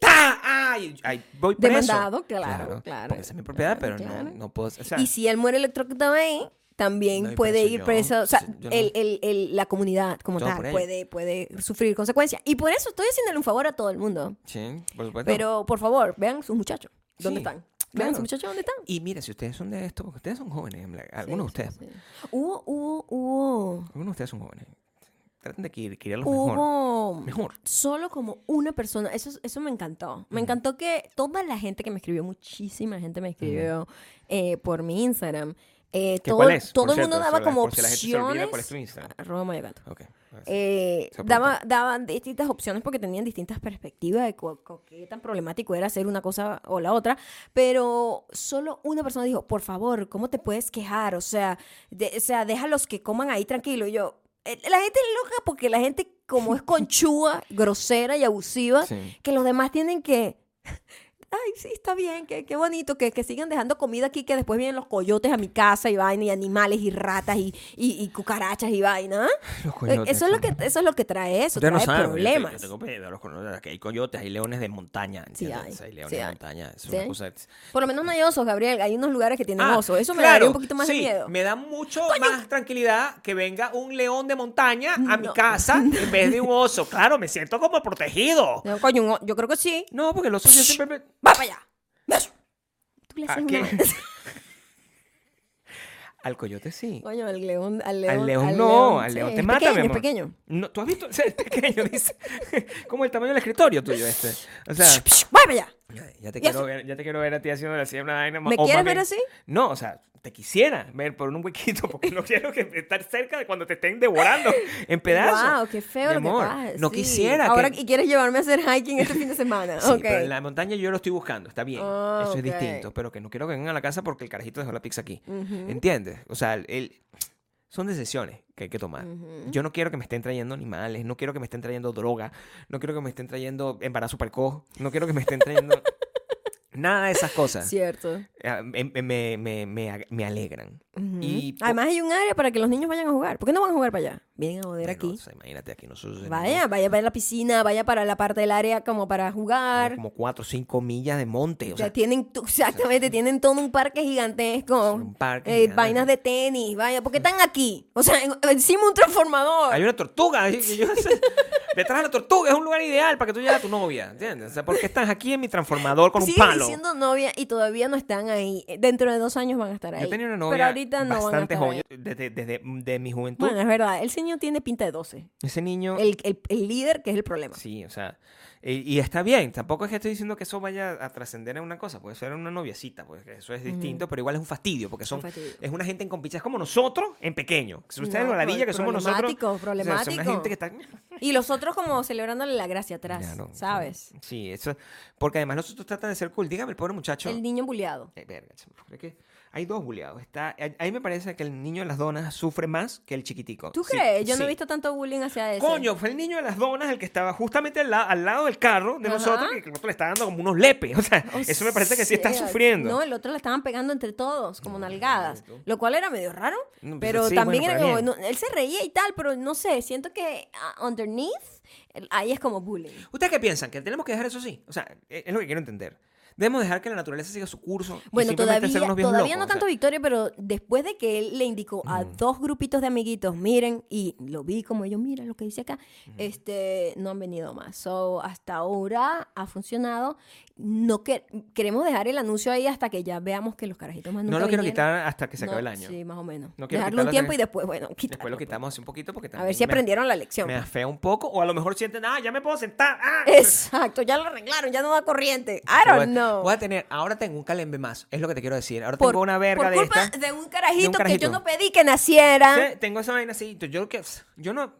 Speaker 2: ¡Ta! ¡Ay! ay, voy preso.
Speaker 1: Demandado, claro, claro,
Speaker 2: Porque esa es mi propiedad,
Speaker 1: claro,
Speaker 2: pero
Speaker 1: claro.
Speaker 2: no, no puedo... O sea,
Speaker 1: Y si él muere electrocutado ahí, también
Speaker 2: No, y
Speaker 1: puede
Speaker 2: preso
Speaker 1: ir
Speaker 2: yo.
Speaker 1: preso. O sea,
Speaker 2: Sí, yo no.
Speaker 1: el- el- el- la comunidad como
Speaker 2: Todo por
Speaker 1: tal
Speaker 2: ello.
Speaker 1: puede, puede sufrir consecuencias. Y por eso estoy haciéndole un favor a todo el mundo.
Speaker 2: sí, por supuesto.
Speaker 1: Pero, por favor, vean sus muchachos. ¿Dónde
Speaker 2: Sí,
Speaker 1: están? Vean
Speaker 2: claro.
Speaker 1: sus muchachos, ¿dónde están?
Speaker 2: Y mira, si ustedes son de esto, porque ustedes son jóvenes, en verdad, algunos de ustedes,
Speaker 1: Sí. Hubo, hubo, hubo,
Speaker 2: algunos de ustedes son jóvenes. Traten de que- querer lo mejor.
Speaker 1: hubo
Speaker 2: Mejor.
Speaker 1: solo como una persona, eso, eso me encantó. Me encantó que toda la gente que me escribió, muchísima gente me escribió eh, por mi Instagram. eh,
Speaker 2: ¿Qué-
Speaker 1: todo
Speaker 2: ¿Cuál es?
Speaker 1: todo
Speaker 2: Por
Speaker 1: el mundo
Speaker 2: cierto,
Speaker 1: daba
Speaker 2: si la-
Speaker 1: como
Speaker 2: por si la gente se olvida,
Speaker 1: opciones.
Speaker 2: ¿Cuál es tu Instagram?
Speaker 1: Arroba Mayagato.
Speaker 2: Ok. a ver.
Speaker 1: Eh,
Speaker 2: Se
Speaker 1: daba- daban distintas opciones porque tenían distintas perspectivas de cu- cu- qué tan problemático era hacer una cosa o la otra, pero solo una persona dijo, por favor, ¿cómo te puedes quejar? O sea, de- o sea déjalos que coman ahí tranquilo. Y yo, eh, la gente es loca porque la gente como es conchúa, grosera y abusiva,
Speaker 2: Sí.
Speaker 1: que los demás tienen que... Ay, sí, está bien, qué, qué bonito, que, que sigan dejando comida aquí, que después vienen los coyotes a mi casa y vaina, y animales y ratas y, y- y cucarachas y vaina. ¿ah?
Speaker 2: Los
Speaker 1: Eh,
Speaker 2: coyotes,
Speaker 1: Eso es lo
Speaker 2: ¿no?
Speaker 1: que eso es lo que trae eso, trae
Speaker 2: Ustedes porque yo te-
Speaker 1: problemas.
Speaker 2: Yo tengo pe- a los coyotes, que hay coyotes, hay leones de montaña.
Speaker 1: Sí
Speaker 2: ¿entiendes?
Speaker 1: hay,
Speaker 2: hay leones
Speaker 1: sí
Speaker 2: de
Speaker 1: hay.
Speaker 2: montaña. Es
Speaker 1: Sí
Speaker 2: una
Speaker 1: hay.
Speaker 2: cosa.
Speaker 1: Por lo menos no hay osos, Gabriel, hay unos lugares que tienen
Speaker 2: Ah,
Speaker 1: osos, eso me
Speaker 2: claro,
Speaker 1: daría un poquito más de
Speaker 2: sí,
Speaker 1: miedo.
Speaker 2: Me da mucho más tranquilidad que venga un león de montaña a mi
Speaker 1: No.
Speaker 2: casa en vez de un oso. Claro, me siento como protegido.
Speaker 1: No, coño, un o- yo creo que sí.
Speaker 2: No, porque los osos yo siempre. me-
Speaker 1: Va para allá. Ves. Tú le
Speaker 2: ¿A
Speaker 1: haces
Speaker 2: Ah, qué?
Speaker 1: una
Speaker 2: Al coyote sí.
Speaker 1: Coño, al león, al león.
Speaker 2: Al león no, al
Speaker 1: sí,
Speaker 2: león te
Speaker 1: es
Speaker 2: mata,
Speaker 1: pequeño,
Speaker 2: mi amor.
Speaker 1: Es pequeño.
Speaker 2: No, ¿Tú has visto? Es pequeño, dice. Como el tamaño del escritorio tuyo este. O sea,
Speaker 1: Va para allá.
Speaker 2: ya te
Speaker 1: Y eso-
Speaker 2: quiero ver, ya te quiero ver a ti haciendo así una vaina.
Speaker 1: ¿Me
Speaker 2: o más
Speaker 1: quieres ver
Speaker 2: bien-
Speaker 1: así?
Speaker 2: No, o sea, te quisiera ver por un huequito porque no quiero que estar cerca de cuando te estén devorando en pedazos.
Speaker 1: Wow, qué feo
Speaker 2: Mi
Speaker 1: lo que
Speaker 2: amor,
Speaker 1: pasa.
Speaker 2: No
Speaker 1: sí.
Speaker 2: quisiera.
Speaker 1: Ahora,
Speaker 2: que...
Speaker 1: ¿y quieres llevarme a hacer hiking este fin de semana?
Speaker 2: Sí,
Speaker 1: ok.
Speaker 2: pero en la montaña yo lo estoy buscando, está bien.
Speaker 1: Ah,
Speaker 2: Eso
Speaker 1: ok.
Speaker 2: es distinto, pero que no quiero que vengan a la casa porque el carajito dejó la pizza aquí. ¿Entiendes? O sea, el- el- son decisiones que hay que tomar. Yo no quiero que me estén trayendo animales, no quiero que me estén trayendo droga, no quiero que me estén trayendo embarazo precoz, no quiero que me estén trayendo nada de esas cosas.
Speaker 1: Cierto.
Speaker 2: Ah, Me, me- me- me ag- me alegran.
Speaker 1: Ujú.
Speaker 2: Y po-
Speaker 1: Además hay un área para que los niños vayan a jugar. ¿Por qué no van a jugar para allá? Vienen a joder
Speaker 2: Bueno,
Speaker 1: aquí.
Speaker 2: o sea, imagínate, aquí nosotros tenemos
Speaker 1: Vaya, vaya para la piscina, vaya para la parte del área como para jugar.
Speaker 2: como 4 o 5 millas de monte.
Speaker 1: o
Speaker 2: O
Speaker 1: sea,
Speaker 2: sea,
Speaker 1: tienen, t- exactamente, tienen todo un parque gigantesco.
Speaker 2: un parque
Speaker 1: eh,
Speaker 2: gigante.
Speaker 1: vainas de tenis, vaya, porque están aquí. O sea, en- encima un transformador.
Speaker 2: hay una tortuga. y- y yo- detrás de la tortuga es un lugar ideal para que tú lleves a tu novia. ¿Entiendes? O sea, ¿por qué estás aquí en mi transformador con un
Speaker 1: Siguen
Speaker 2: palo?
Speaker 1: diciendo novia y todavía no están ahí. Eh, Dentro de dos años van a estar ahí.
Speaker 2: Yo tenía una novia
Speaker 1: Pero ahorita no van a
Speaker 2: bastante
Speaker 1: estar
Speaker 2: joven,
Speaker 1: ahí.
Speaker 2: desde, desde- de mi juventud.
Speaker 1: Bueno, es verdad, el señor tiene pinta de 12.
Speaker 2: Ese niño.
Speaker 1: El, el- el líder que es el problema.
Speaker 2: Sí, o sea. Y, y está bien, tampoco es que estoy diciendo que eso vaya a trascender en una cosa, puede ser una noviecita, pues que eso es distinto, pero igual es un fastidio, porque son,
Speaker 1: fastidio.
Speaker 2: es una gente en compichas como nosotros en pequeño. Si ustedes
Speaker 1: No,
Speaker 2: lo la villa que somos nosotros,
Speaker 1: problemático,
Speaker 2: o sea, son una
Speaker 1: problemático.
Speaker 2: gente que está
Speaker 1: Y los otros como celebrándole la gracia atrás,
Speaker 2: Claro,
Speaker 1: ¿sabes?
Speaker 2: Sí, sí, eso. Porque además nosotros tratan de ser cool. Dígame, el pobre muchacho.
Speaker 1: El niño bulleado.
Speaker 2: Eh, verga, chamo, creo que hay dos buleados. Está, a, a mí me parece que el niño de las donas sufre más que el chiquitico.
Speaker 1: ¿Tú
Speaker 2: Sí,
Speaker 1: crees? Yo no he
Speaker 2: sí.
Speaker 1: visto tanto bullying hacia eso.
Speaker 2: Coño, fue el niño de las donas el que estaba justamente al, la- al lado del carro de
Speaker 1: Ajá.
Speaker 2: nosotros y que el otro le está dando como unos lepes. O sea, eso me parece que sí está sufriendo.
Speaker 1: Oh, No, el otro la estaban pegando entre todos, como nalgadas.
Speaker 2: marico.
Speaker 1: Lo cual era medio raro.
Speaker 2: No, pues,
Speaker 1: pero
Speaker 2: sí,
Speaker 1: también
Speaker 2: bueno,
Speaker 1: era
Speaker 2: pero
Speaker 1: como.
Speaker 2: bien.
Speaker 1: no, él se reía y tal, pero no sé, siento que ah, underneath, el- ahí es como bullying.
Speaker 2: ¿Ustedes qué piensan? ¿Que tenemos que dejar eso así? O sea, eh, es lo que quiero entender. Debemos dejar que la naturaleza siga su curso. y
Speaker 1: Bueno,
Speaker 2: simplemente
Speaker 1: todavía,
Speaker 2: ser
Speaker 1: todavía
Speaker 2: unos viejos
Speaker 1: no
Speaker 2: locos, o sea. Mm.
Speaker 1: tanto Victoria, pero después de que él le indicó a dos grupitos de amiguitos, miren, y lo vi como yo, mira lo que dice acá, este, no han venido más. So, hasta ahora ha funcionado. No que, queremos dejar el anuncio ahí hasta que ya veamos que los carajitos más
Speaker 2: no
Speaker 1: nunca
Speaker 2: lo quiero
Speaker 1: vinieron.
Speaker 2: quitar hasta que se acabe
Speaker 1: No,
Speaker 2: el año.
Speaker 1: Sí, más o menos.
Speaker 2: No quiero
Speaker 1: Dejarlo un
Speaker 2: quitarlo
Speaker 1: tiempo y
Speaker 2: también.
Speaker 1: después, bueno,
Speaker 2: Después lo
Speaker 1: quitarlo. pues.
Speaker 2: quitamos así un poquito porque
Speaker 1: A
Speaker 2: también
Speaker 1: ver si
Speaker 2: me-
Speaker 1: aprendieron la lección.
Speaker 2: me afea un poco o a lo mejor sienten, ah, ya me puedo sentar. Ah,
Speaker 1: Exacto, ya lo arreglaron, ya no da corriente. I
Speaker 2: Voy a-
Speaker 1: don't know.
Speaker 2: Voy a tener, ahora tengo un calembe más, es lo que te quiero decir. Ahora
Speaker 1: Por,
Speaker 2: tengo una verga
Speaker 1: por
Speaker 2: de
Speaker 1: culpa
Speaker 2: esta.
Speaker 1: de un carajito, que
Speaker 2: carajito.
Speaker 1: yo no pedí que naciera.
Speaker 2: Sí, Tengo esa vaina así, yo creo que yo no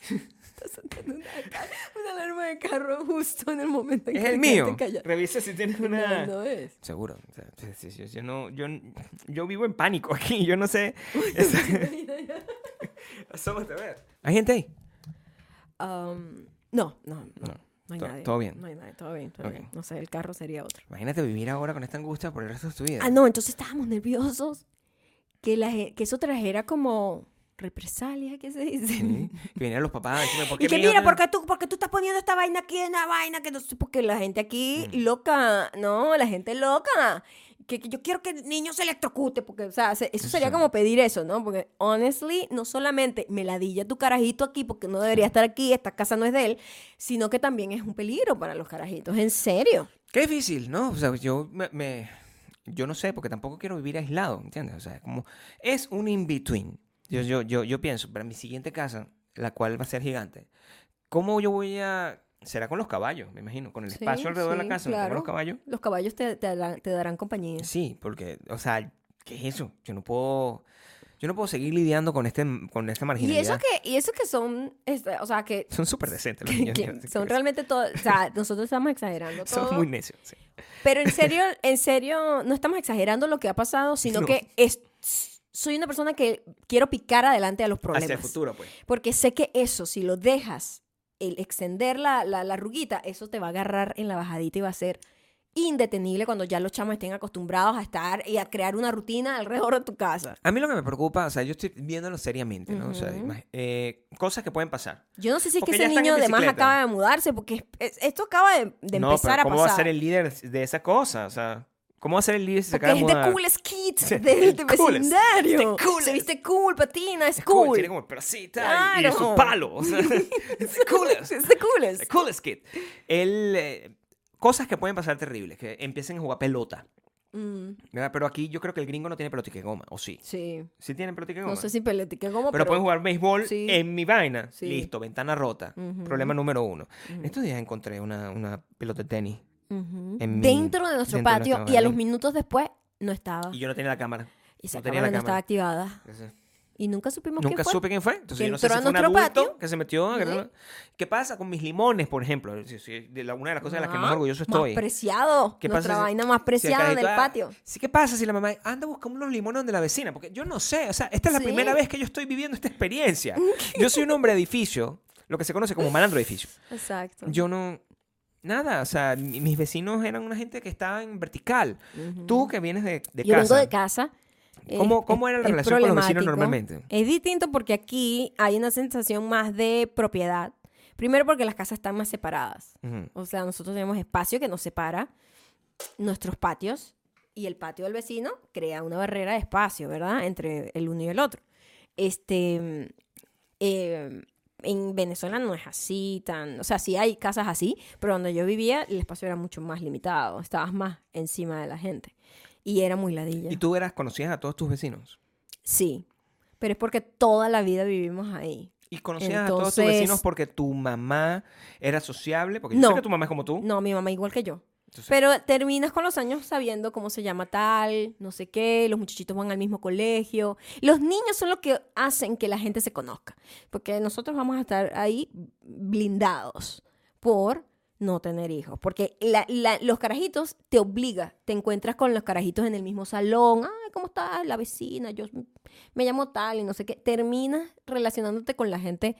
Speaker 1: Estás soltando una, ca- una alarma de de carro justo en el momento en
Speaker 2: Es
Speaker 1: que
Speaker 2: el
Speaker 1: te quedaste
Speaker 2: mío.
Speaker 1: callado.
Speaker 2: Revisa si tienes
Speaker 1: No,
Speaker 2: una.
Speaker 1: no es.
Speaker 2: Seguro. o sea, sí, sí, sí, yo, no, yo, yo vivo en pánico aquí. Yo no sé. Asómate a ver. ¿Hay gente ahí?
Speaker 1: Am, Um, no, no, no.
Speaker 2: No,
Speaker 1: No hay
Speaker 2: to-
Speaker 1: nadie.
Speaker 2: todo bien.
Speaker 1: No hay nadie, todo bien, todo
Speaker 2: Ok.
Speaker 1: bien. No sé, el carro sería otro.
Speaker 2: Imagínate vivir ahora con esta angustia por el resto de tu vida.
Speaker 1: Ah, no, entonces estábamos nerviosos que, la, ge- que eso trajera como represalia, ¿qué se dice?
Speaker 2: Sí, Que vinieran los papás a decirme, ¿por qué
Speaker 1: Y que
Speaker 2: mío
Speaker 1: mira,
Speaker 2: no?
Speaker 1: ¿por qué, tú, por qué tú estás poniendo esta vaina aquí en la vaina? que no sé, Porque la gente aquí
Speaker 2: Mm.
Speaker 1: loca, no, la gente loca. Que, que yo quiero que el niño se electrocute, porque, o sea, se- eso sería
Speaker 2: Sí.
Speaker 1: como pedir eso, ¿no? Porque, honestly, no solamente me ladilla tu carajito aquí, porque no
Speaker 2: Mm.
Speaker 1: debería estar aquí, esta casa no es de él, sino que también es un peligro para los carajitos, en serio.
Speaker 2: Qué difícil, ¿no? O sea, yo me, me- yo no sé, porque tampoco quiero vivir aislado, ¿entiendes? O sea, como es un in-between. Yo, yo, yo, yo pienso, para mi siguiente casa, la cual va a ser gigante, ¿cómo yo voy a...? Será con los caballos, me imagino, con el
Speaker 1: Sí,
Speaker 2: espacio alrededor de
Speaker 1: sí,
Speaker 2: la casa, donde pongo los
Speaker 1: claro.
Speaker 2: caballos.
Speaker 1: Los caballos te, te darán, te darán compañía.
Speaker 2: Sí, porque, o sea, ¿qué es eso? Yo no puedo, yo no puedo seguir lidiando con, este, con esta
Speaker 1: Y
Speaker 2: marginalidad.
Speaker 1: eso que, y eso que son, este, o sea, que,
Speaker 2: Son súper decentes los
Speaker 1: que-
Speaker 2: niños.
Speaker 1: que
Speaker 2: ¿no?
Speaker 1: son realmente todos, o sea, nosotros estamos exagerando todo.
Speaker 2: Son muy necios, sí.
Speaker 1: Pero en serio, en serio, no estamos exagerando lo que ha pasado, sino
Speaker 2: No.
Speaker 1: que es, soy una persona que quiero picar adelante a los problemas.
Speaker 2: Hacia el futuro, pues.
Speaker 1: Porque sé que eso, si lo dejas, el extender la, la, la ruguita, eso te va a agarrar en la bajadita y va a ser indetenible cuando ya los chamos estén acostumbrados a estar y a crear una rutina alrededor de tu casa.
Speaker 2: A mí lo que me preocupa, o sea, yo estoy viéndolo seriamente, ¿no? O sea,
Speaker 1: Ujú.
Speaker 2: imag- eh, cosas que pueden pasar.
Speaker 1: Yo no sé si es
Speaker 2: Porque
Speaker 1: que
Speaker 2: ya
Speaker 1: ese
Speaker 2: están en
Speaker 1: niño además
Speaker 2: bicicleta.
Speaker 1: acaba de mudarse, porque es- es- esto acaba de, de
Speaker 2: no,
Speaker 1: empezar
Speaker 2: pero ¿cómo
Speaker 1: a pasar.
Speaker 2: va a ser el líder de esa cosa? O sea, ¿cómo va a ser el líder si se
Speaker 1: Porque
Speaker 2: acaba de
Speaker 1: es
Speaker 2: mudar?
Speaker 1: the coolest kid
Speaker 2: Sí,
Speaker 1: del
Speaker 2: el coolest,
Speaker 1: vecindario.
Speaker 2: the coolest.
Speaker 1: Se viste cool, patina, es
Speaker 2: Es
Speaker 1: cool.
Speaker 2: Tiene como percita y- y es
Speaker 1: Claro.
Speaker 2: un palo. O sea, es the coolest.
Speaker 1: Es the coolest.
Speaker 2: The coolest kid. El, eh, cosas que pueden pasar terribles, que empiecen a jugar pelota.
Speaker 1: Mm,
Speaker 2: ¿verdad? Pero aquí yo creo que el gringo no tiene pelotica de goma, ¿o sí?
Speaker 1: sí.
Speaker 2: Sí tienen pelotica de goma.
Speaker 1: No sé si peletica como,
Speaker 2: pero,
Speaker 1: pero...
Speaker 2: pueden jugar béisbol
Speaker 1: Sí.
Speaker 2: en mi vaina.
Speaker 1: Sí.
Speaker 2: Listo, ventana rota.
Speaker 1: Ujú.
Speaker 2: Problema número uno. En
Speaker 1: Ujú.
Speaker 2: estos días encontré una, una pelota de tenis.
Speaker 1: Ujú.
Speaker 2: en mi-
Speaker 1: Dentro de nuestro
Speaker 2: dentro de
Speaker 1: patio
Speaker 2: nuestro
Speaker 1: y a los
Speaker 2: jardín.
Speaker 1: minutos después no estaba.
Speaker 2: Y yo no tenía la cámara.
Speaker 1: Y esa
Speaker 2: no tenía
Speaker 1: cámara no
Speaker 2: la
Speaker 1: estaba
Speaker 2: cámara.
Speaker 1: activada. Y nunca supimos qué
Speaker 2: Nunca
Speaker 1: fue.
Speaker 2: supe quién fue. Entonces
Speaker 1: Que
Speaker 2: yo no sé
Speaker 1: entró
Speaker 2: si
Speaker 1: a
Speaker 2: fue un
Speaker 1: nuestro
Speaker 2: adulto
Speaker 1: patio.
Speaker 2: que se metió. a agarrar-
Speaker 1: Ujú.
Speaker 2: ¿Qué pasa con mis limones, por ejemplo? Si- si- de la- una de las cosas de las que más
Speaker 1: Ah,
Speaker 2: orgulloso
Speaker 1: Más
Speaker 2: estoy.
Speaker 1: preciado.
Speaker 2: ¿Qué
Speaker 1: Nuestra
Speaker 2: pasa si-
Speaker 1: vaina más
Speaker 2: Si el
Speaker 1: preciada
Speaker 2: carajito,
Speaker 1: del
Speaker 2: ah,
Speaker 1: patio.
Speaker 2: Sí, ¿qué pasa si la mamá anda buscando unos limones de la vecina? Porque yo no sé, o sea, esta es la
Speaker 1: Sí.
Speaker 2: primera vez que yo estoy viviendo esta experiencia. Yo soy un hombre de edificio, lo que se conoce como malandro de edificio.
Speaker 1: Exacto.
Speaker 2: Yo no. Nada, o sea, mi- mis vecinos eran una gente que estaba en vertical.
Speaker 1: Ujú.
Speaker 2: Tú que vienes de, de
Speaker 1: Mm. Yo
Speaker 2: casa.
Speaker 1: vengo de casa. eh,
Speaker 2: ¿Cómo- cómo era la
Speaker 1: es
Speaker 2: relación con los vecinos
Speaker 1: problemático.
Speaker 2: normalmente?
Speaker 1: Es distinto porque aquí hay una sensación más de propiedad. Primero porque las casas están más separadas.
Speaker 2: Ujú.
Speaker 1: O sea, nosotros tenemos espacio que nos separa nuestros patios y el patio del vecino crea una barrera de espacio, ¿verdad? Entre el uno y el otro. Este, eh, en Venezuela no es así tan, o sea, sí hay casas así, pero donde yo vivía el espacio era mucho más limitado, estabas más encima de la gente y era muy ladilla.
Speaker 2: Y tú eras, conocías a todos tus vecinos.
Speaker 1: Sí, pero es porque toda la vida vivimos ahí.
Speaker 2: Y conocías a todos tus
Speaker 1: Entonces-
Speaker 2: vecinos porque tu mamá era sociable, porque yo sé
Speaker 1: No.
Speaker 2: que tu mamá es como tú.
Speaker 1: No, mi mamá igual que yo.
Speaker 2: Entonces,
Speaker 1: Pero terminas con los años sabiendo cómo se llama tal, no sé qué, los muchachitos van al mismo colegio. Los niños son los que hacen que la gente se conozca, porque nosotros vamos a estar ahí blindados por no tener hijos, porque la- la- los carajitos te obliga, te encuentras con los carajitos en el mismo salón, ay, ¿cómo está la vecina? Yo me llamo tal y no sé qué. Terminas relacionándote con la gente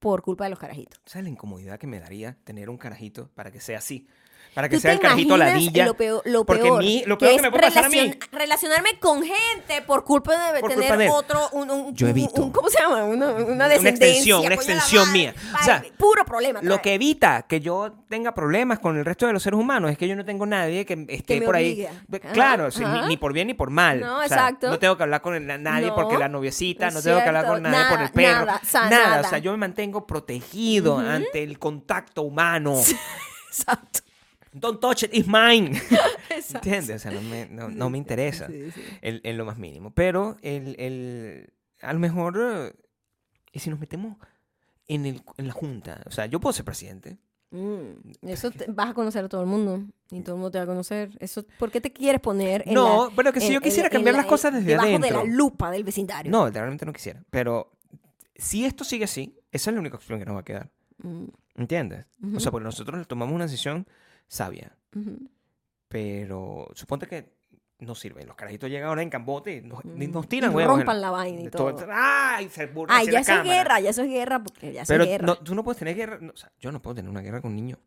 Speaker 1: por culpa de los carajitos.
Speaker 2: ¿Sabes la incomodidad que me daría tener un carajito para que sea así? Para que
Speaker 1: ¿Tú
Speaker 2: sea
Speaker 1: te
Speaker 2: el carajito
Speaker 1: imaginas
Speaker 2: ladilla.
Speaker 1: Lo peor, lo
Speaker 2: Porque
Speaker 1: peor,
Speaker 2: mi- lo peor que me puede pasar a mí.
Speaker 1: Relacionarme con gente por culpa de
Speaker 2: Por
Speaker 1: tener
Speaker 2: culpa de él.
Speaker 1: otro, un, un-
Speaker 2: Yo
Speaker 1: un-
Speaker 2: evito.
Speaker 1: un- ¿cómo se llama? Una, una descendencia.
Speaker 2: extensión, una
Speaker 1: coño, la
Speaker 2: extensión
Speaker 1: madre.
Speaker 2: mía. O
Speaker 1: Ay,
Speaker 2: sea,
Speaker 1: puro problema.
Speaker 2: Lo
Speaker 1: trae.
Speaker 2: que evita que yo tenga problemas con el resto de los seres humanos es que yo no tengo nadie que esté
Speaker 1: me
Speaker 2: por
Speaker 1: obligue.
Speaker 2: ahí. Be-
Speaker 1: Ajá,
Speaker 2: Claro, sí,
Speaker 1: ajá.
Speaker 2: ni, ni por bien ni por mal.
Speaker 1: No,
Speaker 2: O sea,
Speaker 1: exacto.
Speaker 2: No tengo que hablar con el- nadie
Speaker 1: No,
Speaker 2: porque la noviecita,
Speaker 1: es
Speaker 2: no tengo que hablar
Speaker 1: cierto.
Speaker 2: con nadie por el
Speaker 1: Nada,
Speaker 2: perro.
Speaker 1: nada, o sea,
Speaker 2: O
Speaker 1: nada.
Speaker 2: sea, yo me mantengo protegido ante el contacto humano.
Speaker 1: Exacto.
Speaker 2: Don't touch it, it's mine.
Speaker 1: Exacto.
Speaker 2: ¿Entiendes? O sea, no me, no- no me interesa
Speaker 1: Sí, sí.
Speaker 2: en, en lo más mínimo. Pero el, el- a lo mejor, eh, ¿y si nos metemos en, el, en la junta? O sea, yo puedo ser presidente.
Speaker 1: Mm, eso te- vas a conocer a todo el mundo y todo el mundo te va a conocer. Eso, ¿Por qué te quieres poner en
Speaker 2: No,
Speaker 1: la-
Speaker 2: pero que si
Speaker 1: en-
Speaker 2: yo
Speaker 1: en-
Speaker 2: quisiera
Speaker 1: en
Speaker 2: cambiar
Speaker 1: la-
Speaker 2: las cosas desde
Speaker 1: debajo
Speaker 2: adentro.
Speaker 1: de la lupa del vecindario?
Speaker 2: No, realmente no quisiera. Pero si esto sigue así, esa es la única opción que nos va a quedar.
Speaker 1: Mm,
Speaker 2: ¿Entiendes? O
Speaker 1: Ujú.
Speaker 2: sea, porque nosotros tomamos una decisión sabia,
Speaker 1: Ujú.
Speaker 2: pero suponte que no sirve. Los carajitos llegan ahora en cambote y nos, pues, ni
Speaker 1: Mm.
Speaker 2: nos
Speaker 1: Y
Speaker 2: tiran huevos.
Speaker 1: rompan la vaina y todo.
Speaker 2: ¡Ay! Se burlan
Speaker 1: Ay, ya
Speaker 2: hacia la
Speaker 1: eso es
Speaker 2: cámara.
Speaker 1: guerra, ya eso es guerra, porque ya eso
Speaker 2: Pero
Speaker 1: es guerra.
Speaker 2: no, tú no puedes tener guerra. no, o sea, yo no puedo tener una guerra con niños.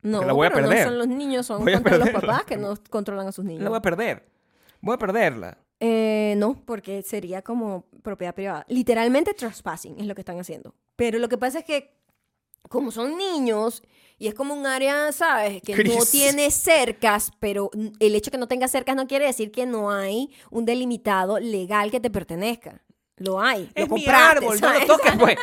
Speaker 1: No,
Speaker 2: que la voy a
Speaker 1: pero no
Speaker 2: perder.
Speaker 1: son los niños, son
Speaker 2: Voy a
Speaker 1: contra los
Speaker 2: perderla.
Speaker 1: papás que no controlan a sus niños.
Speaker 2: La voy a perder. Voy a perderla.
Speaker 1: Eh, no, porque sería como propiedad privada. Literalmente trespassing es lo que están haciendo. Pero lo que pasa es que, como son niños y es como un área, ¿sabes? Que no
Speaker 2: Cris.
Speaker 1: tiene cercas, pero n- el hecho que no tenga cercas no quiere decir que no hay un delimitado legal que te pertenezca. Lo hay.
Speaker 2: Es
Speaker 1: lo
Speaker 2: mi
Speaker 1: compraste,
Speaker 2: árbol, no
Speaker 1: ¿sabes?
Speaker 2: lo toques, pues.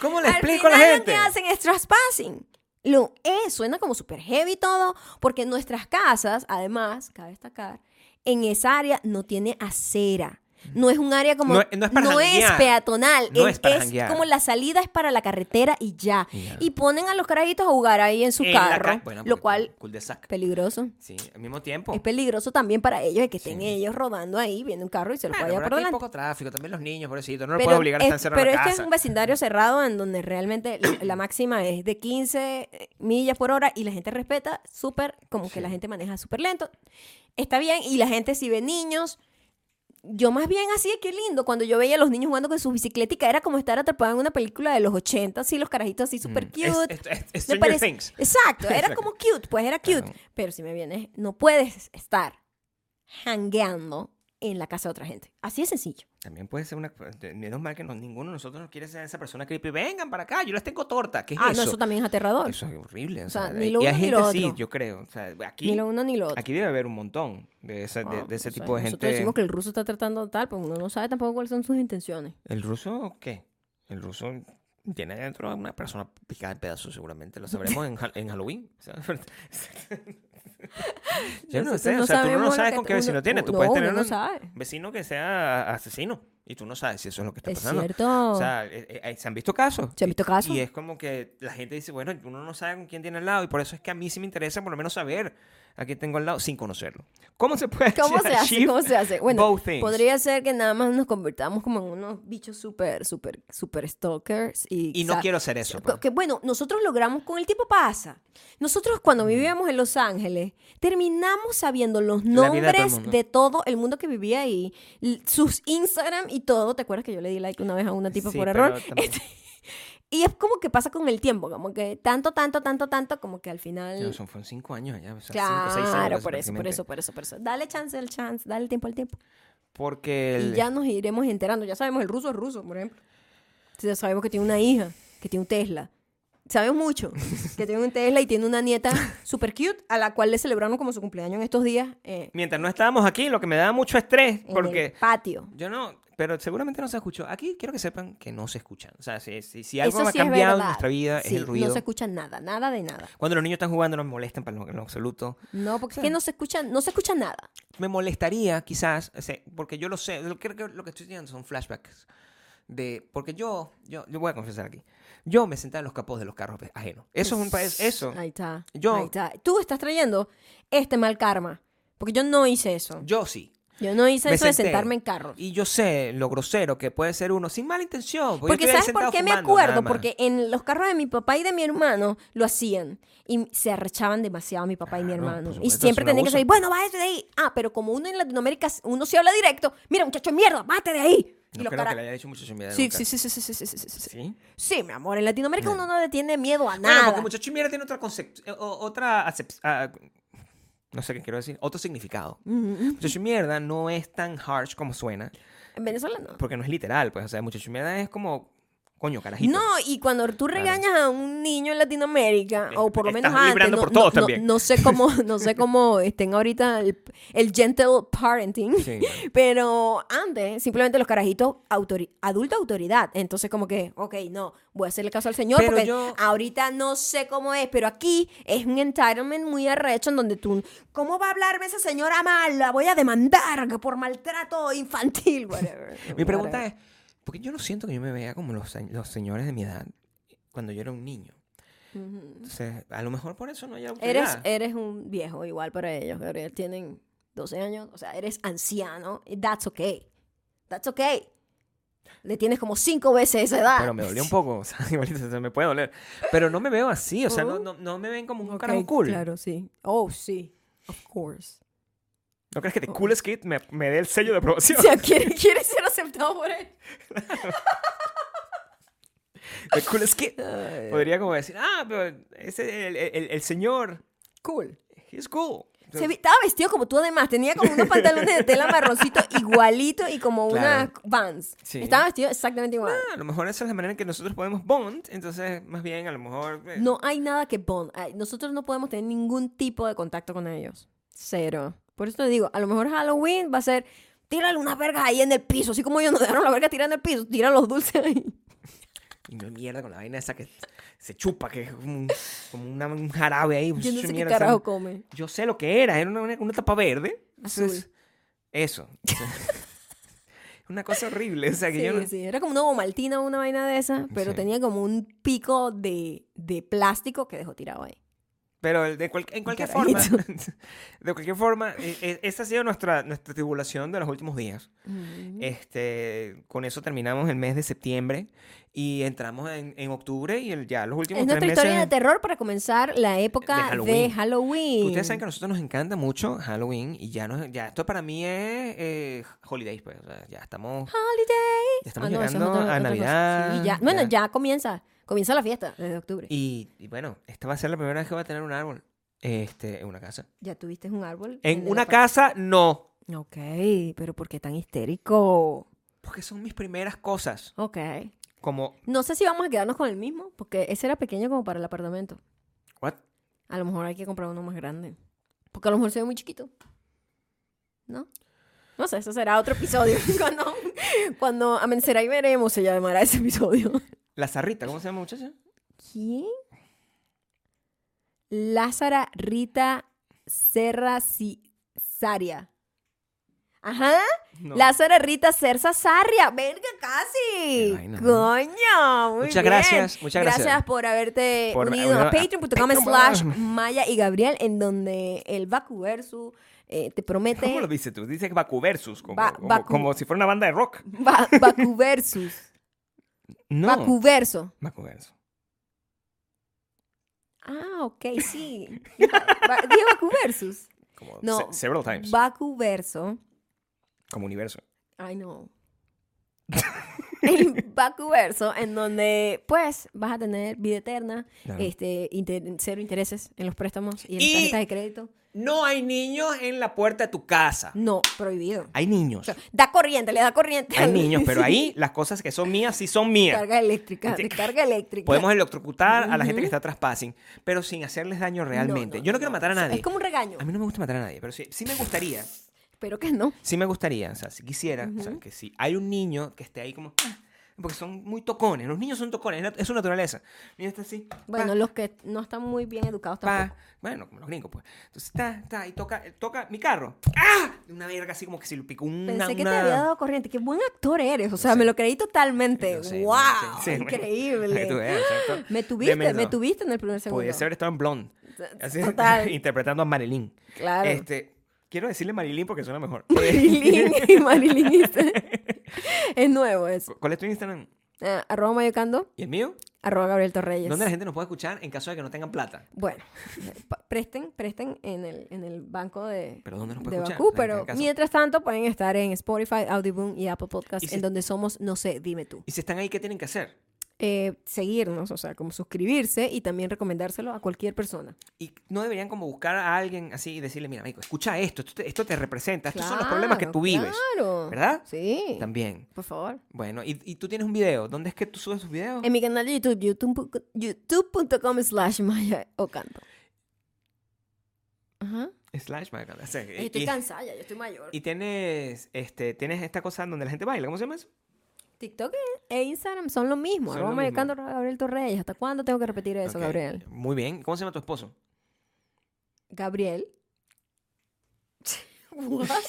Speaker 2: ¿Cómo le
Speaker 1: Al
Speaker 2: explico a la
Speaker 1: final
Speaker 2: gente?
Speaker 1: Lo que hacen es trespassing. Lo es, suena como super heavy y todo, porque nuestras casas, además, cabe destacar, en esa área no tiene acera. No es un área como.
Speaker 2: No es- no es para janguear.
Speaker 1: peatonal.
Speaker 2: No
Speaker 1: es,
Speaker 2: es para
Speaker 1: es
Speaker 2: janguear.
Speaker 1: como la salida es para la carretera y ya.
Speaker 2: Ya.
Speaker 1: Y ponen a los carajitos a jugar ahí en su
Speaker 2: En la
Speaker 1: carro.
Speaker 2: ca- Bueno,
Speaker 1: lo
Speaker 2: porque
Speaker 1: cual
Speaker 2: cul de sac.
Speaker 1: peligroso.
Speaker 2: Sí, al mismo tiempo.
Speaker 1: Es peligroso también para ellos de que estén
Speaker 2: Sí.
Speaker 1: ellos rodando ahí, viendo un carro y se los
Speaker 2: Bueno,
Speaker 1: vaya
Speaker 2: pero
Speaker 1: por
Speaker 2: aquí hay
Speaker 1: delante
Speaker 2: poco tráfico, también los niños, pobrecito. No los puedes obligar a
Speaker 1: es-
Speaker 2: estar encerrados en
Speaker 1: pero
Speaker 2: la
Speaker 1: este
Speaker 2: casa.
Speaker 1: es un vecindario cerrado en donde realmente la- la máxima es de 15 millas por hora y la gente respeta súper, como que la gente maneja súper lento. Está bien, y la gente si ve niños. Yo más bien así, qué lindo, cuando yo veía a los niños jugando con sus bicicletas, era como estar atrapado en una película de los 80, así los carajitos así súper
Speaker 2: Mm.
Speaker 1: cute.
Speaker 2: Es- es- es- es
Speaker 1: Me
Speaker 2: Stranger
Speaker 1: parece-
Speaker 2: Things.
Speaker 1: Exacto, era
Speaker 2: Exacto.
Speaker 1: como cute, pues era cute.
Speaker 2: Claro.
Speaker 1: Pero si me vienes, no puedes estar hangueando en la casa de otra gente. Así de sencillo.
Speaker 2: También puede ser una. Menos mal que no- ninguno de nosotros nos quiere ser esa persona creepy. Vengan para acá, yo les tengo torta. ¿Qué es
Speaker 1: Ah,
Speaker 2: eso?
Speaker 1: no, eso también es aterrador.
Speaker 2: Eso es horrible. O
Speaker 1: sea,
Speaker 2: sea,
Speaker 1: ni lo
Speaker 2: y hay
Speaker 1: uno ni
Speaker 2: gente
Speaker 1: lo
Speaker 2: así,
Speaker 1: otro.
Speaker 2: yo creo. O sea, aquí,
Speaker 1: Ni lo uno ni lo otro.
Speaker 2: aquí debe haber un montón de, esa- de-
Speaker 1: Ah,
Speaker 2: de ese
Speaker 1: o sea,
Speaker 2: tipo de
Speaker 1: Nosotros
Speaker 2: gente.
Speaker 1: decimos que el ruso está tratando tal, pero uno no sabe tampoco cuáles son sus intenciones.
Speaker 2: ¿El ruso o qué? El ruso tiene adentro a una persona picada en pedazos, seguramente. Lo sabremos en, Hal- en Halloween. o sea, Yo no
Speaker 1: Nosotros
Speaker 2: sé. O sea, tú no
Speaker 1: sabemos lo
Speaker 2: sabes
Speaker 1: que
Speaker 2: con qué
Speaker 1: uno-
Speaker 2: vecino tiene. Tú
Speaker 1: no,
Speaker 2: puedes
Speaker 1: uno
Speaker 2: tener
Speaker 1: no
Speaker 2: un
Speaker 1: sabe.
Speaker 2: vecino que sea asesino y tú no sabes si eso es lo que está
Speaker 1: Es
Speaker 2: pasando.
Speaker 1: cierto.
Speaker 2: O sea, eh, eh, eh, se han visto casos.
Speaker 1: Se han visto casos.
Speaker 2: Y es como que la gente dice, bueno, uno no sabe con quién tiene al lado y por eso es que a mí sí me interesa por lo menos saber a quién tengo al lado sin conocerlo. ¿Cómo se puede
Speaker 1: ¿Cómo se hace?
Speaker 2: achieve
Speaker 1: ¿Cómo se hace? Bueno,
Speaker 2: both things?
Speaker 1: podría ser que nada más nos convertamos como en unos bichos súper, súper, súper stalkers. Y,
Speaker 2: Y no
Speaker 1: sa-
Speaker 2: quiero hacer eso.
Speaker 1: Co-
Speaker 2: pues.
Speaker 1: Que bueno, nosotros logramos con el tiempo pasa. Nosotros cuando vivíamos en Los Ángeles, terminamos sabiendo los
Speaker 2: La vida de todo el
Speaker 1: nombres
Speaker 2: mundo.
Speaker 1: de todo el mundo que vivía ahí, l- sus Instagram y todo. ¿Te acuerdas que yo le di like una vez a una tipa
Speaker 2: Sí,
Speaker 1: por
Speaker 2: pero
Speaker 1: error? Este
Speaker 2: también-
Speaker 1: Y es como que pasa con el tiempo, como que tanto, tanto, tanto, tanto, como que al final...
Speaker 2: No, son, fueron cinco años allá. O sea,
Speaker 1: claro,
Speaker 2: cinco, seis años,
Speaker 1: por eso, por
Speaker 2: prácticamente.
Speaker 1: eso, por eso, por eso. Dale chance al chance, dale tiempo al tiempo.
Speaker 2: Porque el-
Speaker 1: Y ya nos iremos enterando. Ya sabemos, el ruso es ruso, por ejemplo. Ya sabemos que tiene una hija, que tiene un Tesla. Sabemos mucho que tiene un Tesla y tiene una nieta super cute a la cual le celebraron como su cumpleaños en estos días eh,
Speaker 2: mientras no estábamos aquí, lo que me daba mucho estrés,
Speaker 1: en el
Speaker 2: porque
Speaker 1: patio.
Speaker 2: yo no, pero seguramente no se escuchó. Aquí quiero que sepan que no se escuchan. O sea, si, si, si algo
Speaker 1: Eso
Speaker 2: ha
Speaker 1: sí es
Speaker 2: cambiado en
Speaker 1: verdad.
Speaker 2: nuestra vida es
Speaker 1: Sí,
Speaker 2: el ruido.
Speaker 1: No se escucha nada, nada de nada.
Speaker 2: Cuando los niños están jugando no me molestan para lo- en lo absoluto.
Speaker 1: No, porque
Speaker 2: Sí.
Speaker 1: es que no se escucha, no se escucha nada.
Speaker 2: Me molestaría quizás, o sea, porque yo lo sé, lo- creo que lo que estoy teniendo son flashbacks. De, porque yo, yo, yo voy a confesar aquí. Yo me sentaba en los capos de los carros ajenos. Eso es un país, eso.
Speaker 1: Ahí está.
Speaker 2: Yo-
Speaker 1: Ahí está. Tú estás trayendo este mal karma. Porque yo no hice eso.
Speaker 2: Yo sí.
Speaker 1: Yo no hice
Speaker 2: Me
Speaker 1: eso de
Speaker 2: senté.
Speaker 1: sentarme en carro.
Speaker 2: Y yo sé lo grosero que puede ser uno sin mala intención. yo
Speaker 1: Porque
Speaker 2: estoy ahí
Speaker 1: ¿sabes por
Speaker 2: sentado
Speaker 1: qué me
Speaker 2: fumando, nada
Speaker 1: acuerdo?
Speaker 2: más.
Speaker 1: Porque en los carros de mi papá y de mi hermano lo hacían. Y se arrechaban demasiado mi papá y mi
Speaker 2: Claro,
Speaker 1: hermano.
Speaker 2: por
Speaker 1: y
Speaker 2: supuesto,
Speaker 1: siempre
Speaker 2: es un
Speaker 1: tenían que
Speaker 2: abuso.
Speaker 1: salir, bueno, bájate de ahí. Ah, pero como uno en Latinoamérica, uno se habla directo, mira, muchacho, de mierda, bájate de ahí. Y
Speaker 2: No
Speaker 1: los
Speaker 2: creo
Speaker 1: caras-
Speaker 2: que le haya hecho mucho sin miedo
Speaker 1: Sí,
Speaker 2: nunca.
Speaker 1: sí, sí, sí, sí, sí, sí, sí, sí, sí.
Speaker 2: ¿Sí?
Speaker 1: Sí, mi amor, en Latinoamérica uno no le tiene miedo a
Speaker 2: Bueno,
Speaker 1: nada.
Speaker 2: porque muchacho y mierda tiene otra concep- o- o- otra acep- ah, no sé qué quiero decir, otro significado.
Speaker 1: Mm.
Speaker 2: Muchacho y mierda no es tan harsh como suena,
Speaker 1: En Venezuela no.
Speaker 2: porque no es literal, pues, o sea, muchacho y mierda es como coño carajito.
Speaker 1: No, y cuando tú regañas a un niño en Latinoamérica,
Speaker 2: Eh,
Speaker 1: o por lo
Speaker 2: estás
Speaker 1: menos antes,
Speaker 2: vibrando
Speaker 1: no,
Speaker 2: por
Speaker 1: no-
Speaker 2: todos
Speaker 1: no-
Speaker 2: también.
Speaker 1: no sé cómo, no sé cómo estén ahorita el, el gentle parenting,
Speaker 2: Sí, bueno.
Speaker 1: pero antes simplemente los carajitos autori- adulto autoridad, entonces como que, ok, no, voy a hacerle caso al señor
Speaker 2: Pero
Speaker 1: porque
Speaker 2: yo-
Speaker 1: ahorita no sé cómo es, pero aquí es un entitlement muy arrecho en donde tú, ¿cómo va a hablarme esa señora mal? La voy a demandar por maltrato infantil, whatever.
Speaker 2: Mi pregunta es, porque yo no siento que yo me vea como los, se- los señores de mi edad cuando yo era un niño. Entonces, a lo mejor por eso no hay
Speaker 1: Eres,
Speaker 2: autoridad.
Speaker 1: eres un viejo igual para ellos, Gabriel. Tienen 12 años, o sea, eres anciano. y That's okay. That's okay. Le tienes como cinco veces esa edad.
Speaker 2: Pero me dolió un poco, o sea, igualito se me puede doler. Pero no me veo así, o sea, no, no, no me ven como un
Speaker 1: Oh. Ok,
Speaker 2: carajo cool.
Speaker 1: Claro, sí. Oh, sí. Of course.
Speaker 2: ¿No crees que
Speaker 1: Oh.
Speaker 2: The Coolest Kid me, me dé el sello de aprobación?
Speaker 1: O sea, ¿quiere, quiere ser aceptado por él.
Speaker 2: The Coolest Kid. Podría como decir, ah, pero ese, el, el, el señor,
Speaker 1: Cool.
Speaker 2: he's cool.
Speaker 1: Se vi- estaba vestido como tú además, tenía como unos pantalones de tela marroncito igualito y como
Speaker 2: Claro.
Speaker 1: unas vans.
Speaker 2: Sí.
Speaker 1: Estaba vestido exactamente igual.
Speaker 2: Ah, a lo mejor esa es la manera en que nosotros podemos bond, entonces más bien a lo mejor... eh,
Speaker 1: No hay nada que bond. Ay, Nosotros no podemos tener ningún tipo de contacto con ellos. Cero. Por eso te digo, a lo mejor Halloween va a ser, tírale unas vergas ahí en el piso, así como ellos nos dejaron la verga tirada en el piso, tira los dulces ahí.
Speaker 2: Y no mierda con la vaina esa que se chupa, que es como un, como una- un jarabe ahí.
Speaker 1: Yo no
Speaker 2: esa
Speaker 1: sé qué
Speaker 2: mierda, o sea,
Speaker 1: carajo Ah, come.
Speaker 2: Yo sé lo que era, era una, una- una tapa verde. Entonces,
Speaker 1: Azul.
Speaker 2: Eso. o sea, una cosa horrible. O sea, que
Speaker 1: Sí,
Speaker 2: yo no-
Speaker 1: sí, era como una bomaltina o una vaina de esa, pero
Speaker 2: Sí.
Speaker 1: tenía como un pico de, de plástico que dejó tirado ahí.
Speaker 2: Pero el de cual- en cualquier forma,
Speaker 1: carajito.
Speaker 2: de cualquier forma, eh, eh, esa ha sido nuestra, nuestra tribulación de los últimos días. Este, con eso terminamos el mes de septiembre y entramos en, en octubre y el, ya los últimos
Speaker 1: Es
Speaker 2: tres
Speaker 1: nuestra historia de
Speaker 2: meses-
Speaker 1: terror para comenzar la época
Speaker 2: de
Speaker 1: de
Speaker 2: Halloween.
Speaker 1: Halloween.
Speaker 2: Ustedes saben que a nosotros nos encanta mucho Halloween y ya, nos, ya esto para mí es eh, holidays, pues. o sea, ya estamos,
Speaker 1: Holidays.
Speaker 2: ya estamos
Speaker 1: Ah, no, eso es
Speaker 2: llegando
Speaker 1: otra- otra
Speaker 2: a
Speaker 1: cosa.
Speaker 2: Navidad.
Speaker 1: Sí, ya. Bueno, ya. comienza. Comienza la fiesta desde octubre.
Speaker 2: Y, y bueno, esta va a ser la primera vez que voy a tener un árbol. Este, en una casa.
Speaker 1: ¿Ya tuviste un árbol?
Speaker 2: En
Speaker 1: el
Speaker 2: una
Speaker 1: departamento?
Speaker 2: casa, no.
Speaker 1: Ok, pero ¿por qué tan histérico?
Speaker 2: Porque son mis primeras cosas.
Speaker 1: Ok.
Speaker 2: Como,
Speaker 1: No sé si vamos a quedarnos con el mismo, porque ese era pequeño como para el apartamento.
Speaker 2: ¿what?
Speaker 1: A lo mejor hay que comprar uno más grande. Porque a lo mejor se ve muy chiquito. ¿No? No sé, eso será otro episodio. cuando, cuando amanecerá y veremos, se llamará ese episodio.
Speaker 2: La zarrita, ¿cómo se llama, muchacha?
Speaker 1: ¿Quién? Lázara Rita Serra Si- Saria. Ajá.
Speaker 2: No.
Speaker 1: Lázara Rita Serra Saria. Verga, casi.
Speaker 2: Qué vaina, ¿no?
Speaker 1: Coño. muy
Speaker 2: Muchas
Speaker 1: bien.
Speaker 2: gracias, muchas gracias.
Speaker 1: por haberte
Speaker 2: Por-
Speaker 1: unido
Speaker 2: bueno,
Speaker 1: a
Speaker 2: a-
Speaker 1: patreon.com
Speaker 2: Patreon.
Speaker 1: slash Maya y Gabriel, en donde el Baku Versu eh, te promete.
Speaker 2: ¿Cómo lo dices tú? Dices Baku versus, como,
Speaker 1: Ba-
Speaker 2: como,
Speaker 1: Baku.
Speaker 2: como si fuera una banda de rock.
Speaker 1: Ba- Baku Versus.
Speaker 2: No.
Speaker 1: Baku Verso.
Speaker 2: Baku versus.
Speaker 1: Ah, ok, sí. Ba- Dije Baku Versus.
Speaker 2: Como
Speaker 1: No.
Speaker 2: se- several times.
Speaker 1: Baku Verso.
Speaker 2: como universo.
Speaker 1: I know. el Bakuverso, en donde pues vas a tener vida eterna,
Speaker 2: Claro.
Speaker 1: este, inter- cero intereses en los préstamos y en
Speaker 2: Y-
Speaker 1: las tarjetas de crédito.
Speaker 2: No hay niños en la puerta de tu casa.
Speaker 1: No, prohibido.
Speaker 2: Hay niños.
Speaker 1: O sea, da corriente, le da corriente.
Speaker 2: Hay
Speaker 1: al-
Speaker 2: niños, pero
Speaker 1: Sí.
Speaker 2: ahí las cosas que son mías sí son mías.
Speaker 1: Carga eléctrica,
Speaker 2: Enti-
Speaker 1: de carga eléctrica.
Speaker 2: Podemos electrocutar a la gente que está trespassing, pero sin hacerles daño realmente.
Speaker 1: no,
Speaker 2: Yo no quiero matar a
Speaker 1: O sea,
Speaker 2: nadie.
Speaker 1: Es como un regaño.
Speaker 2: A mí no me gusta matar a nadie, pero sí, sí me gustaría.
Speaker 1: Pero que no.
Speaker 2: Sí me gustaría, o sea, si quisiera, o sea, que si hay un niño que esté ahí como... "Ah", Porque son muy tocones, los niños son tocones, es nat- es su naturaleza. El niño está así. pa,
Speaker 1: Bueno, los que no están muy bien educados
Speaker 2: pa,
Speaker 1: tampoco.
Speaker 2: Bueno, como los gringos, pues. Entonces, está, está, y toca, toca mi carro. ¡Ah! De Una verga así como que si le picó una...
Speaker 1: Pensé que te
Speaker 2: una-
Speaker 1: había dado corriente. Qué buen actor eres. O sea, me lo creí totalmente.
Speaker 2: No sé,
Speaker 1: ¡Wow!
Speaker 2: sí, sí, bueno, para que tú
Speaker 1: increíble.
Speaker 2: veas, exacto.
Speaker 1: Me
Speaker 2: Deme
Speaker 1: tuviste, me
Speaker 2: dos.
Speaker 1: tuviste en el primer segundo.
Speaker 2: Podría haber estado en Blonde. Así,
Speaker 1: Total.
Speaker 2: interpretando a Marilyn.
Speaker 1: Claro.
Speaker 2: Este, pues. quiero decirle Marilyn porque suena mejor. Eh,
Speaker 1: Marilyn, Marilyn este. Es nuevo eso.
Speaker 2: ¿Cu- ¿Cuál es tu Instagram?
Speaker 1: Ah, arroba mayocando,
Speaker 2: ¿Y el mío?
Speaker 1: arroba Gabriel Torreyes.
Speaker 2: ¿Dónde la gente nos puede escuchar en caso de que no tengan plata?
Speaker 1: Bueno, eh, pa- presten, presten en el, en el banco de,
Speaker 2: ¿Pero dónde nos puede
Speaker 1: de
Speaker 2: escuchar?
Speaker 1: Bakú,
Speaker 2: En
Speaker 1: pero
Speaker 2: caso-
Speaker 1: mientras tanto pueden estar en Spotify, Audiboom y Apple
Speaker 2: ¿Y
Speaker 1: Podcasts,
Speaker 2: si-
Speaker 1: en donde somos, no sé, dime tú.
Speaker 2: Y si están ahí, ¿qué tienen que hacer?
Speaker 1: Eh, seguirnos, o sea, como suscribirse y también recomendárselo a cualquier persona.
Speaker 2: Y no deberían como buscar a alguien así y decirle, mira, amigo, escucha esto, esto te, esto te representa, estos son los problemas que
Speaker 1: Claro,
Speaker 2: tú vives,
Speaker 1: Claro.
Speaker 2: ¿verdad?
Speaker 1: Sí.
Speaker 2: También.
Speaker 1: Por favor.
Speaker 2: Bueno, y, y tú tienes un video. ¿Dónde es que tú subes tus videos?
Speaker 1: En mi canal de YouTube, youtube- youtube.com slash maya ocanto. Ajá.
Speaker 2: Slash, my God. O sea,
Speaker 1: Yo
Speaker 2: Eh, y,
Speaker 1: estoy cansada, ya, yo estoy mayor.
Speaker 2: y tienes, este, tienes esta cosa donde la gente baila. ¿Cómo se llama eso?
Speaker 1: TikTok e Instagram son lo mismo.
Speaker 2: Son
Speaker 1: Arroba
Speaker 2: lo
Speaker 1: Maya
Speaker 2: mismo.
Speaker 1: Ocanto, arroba Gabriel Torreyes. ¿Hasta cuándo tengo que repetir eso,
Speaker 2: Ok.
Speaker 1: Gabriel?
Speaker 2: Muy bien. ¿Cómo se llama tu esposo?
Speaker 1: Gabriel. What?